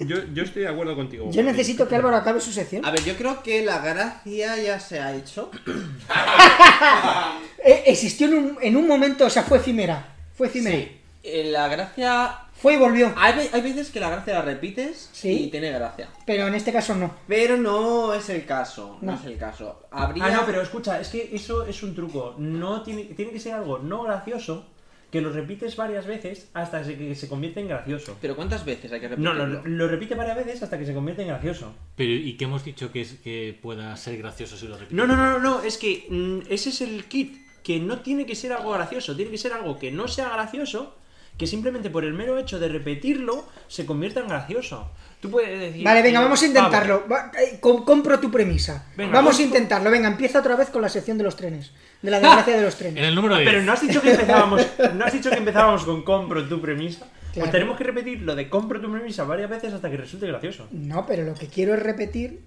[SPEAKER 2] Yo, yo estoy de acuerdo contigo.
[SPEAKER 5] Yo necesito que Álvaro acabe su sección.
[SPEAKER 4] A ver, yo creo que la gracia ya se ha hecho.
[SPEAKER 5] Eh, existió en un, en un momento, o sea, fue efímera. Fue efímera.
[SPEAKER 4] Eh, La gracia.
[SPEAKER 5] Fue y volvió.
[SPEAKER 4] Hay, ve- hay veces que la gracia la repites
[SPEAKER 5] Sí.
[SPEAKER 4] y tiene gracia.
[SPEAKER 5] Pero en este caso no.
[SPEAKER 4] Pero no es el caso. No,
[SPEAKER 5] No.
[SPEAKER 4] es el caso. Habría.
[SPEAKER 2] Ah, no, pero escucha, es que eso es un truco. No tiene, tiene que ser algo no gracioso que lo repites varias veces hasta se- que se convierte en gracioso.
[SPEAKER 4] ¿Pero cuántas veces hay que repetirlo?
[SPEAKER 2] No, lo, lo repite varias veces hasta que se convierte en gracioso.
[SPEAKER 3] Pero, ¿y qué hemos dicho que, es, que pueda ser gracioso si lo repetimos?
[SPEAKER 2] No, no, no, no, no, es que mm, ese es el kit, que no tiene que ser algo gracioso, tiene que ser algo que no sea gracioso, que simplemente por el mero hecho de repetirlo se convierta en gracioso. Tú puedes decir...
[SPEAKER 5] Vale, venga,
[SPEAKER 2] eh,
[SPEAKER 5] vamos a intentarlo. Va- eh, com- compro tu premisa.
[SPEAKER 2] Venga,
[SPEAKER 5] vamos a
[SPEAKER 2] compro-
[SPEAKER 5] intentarlo. Venga, empieza otra vez con la sección de los trenes. De la desgracia de los
[SPEAKER 3] En
[SPEAKER 5] trenes.
[SPEAKER 3] el número
[SPEAKER 2] pavo.
[SPEAKER 3] 10.
[SPEAKER 2] Ah, Pero no has dicho que empezábamos, no has dicho que empezábamos con compro tu premisa. Pues
[SPEAKER 5] Claro.
[SPEAKER 2] tenemos que repetir lo de compro tu premisa varias veces hasta que resulte gracioso.
[SPEAKER 5] No, pero lo que quiero es repetir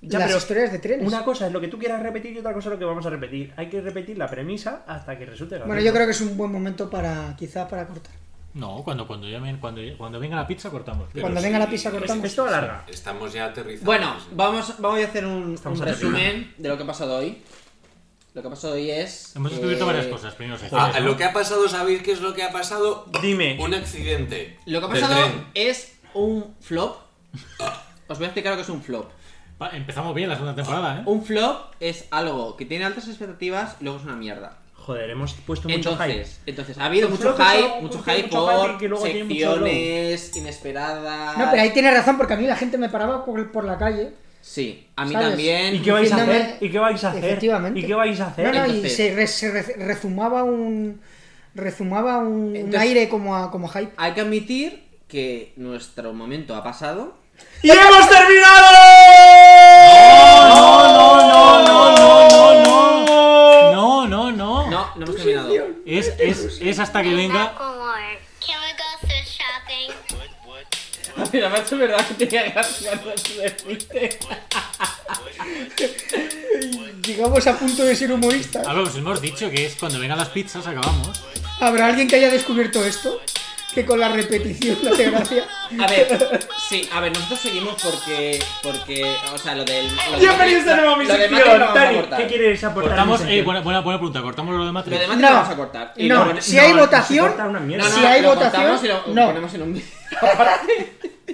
[SPEAKER 2] Ya,
[SPEAKER 5] las
[SPEAKER 2] pero
[SPEAKER 5] historias de trenes.
[SPEAKER 2] Una cosa es lo que tú quieras repetir y otra cosa es lo que vamos a repetir. Hay que repetir la premisa hasta que resulte gracioso.
[SPEAKER 5] Bueno, yo creo que es un buen momento para, quizás, para cortar.
[SPEAKER 3] No, cuando, cuando, llamen- cuando, cuando venga la pizza cortamos.
[SPEAKER 6] Pero
[SPEAKER 5] Cuando
[SPEAKER 6] sí,
[SPEAKER 5] venga la pizza cortamos.
[SPEAKER 2] Esto alarga.
[SPEAKER 6] Estamos ya aterrizando.
[SPEAKER 4] Bueno, vamos, vamos a hacer un,
[SPEAKER 2] Estamos
[SPEAKER 4] un
[SPEAKER 2] a
[SPEAKER 4] resumen de lo que ha pasado hoy. Lo que ha pasado hoy es.
[SPEAKER 3] Hemos
[SPEAKER 4] eh,
[SPEAKER 3] descubierto varias cosas. Primero, secciones,
[SPEAKER 6] Ah,
[SPEAKER 3] ¿no?
[SPEAKER 6] lo que ha pasado, ¿sabéis qué es lo que ha pasado?
[SPEAKER 2] Dime.
[SPEAKER 6] Un accidente.
[SPEAKER 4] Lo que ha
[SPEAKER 6] del
[SPEAKER 4] pasado
[SPEAKER 6] tren.
[SPEAKER 4] es un flop. Os voy a explicar lo que es un flop.
[SPEAKER 3] Va, Empezamos bien la segunda temporada, ¿eh?
[SPEAKER 4] Un flop es algo que tiene altas expectativas y luego es una mierda.
[SPEAKER 2] Joder, hemos puesto mucho hype.
[SPEAKER 4] Entonces, entonces ha habido
[SPEAKER 2] Un
[SPEAKER 4] mucho
[SPEAKER 2] flop es algo
[SPEAKER 4] hype, mucho
[SPEAKER 2] que tiene
[SPEAKER 4] hype
[SPEAKER 2] mucho hype y
[SPEAKER 4] por
[SPEAKER 2] que luego tiene mucho logro.
[SPEAKER 4] secciones inesperadas.
[SPEAKER 5] No, pero ahí tienes razón, porque a mí la gente me paraba por, por la calle.
[SPEAKER 4] Sí, a mí
[SPEAKER 5] ¿Sabes?
[SPEAKER 4] también.
[SPEAKER 2] ¿Y qué vais a
[SPEAKER 5] Diciéndome-
[SPEAKER 2] hacer? ¿Y qué vais a hacer?
[SPEAKER 5] Efectivamente.
[SPEAKER 2] ¿Y qué vais a hacer?
[SPEAKER 5] No, no, y
[SPEAKER 4] Entonces-
[SPEAKER 5] se, re- se re- rezumaba un. Rezumaba un, un
[SPEAKER 4] Entonces-
[SPEAKER 5] aire como a, como a hype.
[SPEAKER 4] Hay que admitir que nuestro momento ha pasado.
[SPEAKER 2] ¡Y hemos terminado!
[SPEAKER 3] No, no, no.
[SPEAKER 4] No, no hemos terminado.
[SPEAKER 3] Es, es, es hasta que venga.
[SPEAKER 8] Back more. Can we go through shopping?
[SPEAKER 4] Mira, me hace verdad que tenía gracia no decirte.
[SPEAKER 5] Llegamos a punto de ser humoristas.
[SPEAKER 3] A ver, pues hemos dicho que es cuando vengan las pizzas acabamos.
[SPEAKER 5] ¿Habrá alguien que haya descubierto esto? Que con la repetición no hace gracia.
[SPEAKER 4] A ver, sí, a ver, nosotros seguimos porque. Porque. O sea, lo del. Lo
[SPEAKER 2] Bienvenidos de nuevo a mi sección. Dani, ¿qué
[SPEAKER 4] quieres?
[SPEAKER 2] quieres aportar? a mi
[SPEAKER 3] Cortamos. Eh,
[SPEAKER 2] sección?
[SPEAKER 3] buena, buena, buena pregunta. ¿Cortamos lo de
[SPEAKER 4] Lo
[SPEAKER 3] Matrix?
[SPEAKER 4] de Matrix
[SPEAKER 5] No.
[SPEAKER 4] lo vamos a cortar. Y
[SPEAKER 5] No,
[SPEAKER 4] lo pone-
[SPEAKER 5] si hay
[SPEAKER 2] no, no se
[SPEAKER 5] votación,
[SPEAKER 2] corta una mierda.
[SPEAKER 4] no, no,
[SPEAKER 5] si hay
[SPEAKER 4] lo
[SPEAKER 5] votación,
[SPEAKER 4] cortamos y lo,
[SPEAKER 5] no.
[SPEAKER 4] lo ponemos en un vídeo.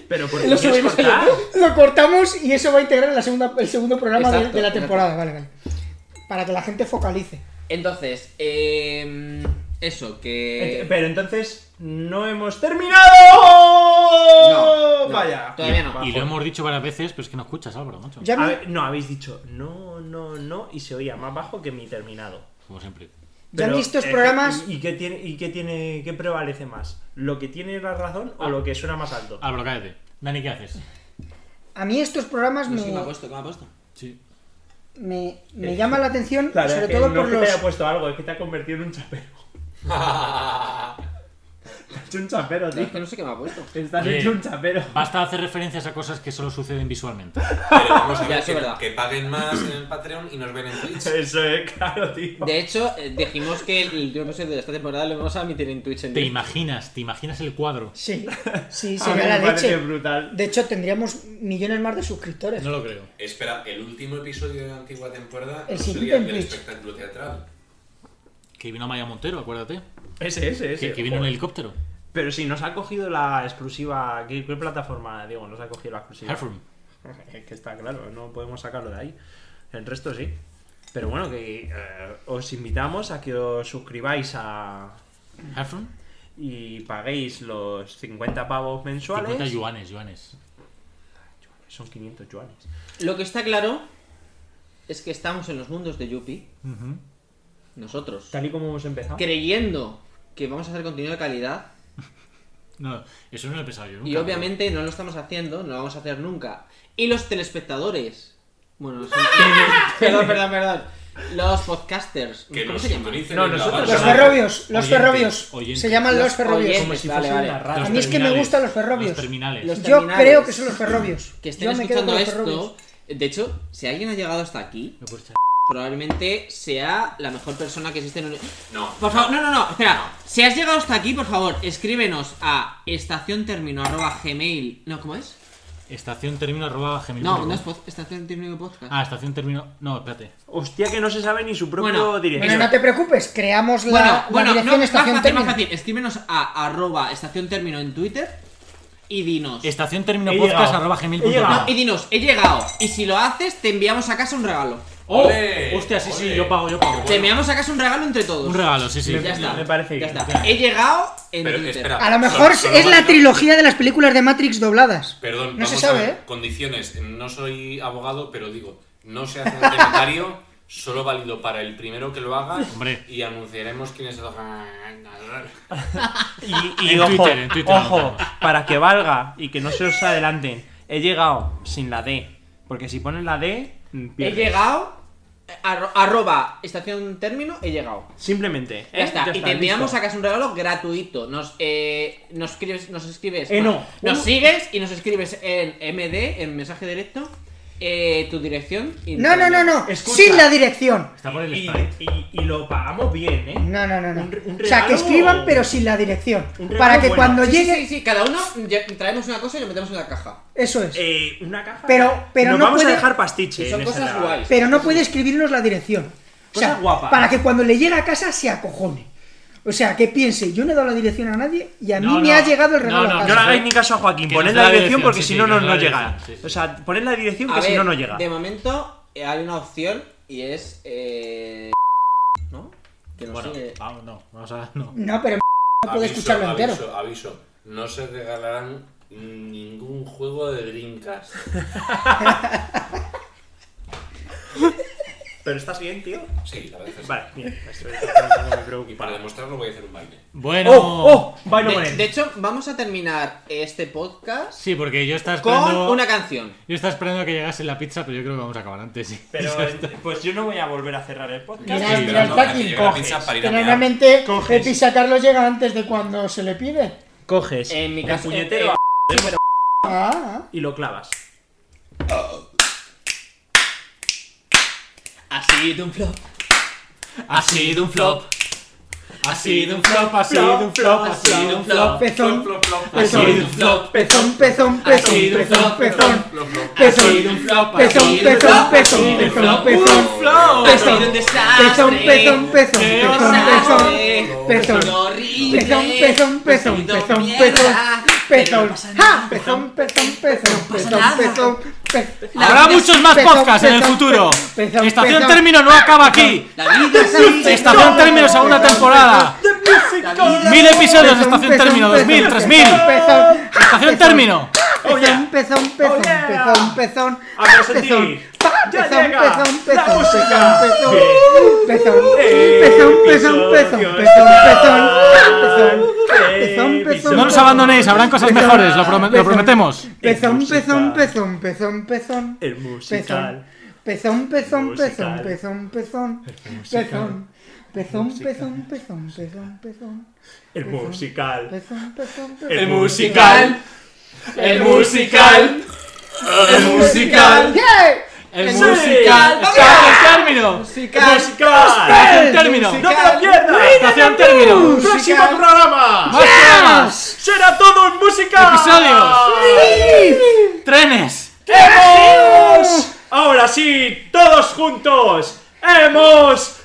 [SPEAKER 2] Pero por
[SPEAKER 4] Lo
[SPEAKER 2] qué quieres
[SPEAKER 4] subimos a
[SPEAKER 2] cortar?
[SPEAKER 5] Lo cortamos y eso va a integrar en la segunda, el segundo programa de-
[SPEAKER 4] Exacto,
[SPEAKER 5] de la
[SPEAKER 4] exacto.
[SPEAKER 5] temporada, vale, vale. Para que la gente focalice.
[SPEAKER 4] Entonces, eh, eso, que.
[SPEAKER 2] Ent- Eh, Pero entonces no hemos terminado.
[SPEAKER 4] No, no,
[SPEAKER 2] ¡Oh! Vaya.
[SPEAKER 4] todavía no.
[SPEAKER 3] Y lo hemos dicho varias veces, pero es que no escuchas, Álvaro, macho.
[SPEAKER 5] Ya
[SPEAKER 2] A
[SPEAKER 5] no-
[SPEAKER 2] ver, no, habéis dicho no, no, no y se oía más bajo que mi terminado.
[SPEAKER 3] Como siempre.
[SPEAKER 5] Ya en estos
[SPEAKER 2] eh,
[SPEAKER 5] programas-
[SPEAKER 2] ¿Y, y qué tiene, y qué tiene, qué prevalece más? ¿Lo que tiene la razón o lo que suena más alto?
[SPEAKER 3] Álvaro, cállate. Dani, ¿qué haces?
[SPEAKER 5] a mí estos programas
[SPEAKER 4] No sé qué me ha
[SPEAKER 5] me,
[SPEAKER 4] puesto, qué me ha puesto.
[SPEAKER 3] Sí.
[SPEAKER 5] me, me llama la atención,
[SPEAKER 2] Eh, Claro,
[SPEAKER 5] sobre
[SPEAKER 2] es que
[SPEAKER 5] todo
[SPEAKER 2] no
[SPEAKER 5] por
[SPEAKER 2] es que
[SPEAKER 5] los.
[SPEAKER 2] te haya puesto algo, es que te ha convertido en un chapero. Te has hecho un chapero,
[SPEAKER 4] No,
[SPEAKER 2] tío.
[SPEAKER 4] es que no sé qué me ha puesto.
[SPEAKER 2] Estás
[SPEAKER 3] Oye,
[SPEAKER 2] hecho un chapero.
[SPEAKER 3] Basta de hacer referencias a cosas que solo suceden visualmente.
[SPEAKER 6] Pero vamos a
[SPEAKER 4] Ya,
[SPEAKER 6] ver
[SPEAKER 4] eso
[SPEAKER 6] que,
[SPEAKER 4] es verdad.
[SPEAKER 6] que paguen más en el Patreon y nos ven en Twitch.
[SPEAKER 2] Eso es, claro, tío.
[SPEAKER 4] De hecho, eh, dijimos que el último episodio de esta temporada lo vamos a emitir en Twitch en
[SPEAKER 3] Te
[SPEAKER 4] directo.
[SPEAKER 3] imaginas, te imaginas el cuadro.
[SPEAKER 5] Sí, sí,
[SPEAKER 2] A mí
[SPEAKER 5] sería la
[SPEAKER 2] me parece
[SPEAKER 5] leche.
[SPEAKER 2] brutal.
[SPEAKER 5] De hecho, tendríamos millones más de suscriptores.
[SPEAKER 3] No lo creo.
[SPEAKER 6] Espera, el último episodio de la antigua temporada
[SPEAKER 5] El
[SPEAKER 6] no
[SPEAKER 5] siguiente
[SPEAKER 6] sería
[SPEAKER 5] en
[SPEAKER 6] el del
[SPEAKER 5] Twitch.
[SPEAKER 6] espectáculo teatral.
[SPEAKER 3] Que vino Maya Montero, acuérdate.
[SPEAKER 2] Ese, ese, ese.
[SPEAKER 3] Que, que vino en
[SPEAKER 2] Joder.
[SPEAKER 3] helicóptero.
[SPEAKER 2] Pero si nos ha cogido la exclusiva. ¿Qué, qué plataforma, digo, nos ha cogido la exclusiva?
[SPEAKER 3] Hearthroom.
[SPEAKER 2] Es que está claro, no podemos sacarlo de ahí. El resto sí. Pero bueno, que eh, os invitamos a que os suscribáis a
[SPEAKER 3] Hearthroom.
[SPEAKER 2] y paguéis los 50 pavos mensuales.
[SPEAKER 3] 50 yuanes, yuanes.
[SPEAKER 2] Son 500 yuanes.
[SPEAKER 4] Lo que está claro es que estamos en los mundos de Yuppie,
[SPEAKER 3] Ujú.
[SPEAKER 4] nosotros,
[SPEAKER 2] Tal y como hemos empezado.
[SPEAKER 4] creyendo que vamos a hacer contenido de calidad
[SPEAKER 3] No, eso no lo he pensado yo nunca.
[SPEAKER 4] y obviamente no lo estamos haciendo, no lo vamos a hacer nunca. Y los telespectadores, bueno, son- perdón, perdón, perdón, los podcasters,
[SPEAKER 6] Que
[SPEAKER 4] ¿cómo
[SPEAKER 6] nos
[SPEAKER 4] se llaman?
[SPEAKER 6] sintonicen
[SPEAKER 2] No,
[SPEAKER 6] en la
[SPEAKER 2] nosotros
[SPEAKER 5] Los
[SPEAKER 6] banda.
[SPEAKER 2] no.
[SPEAKER 5] ferrovios, los
[SPEAKER 3] Oyentes,
[SPEAKER 5] ferrovios.
[SPEAKER 3] oyentes.
[SPEAKER 5] Se llaman los
[SPEAKER 4] Los
[SPEAKER 5] ferrovios.
[SPEAKER 4] oyentes.
[SPEAKER 2] Como si
[SPEAKER 4] Vale,
[SPEAKER 2] fuese
[SPEAKER 4] vale.
[SPEAKER 2] una
[SPEAKER 3] Los
[SPEAKER 2] rata.
[SPEAKER 5] A mí es que me
[SPEAKER 3] terminales,
[SPEAKER 5] gustan los ferrobios.
[SPEAKER 3] Los terminales.
[SPEAKER 4] Los-
[SPEAKER 5] Yo
[SPEAKER 4] terminales.
[SPEAKER 5] creo que son los ferrobios.
[SPEAKER 4] Que estén
[SPEAKER 5] Yo me quedo
[SPEAKER 4] escuchando
[SPEAKER 5] con los
[SPEAKER 4] esto,
[SPEAKER 5] ferrobios.
[SPEAKER 4] de hecho, si alguien ha llegado hasta aquí,
[SPEAKER 3] Lo puedes echar.
[SPEAKER 4] probablemente sea la mejor persona que existe en un...
[SPEAKER 6] No,
[SPEAKER 4] Por favor, no, no, no, espera. Si has llegado hasta aquí, por favor, escríbenos a estaciontermino.gmail. No, ¿cómo es?
[SPEAKER 3] Estación termino arroba gmail punto
[SPEAKER 4] No,
[SPEAKER 3] com.
[SPEAKER 4] no es pod- estaciontermino podcast.
[SPEAKER 3] Ah, estación termino. No, espérate.
[SPEAKER 2] Hostia, que no se sabe ni su propio
[SPEAKER 4] Bueno,
[SPEAKER 2] directo.
[SPEAKER 5] Bueno, no te preocupes, creamos la,
[SPEAKER 4] bueno,
[SPEAKER 5] la
[SPEAKER 4] bueno, no,
[SPEAKER 5] dirección
[SPEAKER 4] más
[SPEAKER 5] estación
[SPEAKER 4] fácil,
[SPEAKER 5] término.
[SPEAKER 4] más fácil. Escríbenos a arroba estaciontermino en Twitter y dinos.
[SPEAKER 3] Estación termino
[SPEAKER 2] He
[SPEAKER 3] podcast
[SPEAKER 2] llegado.
[SPEAKER 3] arroba gmail
[SPEAKER 2] He
[SPEAKER 3] punto com.
[SPEAKER 2] llegado.
[SPEAKER 4] No, y dinos, he llegado. Y si lo haces, te enviamos a casa un regalo.
[SPEAKER 3] ¡Oh!
[SPEAKER 6] Ole,
[SPEAKER 3] Hostia, sí, sí,
[SPEAKER 6] ole.
[SPEAKER 3] yo pago, yo pago.
[SPEAKER 4] Te enviamos a casa un regalo entre todos.
[SPEAKER 3] Un regalo, sí, sí.
[SPEAKER 2] Me-
[SPEAKER 4] Ya está.
[SPEAKER 2] me parece
[SPEAKER 4] ya
[SPEAKER 2] bien.
[SPEAKER 4] está. He llegado en
[SPEAKER 6] pero
[SPEAKER 4] Twitter.
[SPEAKER 6] espera.
[SPEAKER 5] A lo mejor
[SPEAKER 6] solo- solo
[SPEAKER 5] es la
[SPEAKER 6] vamos-
[SPEAKER 5] trilogía de las películas de Matrix dobladas.
[SPEAKER 6] Perdón,
[SPEAKER 5] no se
[SPEAKER 6] vamos a
[SPEAKER 5] sabe,
[SPEAKER 6] ver,
[SPEAKER 5] ¿eh?
[SPEAKER 6] Condiciones, no soy abogado, pero digo, no se hace un comentario solo válido para el primero que lo haga.
[SPEAKER 3] Hombre.
[SPEAKER 6] Y anunciaremos quiénes lo hagan.
[SPEAKER 4] este
[SPEAKER 2] Y, y
[SPEAKER 3] En
[SPEAKER 2] ojo,
[SPEAKER 3] Twitter, en Twitter lo
[SPEAKER 2] ojo,
[SPEAKER 3] notamos.
[SPEAKER 2] para que valga y que no se os adelanten, he llegado sin la D. Porque si ponen la D, mm,
[SPEAKER 4] He
[SPEAKER 2] pierdes.
[SPEAKER 4] llegado. eh, arro- arroba estación término, he llegado.
[SPEAKER 2] Simplemente.
[SPEAKER 4] Ya
[SPEAKER 2] ¿eh?
[SPEAKER 4] está, y te enviamos
[SPEAKER 2] listo.
[SPEAKER 4] a casa un regalo gratuito. Nos, eh, nos escribes, nos escribes.
[SPEAKER 2] Eh, no.
[SPEAKER 4] bueno, Nos
[SPEAKER 2] Un-
[SPEAKER 4] sigues y nos escribes en MD, en mensaje directo, eh, tu dirección. y
[SPEAKER 5] No, no, no, no.
[SPEAKER 2] Escucha.
[SPEAKER 5] Sin la dirección.
[SPEAKER 3] Está por el
[SPEAKER 2] Y,
[SPEAKER 3] Sprite.
[SPEAKER 2] y- y lo pagamos bien, ¿eh?
[SPEAKER 5] No, no, no, no.
[SPEAKER 2] Un re- un
[SPEAKER 5] o sea, que
[SPEAKER 2] regalo
[SPEAKER 5] escriban
[SPEAKER 2] o-
[SPEAKER 5] pero sin la dirección.
[SPEAKER 2] Un regalo
[SPEAKER 5] Para que
[SPEAKER 2] bueno.
[SPEAKER 5] cuando
[SPEAKER 4] Sí,
[SPEAKER 5] llegue...
[SPEAKER 4] sí, sí, cada uno lle- traemos una cosa y lo metemos en la caja.
[SPEAKER 5] Eso es.
[SPEAKER 2] Eh, una caja.
[SPEAKER 5] Pero- pero
[SPEAKER 2] Nos
[SPEAKER 5] no
[SPEAKER 2] vamos
[SPEAKER 5] puede-
[SPEAKER 2] a dejar
[SPEAKER 4] Y
[SPEAKER 2] pastiche.
[SPEAKER 4] son
[SPEAKER 2] en esa
[SPEAKER 4] cosas
[SPEAKER 2] edad.
[SPEAKER 4] guays.
[SPEAKER 5] Pero no puede escribirnos la dirección. O sea,
[SPEAKER 11] Cosas guapas.
[SPEAKER 5] Para que cuando le llegue a casa se acojone. O sea, que piense, yo no he dado la dirección a nadie y a mí
[SPEAKER 3] No,
[SPEAKER 5] me
[SPEAKER 3] no.
[SPEAKER 5] ha llegado el
[SPEAKER 3] No,
[SPEAKER 5] regalo
[SPEAKER 3] no,
[SPEAKER 5] a
[SPEAKER 2] No le
[SPEAKER 5] casa.
[SPEAKER 2] hagáis ni caso a Joaquín,
[SPEAKER 3] Que
[SPEAKER 2] poned
[SPEAKER 3] nos
[SPEAKER 2] la
[SPEAKER 3] da la
[SPEAKER 2] dirección
[SPEAKER 3] dirección,
[SPEAKER 2] porque
[SPEAKER 3] sí,
[SPEAKER 2] si
[SPEAKER 3] sí,
[SPEAKER 2] no,
[SPEAKER 3] que
[SPEAKER 2] no
[SPEAKER 3] nos
[SPEAKER 2] nos
[SPEAKER 3] da la
[SPEAKER 2] llega.
[SPEAKER 3] dirección, sí, sí.
[SPEAKER 2] O sea, poned la dirección
[SPEAKER 4] A
[SPEAKER 2] que si
[SPEAKER 4] ver,
[SPEAKER 2] no, no llega.
[SPEAKER 4] De momento eh, hay una opción y es. eh, ¿No? Que no
[SPEAKER 3] Bueno,
[SPEAKER 4] sé.
[SPEAKER 3] vamos, no, vamos a. No.
[SPEAKER 5] No, pero no puede
[SPEAKER 6] Aviso,
[SPEAKER 5] escucharlo entero.
[SPEAKER 6] Aviso, aviso. No se regalarán ningún juego de Dreamcast.
[SPEAKER 2] Pero estás bien, tío.
[SPEAKER 6] Sí, la verdad es que sí.
[SPEAKER 2] Vale, bien.
[SPEAKER 6] Y para demostrarlo voy a hacer un baile.
[SPEAKER 3] Bueno.
[SPEAKER 2] ¡Oh! ¡Oh! Vaino
[SPEAKER 4] De,
[SPEAKER 2] Moreno.
[SPEAKER 4] de hecho, vamos a terminar este podcast
[SPEAKER 3] Sí, porque yo estaba
[SPEAKER 4] con
[SPEAKER 3] esperando.
[SPEAKER 4] una canción.
[SPEAKER 3] Yo estaba esperando que llegase la pizza, pero yo creo que vamos a acabar antes. sí.
[SPEAKER 2] Pero pues yo no voy a volver a cerrar el podcast.
[SPEAKER 5] Mira,
[SPEAKER 3] Sí,
[SPEAKER 5] mira el
[SPEAKER 6] no, que
[SPEAKER 5] packing,
[SPEAKER 6] llegue la
[SPEAKER 5] coges.
[SPEAKER 6] pizza para ir a
[SPEAKER 5] Que
[SPEAKER 6] mear.
[SPEAKER 5] normalmente
[SPEAKER 2] Coges.
[SPEAKER 5] el pizza Carlos llega antes de cuando se le pide.
[SPEAKER 2] Coges
[SPEAKER 4] En mi
[SPEAKER 2] el
[SPEAKER 4] caso,
[SPEAKER 2] puñetero
[SPEAKER 4] eh,
[SPEAKER 2] a-
[SPEAKER 5] Ah,
[SPEAKER 2] y lo clavas.
[SPEAKER 4] Ha sido un flop.
[SPEAKER 3] Ha sido un flop. Ha sido un flop, ha sido un flop, ha sido un
[SPEAKER 5] ah.
[SPEAKER 3] flop.
[SPEAKER 5] pezón,
[SPEAKER 6] Flop, flop, flop,
[SPEAKER 3] Ha
[SPEAKER 5] pezón,
[SPEAKER 3] sido un flop.
[SPEAKER 5] pezón, pezón,
[SPEAKER 3] Ha
[SPEAKER 5] pezón,
[SPEAKER 3] sido un
[SPEAKER 5] pezón,
[SPEAKER 3] flop,
[SPEAKER 5] pezón,
[SPEAKER 6] flop, flop.
[SPEAKER 5] pezón,
[SPEAKER 3] sido un flop, ha
[SPEAKER 5] pezón,
[SPEAKER 3] sido un flop,
[SPEAKER 5] pezón,
[SPEAKER 3] ha
[SPEAKER 5] pezón,
[SPEAKER 3] sido un
[SPEAKER 5] pezón,
[SPEAKER 3] flop.
[SPEAKER 5] pezón.
[SPEAKER 4] ¡Flop!
[SPEAKER 5] Ha sido un Pezón, pezón, pezón,
[SPEAKER 3] Qué
[SPEAKER 5] pezón,
[SPEAKER 4] desastre.
[SPEAKER 5] pezón, pezón.
[SPEAKER 4] horrible.
[SPEAKER 5] Pezón, pezón, pezón,
[SPEAKER 4] Sonido
[SPEAKER 5] pezón, pezón,
[SPEAKER 4] mierda. Pero
[SPEAKER 5] pezón,
[SPEAKER 4] no pasa
[SPEAKER 5] ¡Ja!
[SPEAKER 4] nada.
[SPEAKER 5] pezón, pezón, pezón,
[SPEAKER 4] pasa
[SPEAKER 5] pezón,
[SPEAKER 4] nada.
[SPEAKER 5] pezón, pe-
[SPEAKER 4] La
[SPEAKER 3] Habrá
[SPEAKER 4] vida es
[SPEAKER 3] muchos más
[SPEAKER 5] pezón,
[SPEAKER 3] podcasts en el
[SPEAKER 5] pezón,
[SPEAKER 3] futuro.
[SPEAKER 5] pezón,
[SPEAKER 3] Estación
[SPEAKER 5] pezón.
[SPEAKER 3] Término no acaba aquí.
[SPEAKER 4] La vida es así.
[SPEAKER 3] Estación Término segunda
[SPEAKER 5] pezón,
[SPEAKER 3] temporada.
[SPEAKER 4] La vida
[SPEAKER 3] Mil episodios de
[SPEAKER 5] Pezón,
[SPEAKER 3] Estación
[SPEAKER 5] pezón,
[SPEAKER 3] Término,
[SPEAKER 5] pezón,
[SPEAKER 3] 2000,
[SPEAKER 5] pezón,
[SPEAKER 3] 3000.
[SPEAKER 5] pezón, ¡ja!
[SPEAKER 3] Estación
[SPEAKER 5] Pezón.
[SPEAKER 3] Término.
[SPEAKER 5] Pezón, pezón, pezón, pezón, pezón.
[SPEAKER 2] A
[SPEAKER 5] ¡Ah!
[SPEAKER 2] presentir.
[SPEAKER 5] ¡Pa!
[SPEAKER 2] Ya
[SPEAKER 5] Pezón,
[SPEAKER 2] llega
[SPEAKER 5] pezón,
[SPEAKER 2] la
[SPEAKER 5] pezón,
[SPEAKER 2] música.
[SPEAKER 5] pezón,
[SPEAKER 2] Bien.
[SPEAKER 5] pezón,
[SPEAKER 2] Eh,
[SPEAKER 5] pezón, pezón,
[SPEAKER 2] episodio
[SPEAKER 5] pezón, pezón,
[SPEAKER 2] especial.
[SPEAKER 5] pezón,
[SPEAKER 2] Eh,
[SPEAKER 5] pezón, pezón.
[SPEAKER 3] No nos abandonéis, habrán cosas
[SPEAKER 5] Pezón,
[SPEAKER 3] mejores, lo, prome- lo
[SPEAKER 5] pezón,
[SPEAKER 3] prometemos.
[SPEAKER 5] Pezón,
[SPEAKER 2] Música.
[SPEAKER 5] pezón, pezón, pezón, pezón.
[SPEAKER 2] El musical.
[SPEAKER 5] Pezón, pezón, pezón,
[SPEAKER 2] Musical.
[SPEAKER 5] pezón, pezón. Pezón. Pezón, pezón, pezón, pezón, pezón.
[SPEAKER 2] El musical.
[SPEAKER 5] Pezón, pezón, pezón.
[SPEAKER 2] El musical.
[SPEAKER 3] El musical. El musical.
[SPEAKER 5] ¡Yeah!
[SPEAKER 3] El
[SPEAKER 2] Sí.
[SPEAKER 3] musical. Estación Término.
[SPEAKER 4] Musical.
[SPEAKER 2] ¡Musical!
[SPEAKER 3] Estación Término.
[SPEAKER 2] ¡No te lo pierdas!
[SPEAKER 3] Estación Término.
[SPEAKER 2] ¡Próximo programa!
[SPEAKER 3] Más programas.
[SPEAKER 2] ¡Será todo en música!
[SPEAKER 3] Episodios. Trenes.
[SPEAKER 2] ¡Hemos! Ahora sí, todos juntos, hemos